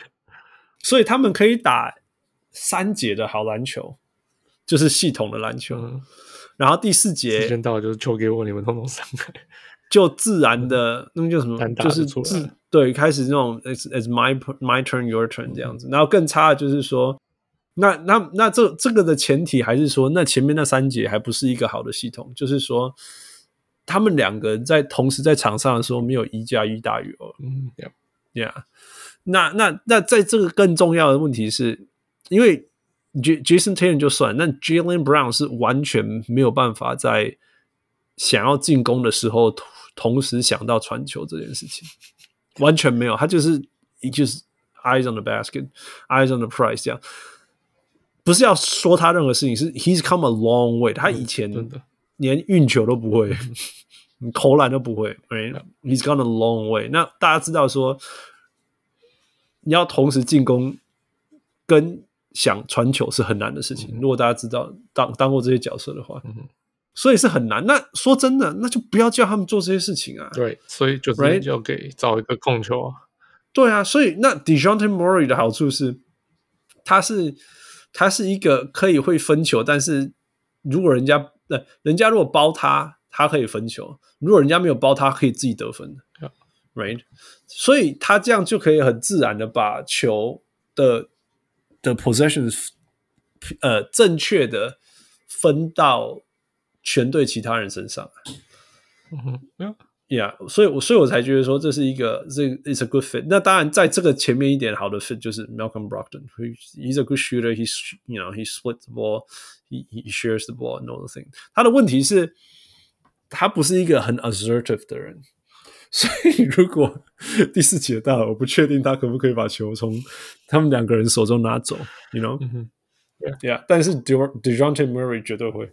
Speaker 3: 所以他们可以打三节的好篮球，就是系统的篮球。
Speaker 4: 嗯
Speaker 3: 然后第四
Speaker 4: 时
Speaker 3: 节
Speaker 4: 间到了就是球给我，你们通通散开。
Speaker 3: 就自然的，那个叫什么
Speaker 4: 单，打
Speaker 3: 就
Speaker 4: 就是出来
Speaker 3: 自
Speaker 4: 了
Speaker 3: 对开始那种 it's it's my my turn your turn 这样子，然后更差的就是说，那那那这这个的前提还是说，那前面那三节还不是一个好的系统，就是说他们两个在同时在场上的时候，没有一加一大于二。
Speaker 4: 嗯，yeah，
Speaker 3: Yeah，那那那在这个更重要的问题是，因为 J Jason Tatum 就算，那 Jalen Brown 是完全没有办法在想要进攻的时候，同同时想到传球这件事情，完全没有，他就是一就是 eyes on the basket，eyes on the prize 这样。不是要说他任何事情，是 he's come a long way。他以前
Speaker 4: 嗯真的
Speaker 3: 连运球都不会，你投篮都不会，right？He's gone a long way。那大家知道说，你要同时进攻跟想传球是很难的事情。如果大家知道当当过这些角色的话，所以是很难。那说真的，那就不要叫他们做这些事情啊。
Speaker 4: 对，所以就是
Speaker 3: Right？
Speaker 4: 要给找一个控球啊，
Speaker 3: 对啊，所以那 Dejounte Murray 的好处是，他是他是一个可以会分球，但是如果人家呃人家如果包他，他可以分球；如果人家没有包他，可以自己得分
Speaker 4: Yeah.。
Speaker 3: Right，所以他这样就可以很自然的把球的的 possessions 呃正确的分到全队其他人身上。
Speaker 4: 嗯，yeah，
Speaker 3: Yeah，所以我所以我才觉得说这是一个这 is a good fit。那当然，在这个前面一点好的 fit 就是 Malcolm Brogdon，who he's a good shooter。He's you know he split the ball，he he shares the ball and all the thing。他的问题是，他不是一个很 assertive 的人。所以，如果第四节到了，我不确定他可不可以把球从他们两个人手中拿走，you know？
Speaker 4: 嗯哼
Speaker 3: Yeah，但是 De Dejounte Murray 绝对会，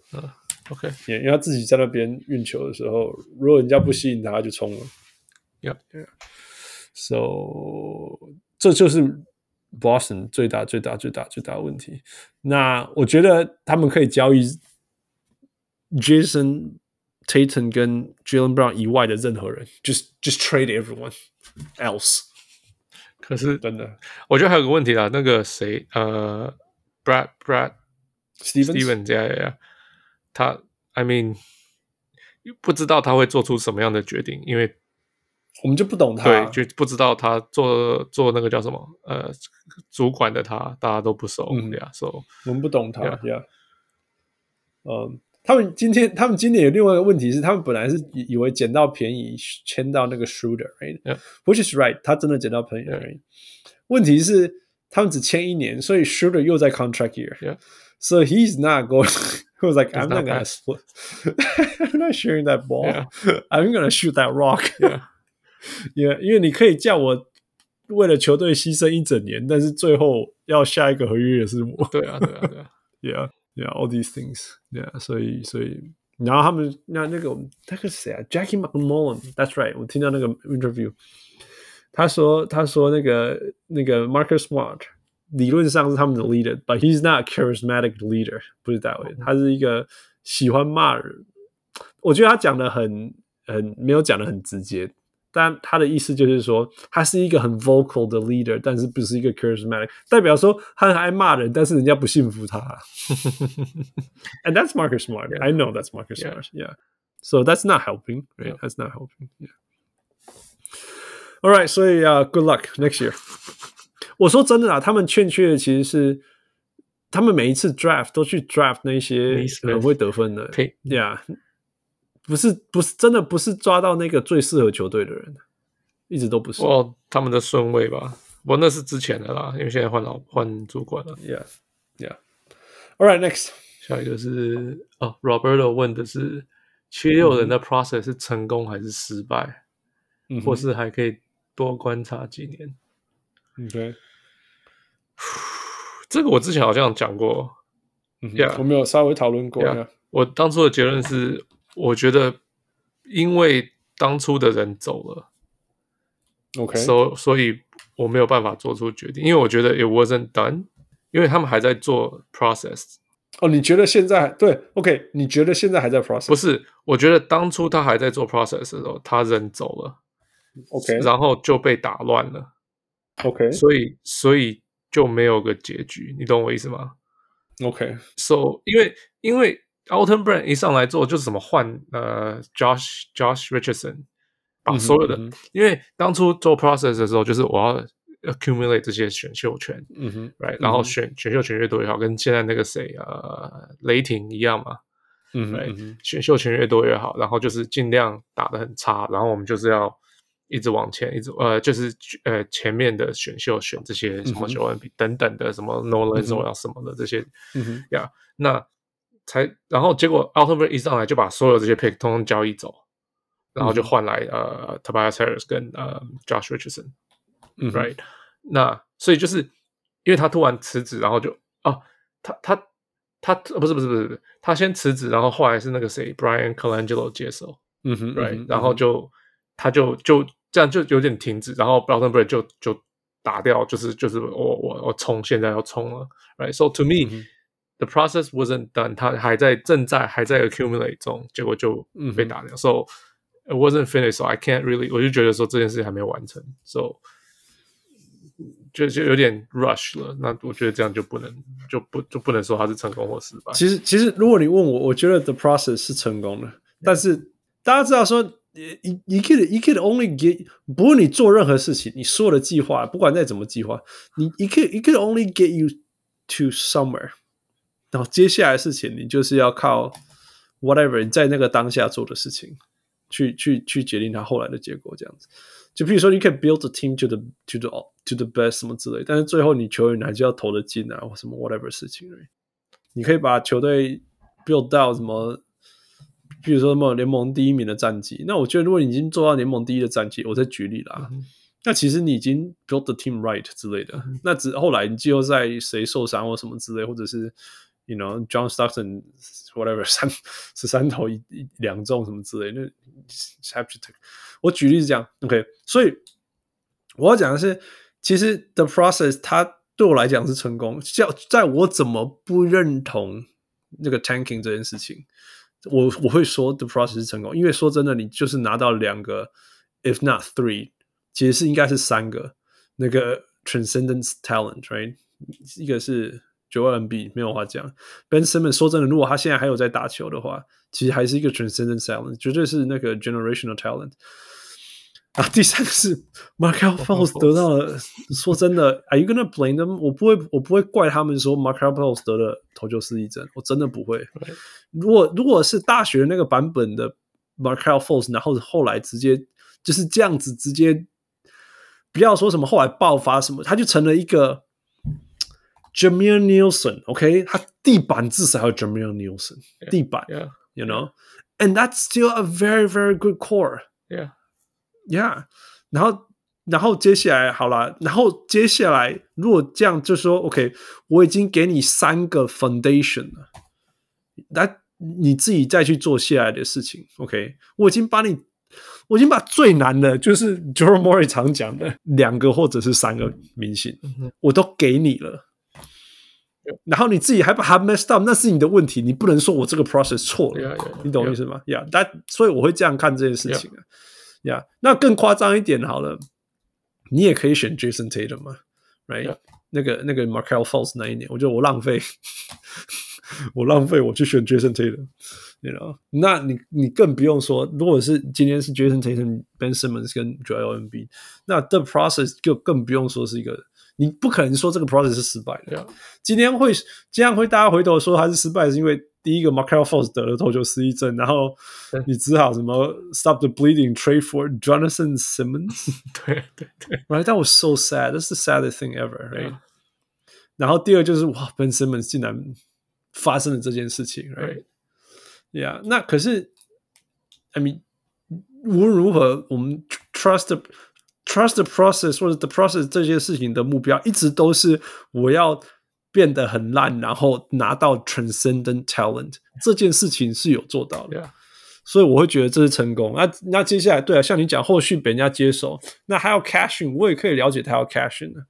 Speaker 4: ，OK，
Speaker 3: 因为他自己在那边运球的时候，如果人家不吸引他，他就冲了。
Speaker 4: Yep.
Speaker 3: So 这就是 Boston 最大、最大、最大、最大的问题。那我觉得他们可以交易 Jason Tatum 跟 Jalen Brown 以外的任何人，just just trade everyone else。
Speaker 4: 可是
Speaker 3: 真的
Speaker 4: 我觉得还有个问题啦，那个谁，呃，Brad Brad
Speaker 3: ，Steven
Speaker 4: Steven 这样，他，I mean，不知道他会做出什么样的决定，因为
Speaker 3: 我们就不懂他。啊
Speaker 4: 对，就不知道他做做那个叫什么，呃，主管的他，大家都不熟，
Speaker 3: 嗯
Speaker 4: 对啊，so
Speaker 3: 我们不懂他
Speaker 4: Yeah.
Speaker 3: ，Yeah。嗯，他们今天他们今年有另外一个问题是，他们本来是以以为捡到便宜签到那个
Speaker 4: Yeah.
Speaker 3: Shooter，right？Which is right，他真的捡到便宜。right？问题是他们只签一年，所以 Shooter 又在 contract
Speaker 4: Yeah.
Speaker 3: year，so he's not going. He was like,
Speaker 4: He's
Speaker 3: I'm not
Speaker 4: not
Speaker 3: gonna
Speaker 4: bad.
Speaker 3: split. I'm not sharing that ball.
Speaker 4: Yeah.
Speaker 3: I'm gonna shoot that rock.
Speaker 4: Yeah.
Speaker 3: yeah，因为你可以叫我为了球队牺牲一整年，但是最后要下一个合约也是我。
Speaker 4: 对啊，对啊，对啊，
Speaker 3: yeah, yeah, all these things. Yeah，所以所以，然后他们那那个那个谁啊，Jackie McMullen，That's right，我听到那个 interview，他说他说那个那个 Marcus Smart 理论上是他们的 leader，but he's not a charismatic leader，不是大卫，他是一个喜欢骂人。我觉得他讲的很很没有讲的很直接，但他的意思就是说，他是一个很 vocal 的 leader，但是不是一个 charismatic，代表说他很爱骂人，但是人家不信服他。And that's Marcus Smart. I know that's Marcus
Speaker 4: Yeah.
Speaker 3: Smart. Yeah. So that's not helping. Right?
Speaker 4: Yeah.
Speaker 3: That's not helping. Yeah. All right. 所以啊、g o o d luck next year. 我说真的啦，他们欠缺的其实是他们每一次 draft 都去 draft 那些
Speaker 4: Naismith
Speaker 3: 很会得分的。
Speaker 4: Pick
Speaker 3: Yeah，不是不是真的不是抓到那个最适合球队的人，一直都不是。
Speaker 4: 哦，他们的顺位吧，不过那是之前的啦，因为现在换老换主管了。
Speaker 3: Yeah, yeah. All right, next.
Speaker 4: 下一个是哦，Roberto 问的是七六人的 process 是成功还是失败，
Speaker 3: 嗯
Speaker 4: 或是还可以多观察几年。
Speaker 3: OK，
Speaker 4: 这个我之前好像讲过，Yeah.
Speaker 3: 嗯我们有稍微讨论过
Speaker 4: Yeah. 我当初的结论是，我觉得因为当初的人走了，
Speaker 3: OK，
Speaker 4: 所、所以我没有办法做出决定，因为我觉得 it wasn't done，因为他们还在做 process，
Speaker 3: 哦，你觉得现在对 OK？你觉得现在还在 process？
Speaker 4: 不是，我觉得当初他还在做 process 的时候，他人走了，
Speaker 3: OK
Speaker 4: 然后就被打乱了，
Speaker 3: OK
Speaker 4: 所以所以就没有个结局，你懂我意思吗
Speaker 3: OK
Speaker 4: ？So 因为因为 Alton Brand 一上来做就是怎么换呃 Josh Josh Richardson，把啊所有的，
Speaker 3: 嗯
Speaker 4: 因为当初做 process 的时候，就是我要 accumulate 这些选秀权，
Speaker 3: 嗯哼，
Speaker 4: right？然后
Speaker 3: 嗯
Speaker 4: 选选秀权越多越好，跟现在那个谁呃雷霆一样嘛，嗯哼
Speaker 3: 对
Speaker 4: 嗯哼选秀权越多越好，然后就是尽量打得很差，然后我们就是要一直往前，一直呃，就是呃前面的选秀选这些什
Speaker 3: 嗯哼
Speaker 4: 么九万 p 等等的什么 Nolan 什么什么的这些
Speaker 3: 嗯哼，
Speaker 4: 呀，那才然后结果 a l t o b e r 一上来就把所有这些 pick 通通交易走，然后
Speaker 3: 嗯
Speaker 4: 就
Speaker 3: 哼
Speaker 4: 换来、呃 Tobias Harris 跟呃 Josh Richardson，
Speaker 3: 嗯哼
Speaker 4: right？那所以就是因为他突然辞职，然后就啊，他他他呃不是不是不是不是，他先辞职，然后后来是那个谁 Brian Colangelo 接手
Speaker 3: 嗯哼
Speaker 4: ，right？、
Speaker 3: 嗯哼
Speaker 4: 然后就他就就这样就有点停止，然后 b r o t o n b r 就就打掉，就是就是我我我冲，现在要冲了，right？So to me、
Speaker 3: 嗯哼
Speaker 4: The process wasn't done，他还在正在还在 accumulate 中，结果就
Speaker 3: 嗯哼
Speaker 4: 被打掉。So it wasn't finished, so I can't really，我就觉得说这件事情还没完成，so 就就有点 rush 了。那我觉得这样就不能就不就不能说他是成功或失败。
Speaker 3: 其实，其实如果你问我，我觉得 the process 是成功的，但是大家知道说，you you could you could only get，不论你做任何事情，你所有的计划，不管再怎么计划，你 you could you could only get you to somewhere，然后接下来的事情，你就是要靠 whatever 你在那个当下做的事情，去去去决定它后来的结果，这样子。就譬如说，你可以 build a team to the to the to the best 什么之类，但是最后你球员还是要投得进啊，或什么 whatever 事情而已。你可以把球队 build 到什么，比如说什么联盟第一名的战绩。那我觉得，如果你已经做到联盟第一的战绩，我再举例啦，那其实你已经 build the team right 之类的。那只后来你季后赛谁受伤或什么之类，或者是 you know John Stockton whatever 三十三投一一两中什么之类的，那 have to take。我举例是这样，OK，所以我要讲的是，其实 the process 它对我来讲是成功，叫在我怎么不认同那个 tanking 这件事情，我我会说 the process 是成功，因为说真的，你就是拿到两个，if not three，其实是应该是三个那个 transcendence talent，right？一个是 Joel m b 没有话讲，Ben Simmons 说真的，如果他现在还有在打球的话，其实还是一个 transcendence talent，绝对是那个 generational talent。啊，第三个是 Markel f o l s 得到了。说真的，Are you gonna blame them？我不会，我不会怪他们说 Markel f o l s 得了投球失忆症，我真的不会。如果如果是大学那个版本的 Markel f o l s 然后后来直接就是这样子，直接不要说什么后来爆发什么，他就成了一个 Jamir Nielsen，OK，、他地板至少还有 Jamir Nielsen，地板
Speaker 4: Yeah,
Speaker 3: you know，and that's still a very very good core。
Speaker 4: yeah.
Speaker 3: Yeah，然后然后接下来好啦，然后接下来如果这样就说 OK，我已经给你三个 foundation 了，那你自己再去做下来的事情。OK，我已经把你，我已经把最难的，就是 j o r a m o r i 常讲的两个或者是三个明星，我都给你了。然后你自己还把它 messed up，那是你的问题，你不能说我这个 process 错了
Speaker 4: Yeah, yeah, yeah,
Speaker 3: 你懂我意思吗？Yeah，但所以我会这样看这件事
Speaker 4: Yeah
Speaker 3: 情啊。Yeah，那更夸张一点好了，你也可以选 Jason Tatum 嘛，Right？、
Speaker 4: Yeah
Speaker 3: 那个那个 Markel f o l s 那一年，我觉得我浪费， 我浪费我去选 Jason Tatum，you know？那你你更不用说，如果是今天是 Jason Tatum、Ben Simmons 跟 Joel m b 那 The process 就更不用说是一个，你不可能说这个 process 是失败的。
Speaker 4: Yeah.
Speaker 3: 今天会这样会大家回头说他是失败，是因为第一个 Markel f o r c 得了头球失忆症，然后
Speaker 4: 对
Speaker 3: 你只好什么 Stop the bleeding, trade for Jonathan Simmons。
Speaker 4: 对对对
Speaker 3: Right, that was so sad. That's the saddest thing ever. Right?
Speaker 4: Yeah.
Speaker 3: 然后第二就是哇，Ben Simmons 竟然发生了这件事情。Right?
Speaker 4: 对
Speaker 3: Yeah，那可是，I mean，无论如何，我们 trust the trust the process 或者 the process 这件事情的目标，一直都是我要变得很烂，然后拿到 transcendent talent 这件事情是有做到的。
Speaker 4: ，Yeah，
Speaker 3: 所以我会觉得这是成功。那那接下来，对啊，像你讲，后续被人家接手，那他要 cash in，我也可以了解他要 cash in 的，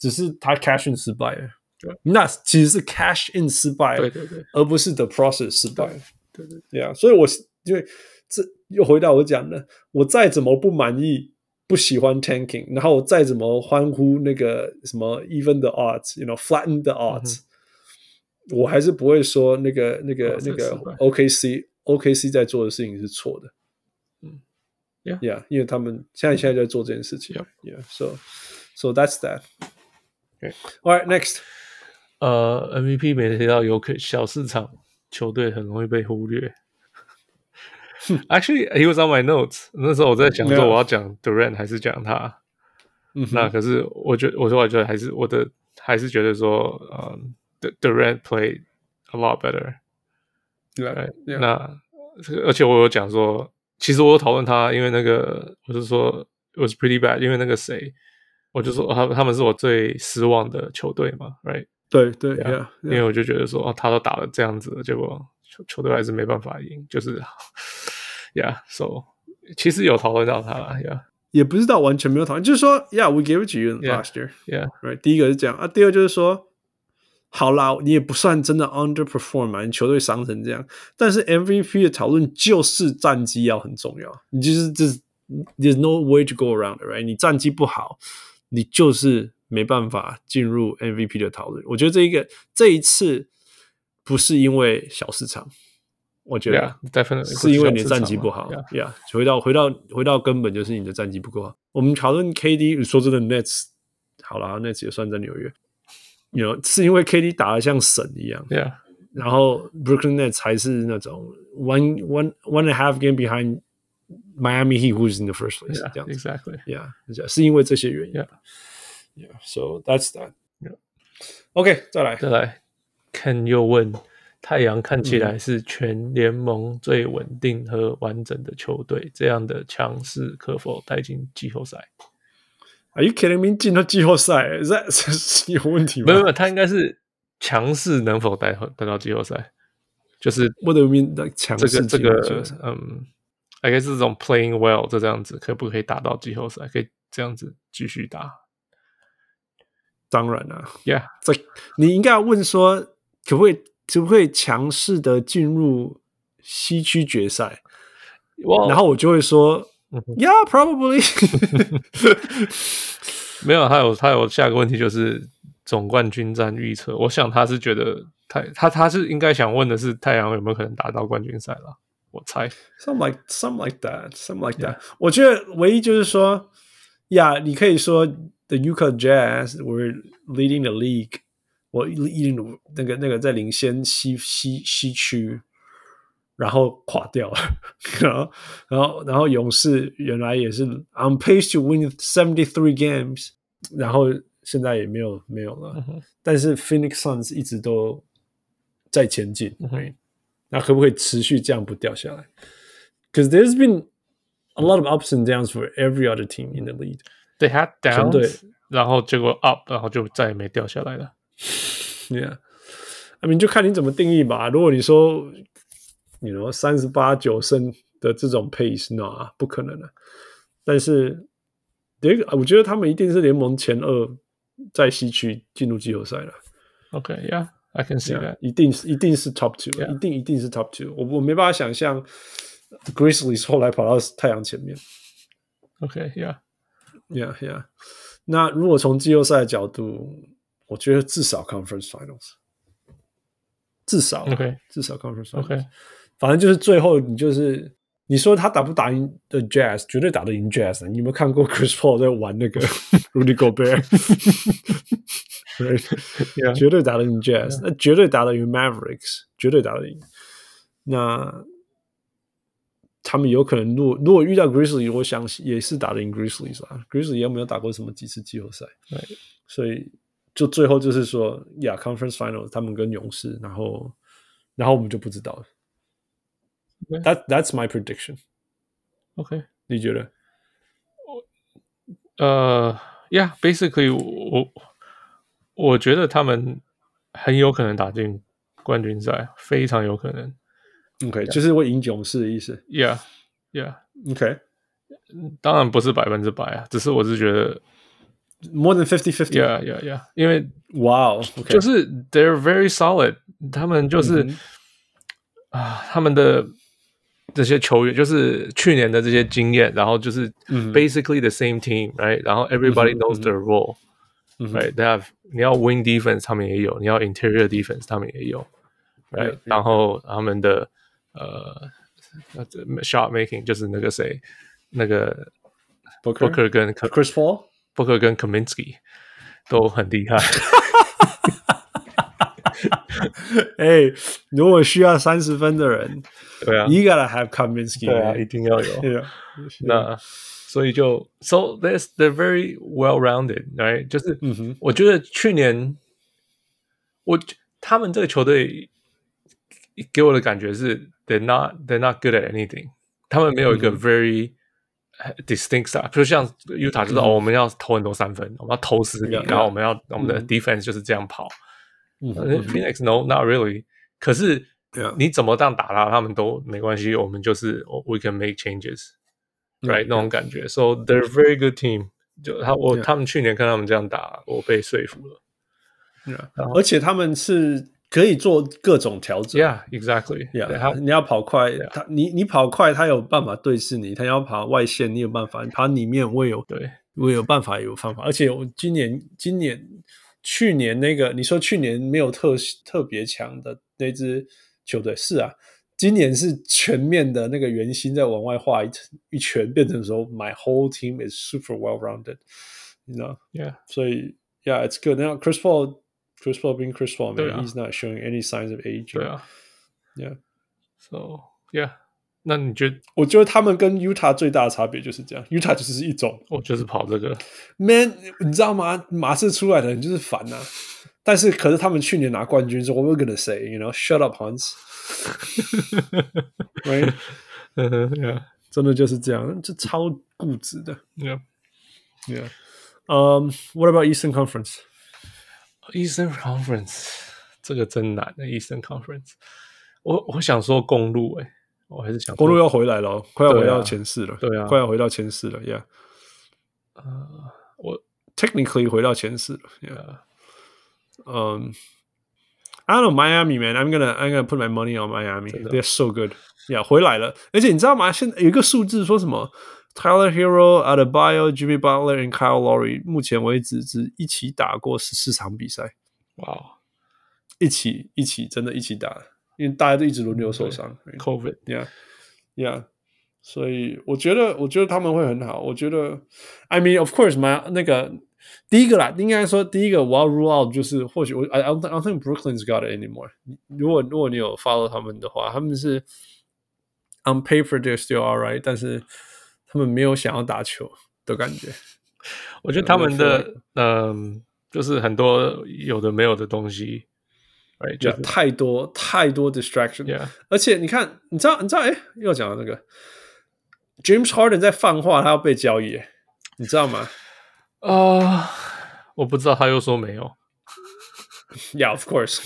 Speaker 3: 只是他 cash in 失败了
Speaker 4: 对。
Speaker 3: 那其实是 cash in 失败了，
Speaker 4: 对对对
Speaker 3: 而不是 the process 失败了。
Speaker 4: 对对
Speaker 3: 对啊，所以我是因为这又回到我讲的，我再怎么不满意、不喜欢 tanking，然后我再怎么欢呼那个什么 even the odds，you know flatten the
Speaker 4: 嗯
Speaker 3: odds，、我还是不会说那个那个
Speaker 4: 哦
Speaker 3: 那
Speaker 4: 这
Speaker 3: 个
Speaker 4: 失败
Speaker 3: OKC OKC 在做的事情是错的。
Speaker 4: 嗯 Yeah 嗯
Speaker 3: Yeah，因为他们现在现在就在做这件事情。
Speaker 4: Yep
Speaker 3: Yeah，so so that's that.
Speaker 4: Okay.
Speaker 3: All right, next.
Speaker 4: 呃，MVP 没提到 y o k 小市场球队很容易被忽略。Actually, he was on my notes。那时候我在想说，
Speaker 3: Yeah
Speaker 4: 我要讲 Durant 还是讲他？
Speaker 3: 嗯哼
Speaker 4: 那可是我觉得，我说我觉得还是我的，还是觉得说，嗯、d u r a n t played a lot better。呃
Speaker 3: Yeah, yeah.
Speaker 4: 哎那而且我有讲说，其实我有讨论他，因为那个我是说 it was pretty bad，因为那个谁，我就说哦他他们是我最失望的球队嘛，right？
Speaker 3: 对对啊
Speaker 4: Yeah，
Speaker 3: ，yeah，
Speaker 4: 因为我就觉得说，哦，他都打了这样子了，结果球球队还是没办法赢，就是，yeah，so 其实有讨论到他啦，yeah，yeah，
Speaker 3: 也不是到完全没有讨论，就是说，Yeah，we gave it to you
Speaker 4: Yeah.
Speaker 3: last year。right？第一个是这样啊，第二就是说，好啦，你也不算真的 underperform 嘛，你球队伤成这样，但是 MVP 的讨论就是战绩要很重要，你就是这 there's no way to go around it，right？你战绩不好，你就是没办法进入 MVP 的讨论。我觉得这一个这一次不是因为小市场，我觉得。
Speaker 4: ，yeah，definitely
Speaker 3: 啊是因为你的战绩不好
Speaker 4: 呀
Speaker 3: 呀。Yeah，回到回到回到根本就是你的战绩不够好。我们讨论 KD，说真的，Nets 好了，Nets 也算在纽约。You know，是因为 KD 打得像神一样，
Speaker 4: ，yeah，
Speaker 3: 然后 Brooklyn Nets 还是那种 one one one and a half game behind Miami Heat who's in the first place 这样子。
Speaker 4: ，yeah，exactly。
Speaker 3: Yeah，是因为这些原因。
Speaker 4: Yeah.
Speaker 3: Yeah，so that's that.
Speaker 4: Yeah.
Speaker 3: OK，再来。
Speaker 4: 再来，Ken 又问：太阳看起
Speaker 3: 嗯
Speaker 4: 来是全联盟最稳定和完整的球队，这样的强势可否带进季后赛？
Speaker 3: 嗯 Are you kidding me？进到季后赛，Is that 是有问题吗？
Speaker 4: 没有没有，他应该是强势能否带带到季后赛，就是
Speaker 3: ，What do you mean？like 强
Speaker 4: 这
Speaker 3: 势
Speaker 4: 个这
Speaker 3: 进到季
Speaker 4: 个
Speaker 3: 后赛
Speaker 4: 嗯，大概是这种 playing well 这这样子，可不可以打到季后赛？可以这样子继续打
Speaker 3: 当然啦、
Speaker 4: ？Yeah，
Speaker 3: 这你应该要问说，可不可以可不可以强势的进入西区决赛？
Speaker 4: 哇
Speaker 3: 然后我就会说、
Speaker 4: 嗯哼
Speaker 3: y e a h probably
Speaker 4: 没有，他有他有下个问题就是总冠军战预测，我想他是觉得太他他是应该想问的是太阳有没有可能打到冠军赛了，我猜
Speaker 3: some like some like that some like that。我觉得唯一就是说，呀、你可以说 the Utah Jazz were leading the league，我 leading 那个那个在领先西西西区。然后垮掉了， 然后，然后，然后勇士原来也是 on pace to win seventy three games，然后现在也没有没有了。
Speaker 4: 嗯哼
Speaker 3: 但是 Phoenix Suns 一直都在前进，
Speaker 4: 嗯哼
Speaker 3: right？那可不可以持续这样不掉下来？Because there's been a lot of ups and downs for every other team in the league。
Speaker 4: they had
Speaker 3: 全队
Speaker 4: down，然后结果 up，然后就再也没掉下来了。
Speaker 3: Yeah，I mean 就看你怎么定义吧。如果你说，你 you know 三十八九胜的这种 pace，no，不可能的、啊但是，这个我觉得他们一定是联盟前二在西区进入季后赛了。
Speaker 4: OK，yeah，I can see
Speaker 3: Yeah，
Speaker 4: that。
Speaker 3: 一定是一定是 top two，、
Speaker 4: Yeah
Speaker 3: 一定一定是 top two。我我没办法想象 Grizzlies 后来跑到太阳前面。
Speaker 4: OK，yeah，
Speaker 3: Yeah, yeah。那如果从季后赛的角度，我觉得至少 Conference Finals，至少
Speaker 4: OK
Speaker 3: 至少 Conference Finals。
Speaker 4: OK，
Speaker 3: 反正就是最后你就是你说他打不打赢的 Jazz，绝对打得赢 Jazz 的。你有没有看过 Chris Paul 在玩那个 Rudy Gobert？Right？
Speaker 4: Yeah
Speaker 3: 绝对打
Speaker 4: 嗯
Speaker 3: 得赢 Jazz，那绝对打得赢 Mavericks，绝对打得赢。那他们有可能，如果如果遇到 Grizzly，我想也是打得赢 Grizzlies 啊。Grizzly 也没有打过什么几次季后赛
Speaker 4: Right
Speaker 3: 所以就最后就是说，呀、yeah,，Conference Final 他们跟勇士，然后然后我们就不知道了。
Speaker 4: Okay
Speaker 3: That that's my prediction，
Speaker 4: OK，
Speaker 3: 你觉得？
Speaker 4: 呃，yeah，basically，我我我觉得他们很有可能打进冠军赛，非常有可能。
Speaker 3: OK，就是会赢勇士的意思。
Speaker 4: Yeah，yeah。
Speaker 3: OK，more、
Speaker 4: 当然不是百分之百啊，只是我是觉得
Speaker 3: than fifty fifty。
Speaker 4: ，yeah yeah yeah，因为
Speaker 3: 哇、wow,，OK，
Speaker 4: 就是 they're very solid，他们就是
Speaker 3: 嗯
Speaker 4: 啊、他们的这些球员就是去年的这些经验，然后就是
Speaker 3: 嗯
Speaker 4: Mm-hmm. basically the same team，right？然后 everybody
Speaker 3: 嗯哼
Speaker 4: knows their role。
Speaker 3: 嗯哼
Speaker 4: right? They have 你要 wing defense，他们也有；你要 interior defense，他们也有，right？、
Speaker 3: Yeah, yeah.
Speaker 4: 然后他们的呃呃 shot making 就是那个谁，那个
Speaker 3: Booker
Speaker 4: Booker 跟 K-
Speaker 3: Chris Paul。
Speaker 4: Booker 跟 Kaminsky 都很厉害。
Speaker 3: 哎，如果需要三十分的人
Speaker 4: 对啊，
Speaker 3: ，you gotta have Kaminsky。哎
Speaker 4: 对啊，一定要有。
Speaker 3: Yeah.
Speaker 4: 那所以就 so this they're very well rounded, right？就是，
Speaker 3: 嗯哼
Speaker 4: 我觉得去年我他们这个球队给我的感觉是 they're not they're not good at anything，他们没有一个 very、distinct style，就像 Utah 就是、哦，我们要投很多三分，我们要投死你
Speaker 3: Yeah,
Speaker 4: 然后
Speaker 3: yeah.
Speaker 4: 我们要我们的 defense 就是这样跑。
Speaker 3: 嗯
Speaker 4: 呃 Phoenix no not really，可是
Speaker 3: Yeah.
Speaker 4: 你怎么这样打他，他们都没关系，我们就是我 we can make changes，right、那种感觉。So they're very good team。就他我
Speaker 3: Yeah.
Speaker 4: 他们去年看他们这样打，我被说服了。
Speaker 3: Yeah. 啊而且他们是可以做各种调整。
Speaker 4: Yeah, exactly. Yeah，他
Speaker 3: Yeah，你要跑快，
Speaker 4: 啊
Speaker 3: 他你你跑快，他有办法对视你；他要跑外线，你有办法；跑里面，我也有
Speaker 4: 对
Speaker 3: 我也有办法，有方法。而且我今年今年去年那个，你说去年没有特特别强的那支球队是啊，今年是全面的那个圆心在往外画一一圈，变成说 my whole team is super well rounded，你知道。
Speaker 4: ，Yeah，
Speaker 3: So yeah, it's good. Now Chris Paul, Chris Paul being Chris Paul, man,
Speaker 4: 对啊。
Speaker 3: he's not showing any signs of aging.
Speaker 4: 对啊
Speaker 3: Yeah.
Speaker 4: ，So yeah，那你觉得
Speaker 3: 我觉得他们跟 Utah 最大的差别就是这样，Utah 就是一种
Speaker 4: 我就是跑这个
Speaker 3: man，你知道吗？马刺出来的人就是烦呐、但是可是他们去年拿冠军之后，we're gonna say you know shut up Hans，right？
Speaker 4: ，Yeah
Speaker 3: 真的就是这样，这超固执的。
Speaker 4: Yeah。
Speaker 3: Yeah. Um, what about Eastern Conference?
Speaker 4: Eastern Conference 这个真难的 Eastern Conference，我我想说公路哎、我还是想说
Speaker 3: 公路要回来了哦，快要
Speaker 4: 对啊
Speaker 3: 回到前四了，
Speaker 4: 对啊呃
Speaker 3: 快要回到前四了，Yeah。
Speaker 4: 我
Speaker 3: technically 回到前四了。Yeah.
Speaker 4: 呃
Speaker 3: Um, I don't know Miami, man. I'm gonna I'm gonna put my money on Miami.
Speaker 4: 真的
Speaker 3: They're so good. Yeah，回来了。而且你知道吗？现在有一个数字说什么？Tyler Hero、Adebayo、Jimmy Butler and Kyle Lowry 目前为止只一起打过十四场比赛，
Speaker 4: 哇
Speaker 3: 一起一起真的一起打，因为大家都一直轮流受伤。
Speaker 4: ，COVID
Speaker 3: Yeah, yeah. 所以我觉得，我觉得他们会很好。我觉得，I mean, of course, my 那个第一个啦，应该说第一个我要 rule out 就是，或许我 I I don't I don't think Brooklyn's got it anymore。如果如果你有 follow 他们的话，他们是 on paper they're still alright，但是他们没有想要打球的感觉。
Speaker 4: 我觉得他们
Speaker 3: 我觉
Speaker 4: 的嗯、就是很多有的没有的东西，right？就
Speaker 3: 就是太多太多 distraction。
Speaker 4: Yeah
Speaker 3: 而且你看，你知道，你知道，哎，又讲到那个 James Harden 在放话，他要被交易，哎你知道吗？
Speaker 4: 啊、
Speaker 3: 呃
Speaker 4: 我不知道他又说没有，
Speaker 3: Yeah, of course.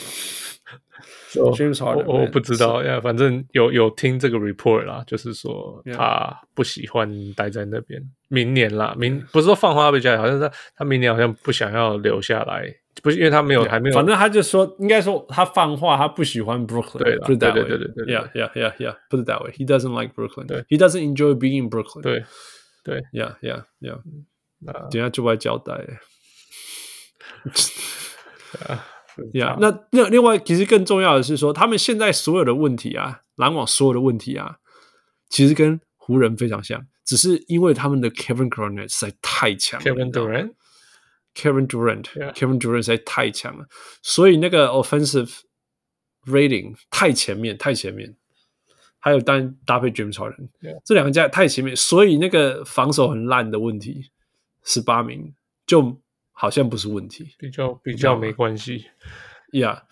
Speaker 3: James Harden，
Speaker 4: Oh，我我
Speaker 3: man.
Speaker 4: 不知道呀反正有有听这个 report 啦，就是说
Speaker 3: Yeah
Speaker 4: 他不喜欢待在那边。明年啦，明不是说放花被交易，好像是他他明年好像不想要留下来，不是因为他没有还没有，
Speaker 3: 反正他就说，应该说他放话，他不喜欢 Brooklyn，
Speaker 4: 对啦
Speaker 3: put it that
Speaker 4: 对
Speaker 3: way.
Speaker 4: 对对对对
Speaker 3: Yeah, yeah, yeah, yeah. Put it that way. He doesn't like Brooklyn.
Speaker 4: 对
Speaker 3: He doesn't enjoy being in Brooklyn.
Speaker 4: 对
Speaker 3: Yeah, yeah, yeah.
Speaker 4: 那
Speaker 3: 等一下就来交代了。
Speaker 4: 差
Speaker 3: Yeah，
Speaker 4: 不多
Speaker 3: 那那另外其实更重要的是说，他们现在所有的问题啊，篮网所有的问题啊，其实跟湖人非常像，只是因为他们的 Kevin Garnett 实在太强了
Speaker 4: Kevin
Speaker 3: 你知道吗
Speaker 4: Durant
Speaker 3: Kevin Durant、
Speaker 4: Yeah.
Speaker 3: Kevin Durant 实在太强了，所以那个 offensive rating 太前面，太前面。还有当然搭配 James Harden，、
Speaker 4: Yeah.
Speaker 3: 这两个加太前面，所以那个防守很烂的问题，十八名就好像不是问题
Speaker 4: 比较比
Speaker 3: 知道
Speaker 4: 较
Speaker 3: 吗
Speaker 4: 没关系，
Speaker 3: ，Yeah。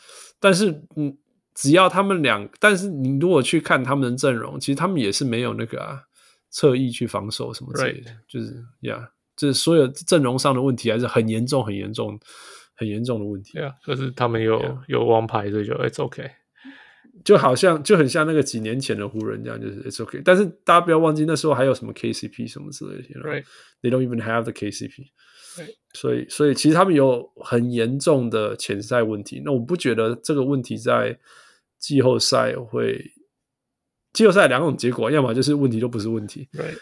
Speaker 3: 但是嗯，只要他们两，但是你如果去看他们的阵容，其实他们也是没有那个啊侧翼去防守什么之类的就是 Yeah，就是所有阵容上的问题还是很严重、很严重、很严重的问题。
Speaker 4: 对啊，可是他们有
Speaker 3: Yeah
Speaker 4: 有王牌，所以就 It's OK，
Speaker 3: 就好像就很像那个几年前的湖人这样，就是 it's okay。但是大家不要忘记那时候还有什么 KCP 什么之类的 you know?
Speaker 4: ，right？
Speaker 3: ，they don't even have the KCP
Speaker 4: Right.。
Speaker 3: 所以，所以其实他们有很严重的潜在问题。那我不觉得这个问题在季后赛会，季后赛两种结果，要么就是问题都不是问题，
Speaker 4: Right，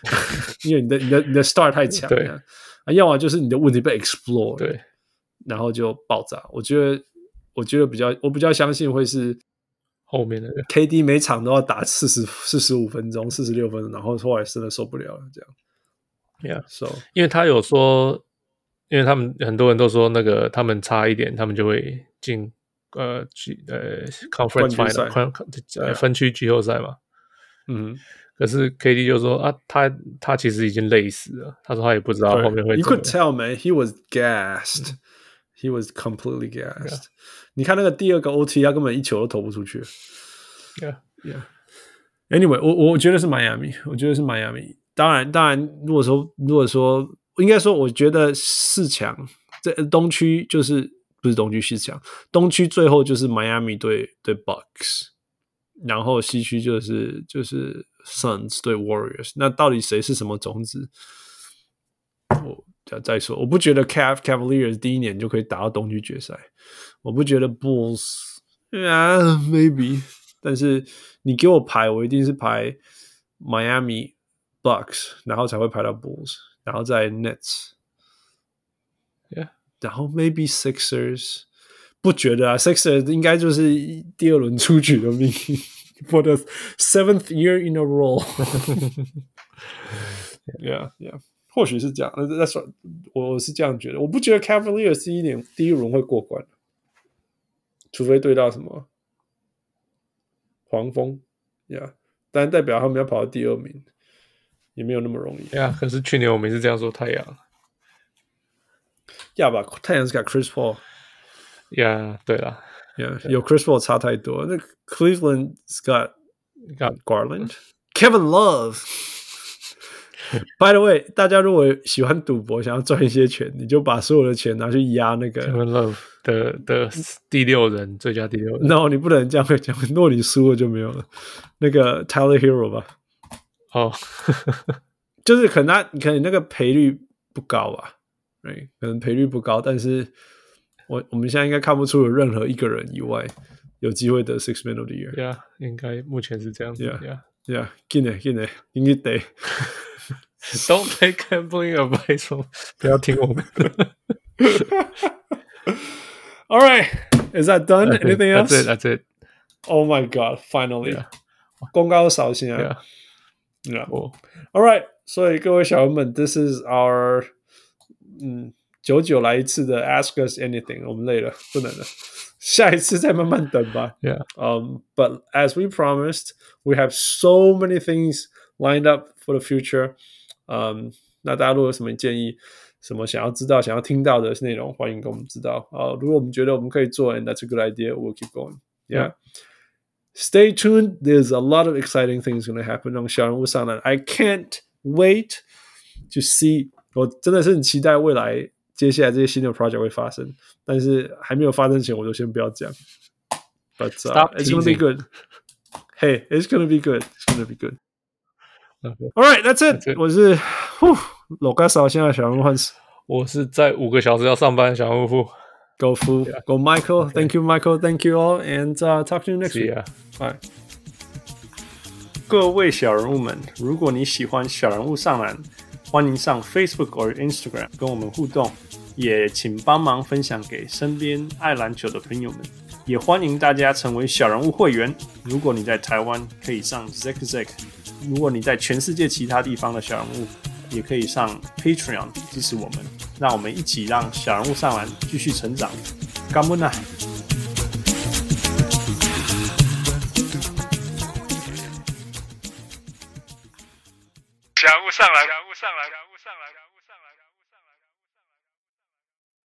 Speaker 3: 因为你的你的你的 star 太强
Speaker 4: 对
Speaker 3: 了；啊，要么就是你的问题被 explore，
Speaker 4: 对，
Speaker 3: 然后就爆炸。我觉得，我觉得比较，我比较相信会是
Speaker 4: 后面的
Speaker 3: KD 每场都要打四十四十五分钟、四十六分钟，然后后来真的受不了了，这样。
Speaker 4: Yeah
Speaker 3: So
Speaker 4: 因为他有说，因为他们很多人都说那个他们差一点，他们就会进呃季呃
Speaker 3: 冠
Speaker 4: conference
Speaker 3: 军赛
Speaker 4: final 冠呃分区季后赛嘛。
Speaker 3: 嗯，
Speaker 4: 可是 KD 就说啊，他他其实已经累死了，他说他也不知道后面会
Speaker 3: You
Speaker 4: 怎么
Speaker 3: could tell,
Speaker 4: 样。
Speaker 3: man, he was gassed. He was completely gassed. 你看那个第二个 OT，他根本一球都投不出去。
Speaker 4: Yeah.
Speaker 3: Yeah. Anyway，我我觉得是迈阿密，我觉得是迈阿密。当然，当然，如果说如果说应该说，我觉得四强这东区就是不是东区四强，东区最后就是迈阿密对对 Bucks，然后西区就是就是 Suns 对 Warriors。那到底谁是什么种子？我再再说，我不觉得 Cav Cavaliers 第一年就可以打到东区决赛，我不觉得 Bulls 啊 maybe，但是你给我排，我一定是排 Miami Bucks，然后才会排到 Bulls，然后再 Nets，
Speaker 4: Yeah
Speaker 3: 然后 maybe Sixers，不觉得啊，Sixers 应该就是第二轮出局的命运 ，for the seventh year in a row 。Yeah, yeah. 或许是这样，那那算我我是这样觉得，我不觉得 Cavaliers 第一年第一轮会过关，除非对到什么黄蜂，Yeah，但代表他们要跑到第二名也没有那么容易。
Speaker 4: Yeah，可是去年我们也是这样说太阳。
Speaker 3: Yeah，吧，太阳是 got Chris Paul，Yeah，
Speaker 4: Yeah，对了
Speaker 3: 有 Chris Paul 差太多。那 Cleveland s got
Speaker 4: 你看
Speaker 3: Garland、Kevin Love。By the way，大家如果喜欢赌博，想要赚一些钱，你就把所有的钱拿去压那个
Speaker 4: Kevin Love 的的第六人，最佳第六人。
Speaker 3: No，你不能这样讲。如果你输了就没有了。那个 Tyler Hero 吧，
Speaker 4: 哦，
Speaker 3: 就是可能他可能那个赔率不高吧，对，可能赔率不高，但是我我们现在应该看不出有任何一个人以外有机会得 Six Man of the Year。
Speaker 4: yeah，应该目前是这样子。
Speaker 3: Yeah
Speaker 4: Yeah，
Speaker 3: Yeah，进来进来，应该得。
Speaker 4: Don't take gambling advice，哦 不要听我们 的。
Speaker 3: All right，is that done? Anything
Speaker 4: That's it.
Speaker 3: else?
Speaker 4: That's it.
Speaker 3: Oh my God! Finally，
Speaker 4: Yeah.
Speaker 3: 公告扫兴啊
Speaker 4: Yeah，
Speaker 3: ！Yeah.
Speaker 4: 我
Speaker 3: All right，所以各位小人们，This is our 嗯久久来一次的 Ask Us Anything，我们累了，不能了，下一次再慢慢等吧。
Speaker 4: Yeah.
Speaker 3: Um, but as we promised, we have so many things lined up for the future. Um, 那大家如果有什么建议，什么想要知道、想要听到的内容，欢迎跟我们知道。啊、如果我们觉得我们可以做，and that's a good idea, we'll keep going. Yeah. Stay tuned. There's a lot of exciting things going to happen on 小人物上篮。I can't wait to see. 我真的是很期待未来接下来这些新的 project 会发生，但是还没有发生前，我就先不要讲。But、uh,
Speaker 4: Stop
Speaker 3: it's gonna be
Speaker 4: teasing.
Speaker 3: good. Hey, it's gonna be good. It's gonna be good.
Speaker 4: Okay.
Speaker 3: All right, that's it.
Speaker 4: That's it.
Speaker 3: 我是呼，老干嫂，现在小人物换
Speaker 4: 我是在五个小时要上班，小人物。
Speaker 3: Go Fu, go Michael. Thank you, Michael. Thank you all, and uh, talk to you next
Speaker 4: See
Speaker 3: week.
Speaker 4: ya.
Speaker 3: 哎，各位小人物们，如果你喜欢小人物上篮，欢迎上 Facebook 或 Instagram 跟我们互动，也请帮忙分享给身边爱篮球的朋友们。也欢迎大家成为小人物会员。如果你在台湾，可以上 Zack Zack；如果你在全世界其他地方的小人物，也可以上 Patreon 支持我们。让我们一起让小人物上篮继续成长。干杯呐！
Speaker 1: 小人物上来，小人物上来。